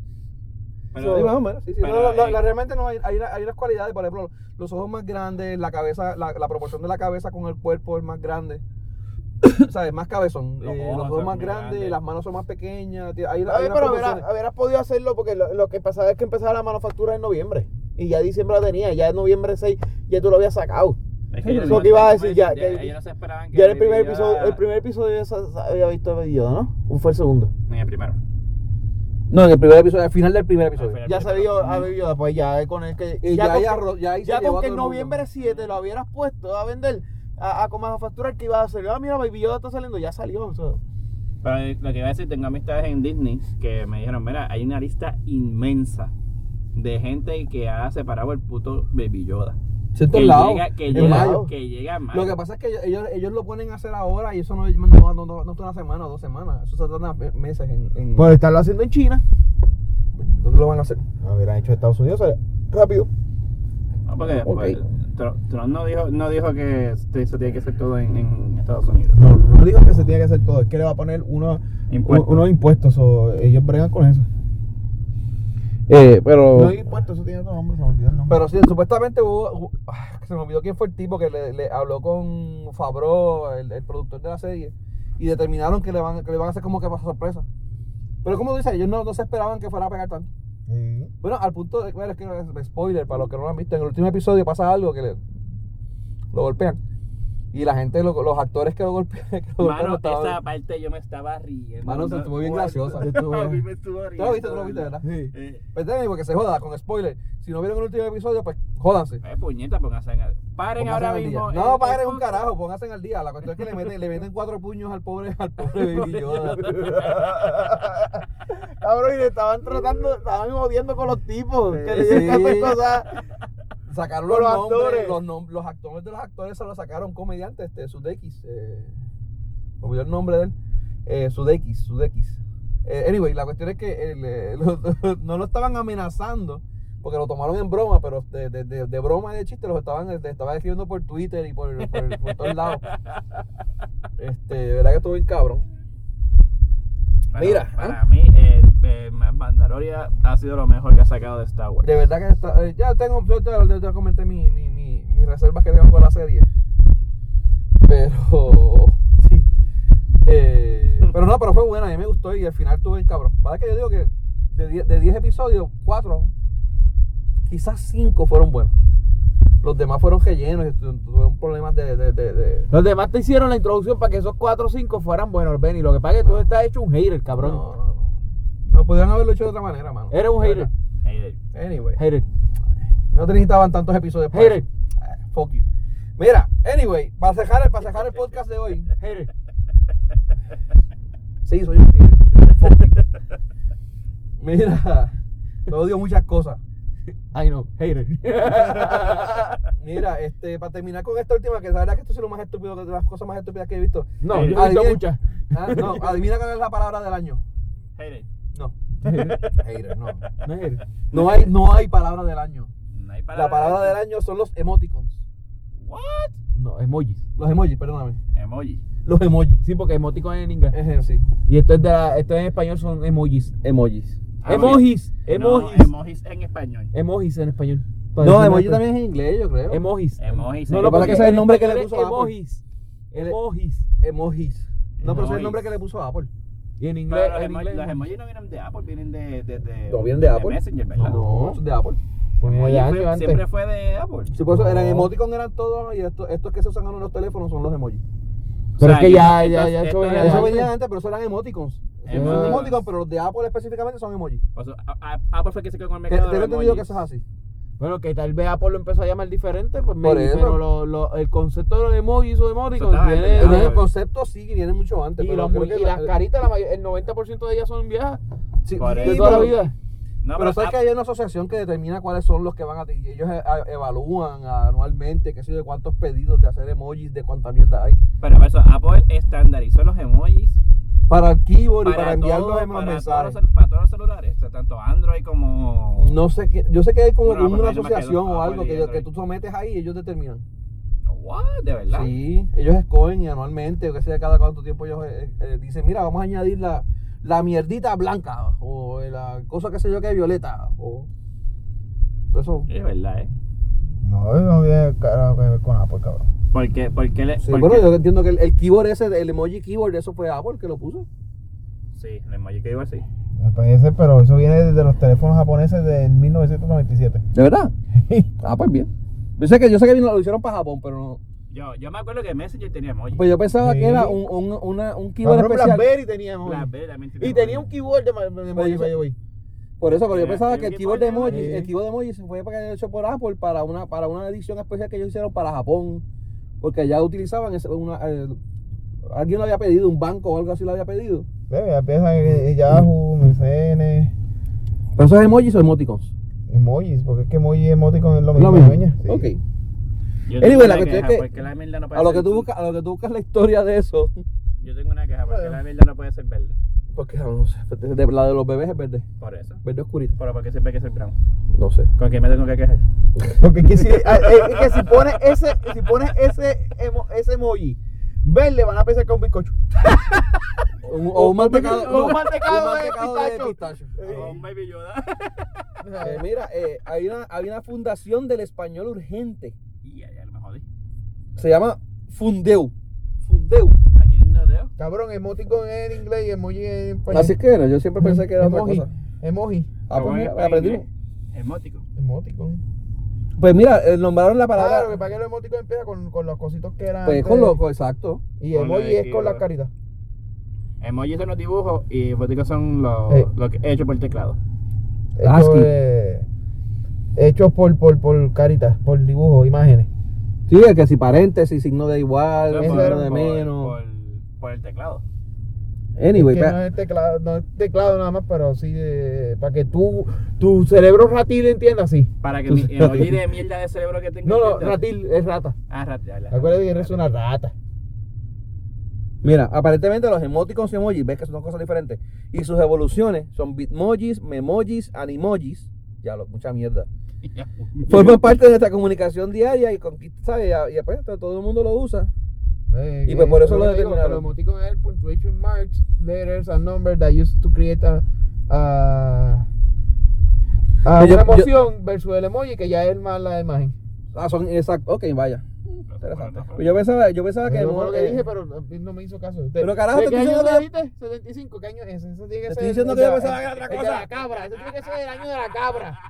D: Pero-
B: Sí, más o menos, sí, sí.
D: Pero
B: No, no, no,
D: ahí-
B: la- realmente no, hay, hay, una- hay unas cualidades, por ejemplo, los ojos más grandes, la cabeza, la, la proporción de la cabeza con el cuerpo es más grande. ¿Sabes? Más cabezón. Eh,
D: Los
B: Los,
D: ojos
B: ojos
D: son
B: más
D: muy
B: grandes,
D: grandes.
B: las manos son más pequeñas. tío, Hay, hay
C: A ver,
B: unas
C: pero
B: proporciones.
C: hubiera- hubieras podido hacerlo porque lo, lo que pasaba es que empezaba la manufactura en noviembre. Y ya diciembre la tenía, ya en noviembre 6 ya tú lo habías sacado.
D: Es
C: Eso
D: ellos
C: es
D: no-
C: lo que iba a
D: ellos
C: decir, ya-
D: no-
C: ya-
D: ellos no se esperaban que
C: Ya en el
D: Baby
C: primer
D: Yoda-
C: episodio, el primer episodio ya sa- sa- había visto a Baby Yoda, ¿no? ¿O fue el segundo?
D: Ni el primero.
B: ah, No, en el primer episodio, al final del primer episodio.
D: Al final.
C: Ya se vio a Baby Yoda, pues ya con el que...
B: Y ya,
C: con
B: ya
C: que-
B: ro- ya ahí se
C: ya
B: llevó
C: con
B: a
C: que en
B: todo el mundo.
C: noviembre 7 lo hubieras puesto a vender, a, a con manufacturar que iba a salir. Ah, mira, Baby Yoda está saliendo, ya salió. o sea.
D: Pero lo que iba a decir, tengo amistades en Disney que me dijeron, mira, hay una lista inmensa de gente que ha separado el puto Baby Yoda.
B: Sí, en
D: Que
B: todos lados.
D: llega, que
B: En
D: llega,
B: mayo.
D: que llega en mayo.
B: Lo que pasa es que ellos- ellos, ellos lo ponen a hacer ahora y eso no, no, no, no, no es una semana o dos semanas. Eso se tarda me- meses en.
C: Pues
B: en
A: Por estarlo haciendo en China.
B: ¿Dónde lo van a hacer?
A: Hubieran hecho Estados Unidos sería rápido.
D: No, porque
B: Ok.
D: pues, Tr- Trump no dijo, no dijo que este- eso tiene que ser todo en, en Estados Unidos.
A: No, no dijo que se tiene que hacer todo, es que le va a poner uno-
D: Impuestos.
A: unos impuestos o ellos bregan con eso.
B: Eh, pero.
A: No hay impuestos, eso tiene otro nombre, se me olvidó el nombre.
B: Pero sí, supuestamente hubo, hubo- ah, se me olvidó quién fue el tipo que le, le habló con Fabro, el, el productor de la serie, y determinaron que le van, que le van a hacer como que para sorpresa. Pero como dice, ellos no, no se esperaban que fuera a pegar tanto.
A: Sí.
B: Bueno, al punto de, bueno, es que no es spoiler para los que no lo han visto, en el último episodio pasa algo que le, lo golpean. Y la gente, lo- los actores que lo golpearon, que lo golpearon
D: Mano,
B: estaban-
D: esa parte yo me estaba riendo.
B: Mano, se estuvo bien graciosa.
D: Yo estuve- A mí me estuvo
B: Tú
D: riendo.
B: lo viste, tú lo viste, ¿verdad?
C: Sí.
D: Eh,
B: Perdón, porque se joda con spoiler. Si no vieron el último episodio, pues jódanse.
D: eh, puñeta, pónganse en... Paren
B: Pónganse
D: ahora
B: al día.
D: mismo.
B: No,
D: eh,
B: padre, es
D: eh,
B: un carajo, pónganse al día. La cuestión es que le meten, le meten cuatro puños al pobre, al pobre Baby Yoda.
C: Cabrón, y le estaban tratando, estaban jodiendo con los tipos. Que le
B: Sí.
C: iban a hacer cosas.
B: Sacaron los,
C: Con los
B: nombres,
C: actores.
B: los, nom- los actores de los actores se los sacaron comediante, este, Sudeikis. Eh, me olvidó el nombre de él. Eh, Sudeikis, Sudeikis. Eh, anyway, la cuestión es que el, eh, lo- no lo estaban amenazando, porque lo tomaron en broma, pero de, de, de, de broma y de chiste los estaban, les estaban escribiendo por Twitter y por, por, por todos lados. Este, de verdad que estuvo bien cabrón.
D: Bueno,
B: Mira, ah.
D: Para mí, eh, eh, Mandalorian ha sido lo mejor que ha sacado de Star Wars.
B: De verdad que está- eh, ya tengo, yo te, yo te comenté mi, mi, mi, mis reservas que tengo con la serie. Pero, sí. Eh, pero no, pero fue buena, a mí me gustó y al final estuvo bien cabrón. Para que yo digo que de die- de 10 episodios, 4, quizás 5 fueron buenos. Los demás fueron rellenos y tu- tuvieron problemas de... de, de, de-
C: Los demás te hicieron la introducción para que esos 4 o 5 fueran buenos, Benny. Lo que pasa es que tú estás hecho un hater, cabrón.
B: No, no, no. No, pudieron haberlo hecho de otra manera, mano.
C: Eres un hater.
D: Eh,
B: Anyway.
C: Hater.
B: No te necesitaban tantos episodios. para
C: Hater.
B: eso. Ah, Fuck you. Mira, anyway, para cerrar, el- para cerrar el podcast de hoy.
C: Hater.
B: Sí, soy un hater. Fuck you. Mira, te odio muchas cosas.
C: Ay, no. Hater.
B: Mira, este, para terminar con esta última, que la verdad que esto es lo más estúpido, de las cosas más estúpidas que he visto. Eh,
C: No,
D: Hater.
C: yo he visto
B: Adivina-
C: muchas.
B: Ah, no, adivina cuál es la palabra del año.
D: Hater.
B: No. Hater, no.
C: No es hater.
B: No hay, no hay palabra del año.
D: No hay
B: La palabra del año son los emoticons.
D: What?
C: No, emojis.
B: Los emojis, perdóname.
D: Emoji.
B: Los emojis.
C: Sí, porque emoticon es en inglés.
B: Ejé, Sí.
C: Y esto es de la- esto en español son emojis.
B: Emojis.
D: Ah,
C: emojis.
D: No,
C: Emojis.
D: emojis en español.
C: emojis en español.
B: No, emoji también es en inglés, yo creo.
C: Emojis.
D: Emojis.
B: No, lo que pasa es que ese es el nombre que le
C: Pero
B: puso
C: es
B: Apple.
C: Emojis. Emojis.
B: Emojis. No, pero ese es el
D: Emojis.
B: nombre que le puso Apple.
C: Y en
D: Pero
C: inglés.
D: los,
C: en
D: emo-
C: inglés
D: los emojis no vienen de Apple, vienen de, de, de,
B: No vienen de Apple.
D: Messenger, ¿verdad?
B: No, eso es de Apple.
C: Como
D: Oye,
C: de
D: fue-
C: años Pues antes.
D: Siempre fue de Apple.
B: Sí, por eso eran
C: No.
B: emoticons, eran todos, y estos, estos que se usan en los teléfonos son los emojis.
C: Pero es que
D: yo-
C: ya- ya-
D: entonces,
C: ya eso
D: esto
C: venía
D: es-
C: de
B: Eso
C: Apple.
B: venía antes, pero eso eran emoticons. Esos Son
D: Emojis.
B: emoticons, pero los de Apple específicamente son emojis.
D: O sea, a- a- Apple fue que se quedó con el
B: Te-
D: mercado. de
B: Tengo
D: los
B: entendido que
D: emojis.
B: eso es así.
C: Bueno, que tal vez Apple lo empezó a llamar diferente, pues
B: Por
C: maybe,
B: eso.
C: pero lo- lo- el concepto de los emojis o
D: Eso
C: emoticons
D: estaba
C: viene
D: en
B: Pero
D: Ah,
B: el
D: bueno.
B: concepto sí que viene mucho antes.
C: y,
B: pero
C: los
B: creo
C: mu-
B: que
C: y
B: la-
C: las caritas, la may- el 90% de ellas son viejas
B: sí,
D: Por
B: sí,
D: eso.
C: de toda la
B: pero-
C: vida.
D: No,
B: pero sabes que
D: Apple-
B: hay una asociación que determina cuáles son los que van a ti. Ellos eh, a- evalúan anualmente, qué sé yo, de cuántos pedidos de hacer emojis, de cuánta mierda hay.
D: Pero eso, Apple estandarizó los emojis
B: Para el keyboard y para enviar
D: todo-
B: los
D: para
B: mensajes.
D: Todos los, para todos los celulares, o sea, tanto Android como.
B: No sé qué, yo sé que hay como
D: Bueno,
B: una
D: pues, yo me quedo
B: asociación o
D: Apple
B: algo
D: y
B: que, ellos- que
D: Android.
B: tú sometes ahí y ellos determinan.
D: What? ¿De verdad?
B: Sí, ellos escogen y anualmente, o que sea, cada cuánto tiempo ellos eh, eh, dicen, mira, vamos a añadir la, la mierdita blanca o eh, la cosa que sé yo que es violeta. O... Eso.
D: Es verdad, ¿eh?
A: No, eso no tiene cara que ver con Apple, cabrón.
D: Porque, porque le.
B: Sí,
D: porque-
B: bueno, yo entiendo que el, el keyboard ese, el emoji keyboard, eso fue Apple que lo puso.
D: Sí, el emoji que digo así.
A: Me parece, pero eso viene desde los teléfonos japoneses del 1997.
B: ¿De verdad? ah, pues bien. Yo sé que, yo sé que lo hicieron para Japón, pero no.
D: Yo, yo me acuerdo que Messenger tenía emoji.
B: Pues yo pensaba
A: Sí.
B: que era un, un, una- un keyboard
A: Cabrón,
B: especial.
A: Blackberry tenía Pues emoji.
D: Blackberry también
C: Y tenía un keyboard de, de- de emoji,
B: eso-
C: by the way.
B: Por eso, pero yo
D: Era-
B: pensaba
D: era
B: que
D: un
B: el keyboard de
D: keyboard
B: emojis,
D: de
B: el keyboard de emojis fue para- hecho por Apple para una, para una edición especial que ellos hicieron para Japón, porque allá utilizaban ese- una, eh, alguien lo había pedido, un banco o algo así lo había pedido.
A: Ve, Ya empiezan eh, Yahoo, MSN,
B: Pero esos emojis o emoticons.
A: emojis, porque es que emoji y emoticon es lo
C: Pues
A: mismo.
B: Lo mismo.
A: dueña. Sí.
B: Ok.
D: Yo
B: Anyway,
D: tengo
B: la
D: una
B: cuestión es
D: queja,
B: que-
D: porque la mierda no puede
B: A lo
D: ser
B: que tú
D: azul.
B: buscas, a lo que tú buscas la historia de eso,
D: Yo tengo una queja, porque
A: Bueno.
D: la mierda no puede ser verde.
B: porque no sé, de, la de los bebés es verde,
D: Por eso.
B: verde oscurita.
D: Pero porque siempre hay que ser brown.
B: No sé.
D: ¿Con qué me tengo que quejar?
A: Porque es que si, ah, eh, es que si pones ese, si pones ese, emo- ese emoji, verde van a pensar que es un bizcocho.
B: Un- o un mantecado,
A: o un
B: no,
A: mantecado
B: un
A: de
B: mantecado
A: pistacho.
D: Oh, baby Yoda.
B: Eh, mira, eh, hay una, hay una fundación del español urgente.
D: Y ya, ya me jodí.
B: Se llama Fundeu. Fundeu.
D: Aquí en el dedo.
A: Cabrón, emoticon en inglés y emoji en español.
B: Así que era, yo siempre pensé que era otra
A: emoji,
B: cosa.
A: emoji,
B: Ah, pues mira, aprendimos.
D: Emótico.
A: emoticon.
B: Pues mira, eh, nombraron la
A: Claro,
B: palabra.
A: que para que los emoticons empieza con, con los cositos que eran.
B: pues
A: antes.
B: con loco, exacto.
A: Y
D: Con
A: emoji
D: la-
A: es con las caritas.
D: Emojis son los dibujos y boticos son los
A: Eh.
D: lo que- hechos por el teclado.
A: Hechos
B: ASCII.
A: eh, hechos por, por, por caritas, por dibujos, imágenes.
B: Sí, el que si paréntesis, signo de igual,
D: Entonces,
B: signo
A: era
B: de menos.
D: Por, por el teclado.
B: anyway,
A: que
B: pues,
A: no es teclado, no es teclado nada más, pero sí eh, para que tú, tu cerebro ratil entienda así.
D: Para que mi- el emoji de mierda de cerebro que tengo.
A: No, no,
D: entienda.
A: ratil es rata.
D: Ah, ratear.
A: Acuérdate que eres una rata.
B: mira, aparentemente los emoticons y emojis, ves que son cosas diferentes. Y sus evoluciones son bitmojis, memojis, animojis. Ya, lo, mucha mierda. Forman parte de nuestra comunicación diaria y conquista, ¿sabes? Y, y pues, todo el mundo lo usa.
A: Eh,
B: Y pues por
A: eh,
B: eso lo
A: que te digo,
B: determinaron.
A: Los emoticons es punctuation marks, letters and numbers that used to create a, a, a
B: Yo-
A: una
B: yo-
A: emoción versus el emoji que ya es más la imagen.
B: Ah, son exacto. Ok, vaya. Interesante. Pues yo pensaba, yo pensaba que.
A: Eso fue lo que
B: eh,
A: dije, pero eh, no me hizo caso. De-
B: Pero carajo,
A: ¿de
B: te
A: qué
B: estoy
A: año
B: diciendo
A: me dijiste? 75, ¿qué año es? Eso tiene que
B: Te
A: ser.
B: estoy diciendo
A: o
B: que yo
A: sea,
B: pensaba que era otra
A: el de
B: cosa.
A: la cabra, eso tiene que ser el año de la cabra.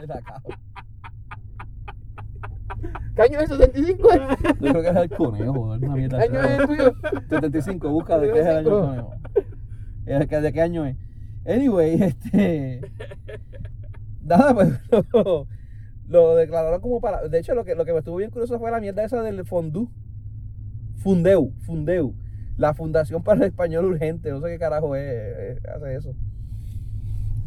B: Era cabrón.
A: ¿Qué año es 75? ¿Qué
B: Yo creo que era el conejo, era una mierda. así.
A: año es el tuyo?
B: 75, busca de qué es el año del conejo. Eh, que- ¿De qué año es? Anyway, este. Nada, pues lo, lo declararon como para. De hecho, lo que, lo que me estuvo bien curioso fue la mierda esa del fondú. Fundeu, Fundeu. La Fundación para el Español Urgente. No sé qué carajo es, eh, hace eso.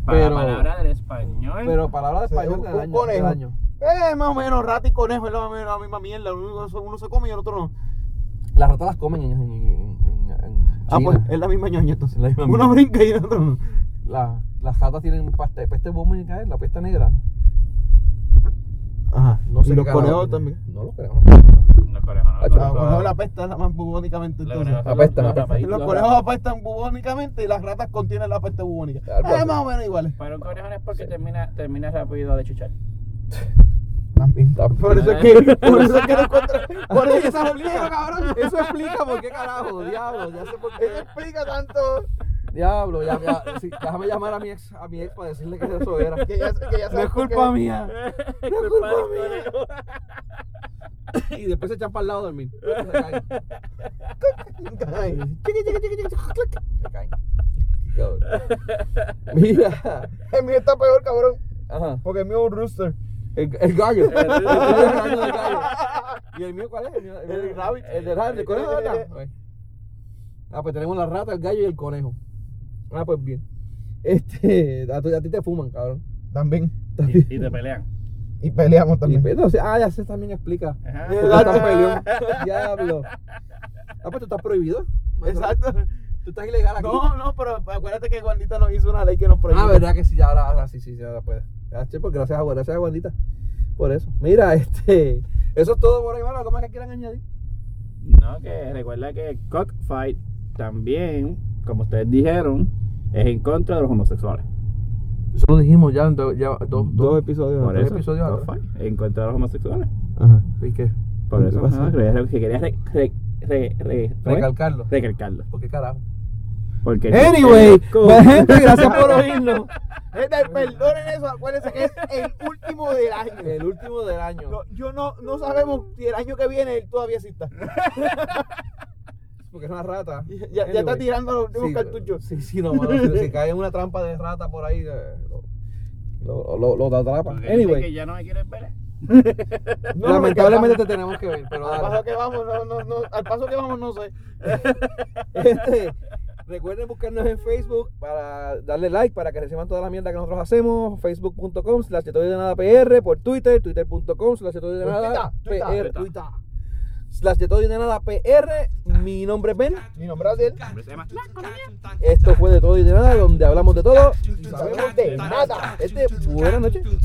D: Para
B: pero-
D: la palabra del español.
B: Pero palabra de
A: Sí,
B: español
A: un-
B: del
A: un
B: año,
A: conejo.
B: del año.
C: Eh, más o menos, rata y conejo es la, la misma mierda. Uno, uno se come y el otro no.
B: Las ratas las comen en, en, en- en- en
C: Ah,
B: China.
C: pues es la misma ñoña entonces.
B: La misma
C: uno
B: mierda.
C: brinca y el otro no.
B: La- las ratas tienen peste, peste bubónica, ¿eh? la peste negra.
C: Ajá, no
B: Y
C: sé. Y los
B: carajo.
C: conejos también.
B: No lo creo.
D: Los conejos no.
B: Ah,
D: los
C: Los
B: Ah,
D: conejos-
C: conejos la apestan la más bubónicamente
D: los
C: entonces.
D: conejos-
B: Apestan,
D: los
B: apestan.
D: rapaí-
C: Los
D: los
C: conejos
D: rapaí.
C: apestan bubónicamente y las ratas contienen la peste bubónica.
B: Algo
C: Eh,
B: así.
C: más o menos iguales.
D: Para un conejo no es porque termina, termina rápido de chuchar.
A: También.
C: Por eso es
A: Eh.
C: que, por eso es que no encuentran. Por eso es que se obligan, cabrón.
B: Eso explica por qué carajo, diablo, ya sé por
A: Eso
B: qué.
A: explica tanto
B: Diablo, ya, ya, sí, déjame llamar a mi ex, a mi ex para decirle que eso era.
A: que ya, que ya
B: No
A: sabes
B: es
A: por qué.
B: culpa mía.
D: Es
B: No es
D: culpa
B: culpa
D: del
B: mía.
D: conejo.
B: Y después se echan para el lado a dormir. Se caen.
A: Ay,
B: Se caen. Cabrón. Mira.
A: El mío está peor, cabrón.
B: Ajá.
A: Porque el mío es un rooster.
B: El, el gallo. El, gallo del gallo. ¿Y el mío cuál es? El, mío, mío-
C: El rabbit.
B: El de rabbit, el conejo de acá. Ok. Ah, pues tenemos la rata, el gallo y el conejo. Ah, pues bien. Este, a, tu- a ti te fuman, cabrón.
A: También.
D: Y, y te pelean.
A: Y peleamos
B: Y,
A: también.
B: pues, no, Ah. o sea, ah, ya se también explica.
D: Ajá.
B: Porque tú estás peleón. Diablo. Ah, pues tú estás prohibido.
C: Exacto.
B: Tú estás ilegal aquí.
C: No, no, pero acuérdate que Guandita nos hizo una ley que nos prohíbe.
B: Ah, verdad que sí, ya ahora, ahora sí, sí, ya ahora puede. Ya, che, pues gracias a gracias a Guandita. Por eso. Mira, este. Eso es todo por ahí, mano. ¿Algo más que quieran añadir?
D: No, que recuerda que cockfight también, como ustedes dijeron, es en contra de los homosexuales.
B: Eso lo dijimos ya en do- ya dos,
C: Dos
B: dos
C: episodios.
D: Por
B: Tres
D: eso,
B: episodios atrás.
D: cockfight, en contra de los homosexuales.
C: Ajá.
B: ¿Y qué?
D: Por
C: ¿Qué
D: eso,
C: pasa?
D: ajá, quería- que quería re- re- re- re-
B: Recalcarlo.
D: recalcarlo.
B: ¿Por qué carajo?
D: Porque
B: Anyway, pues, gente, gracias por oírnos.
C: Gente, perdonen eso, acuérdense que es el último del año.
B: El último del año.
C: No, yo no, no sabemos si el año que viene él todavía sí está.
B: Porque es una rata.
C: Ya, ya está
B: Anyway.
C: tirando los últimos cartuchos.
B: Sí, sí, no, mano, si, si cae en una trampa de rata por ahí, eh, lo, lo, lo, lo atrapan.
D: Que
B: Anyway,
D: ya no me quieres ver.
C: No,
B: lamentablemente te tenemos que ver, pero
C: Al paso
B: dale.
C: que vamos, no, no, no, al paso que vamos, no sé.
B: Este, recuerden buscarnos en Facebook para darle like, para que reciban toda la mierda que nosotros hacemos. Facebook.com slash Estoy de nada PR, por Twitter, twitter.com slash Estoy de nada
C: Tuita,
B: PR,
C: tuita, tuita.
B: slash Estoy de nada PR. Mi nombre es Ben.
A: Mi nombre es Adiel.
B: Esto fue de todo y de nada, donde hablamos de todo. y
A: Sabemos de nada.
B: Este, buenas noches.
L: noches.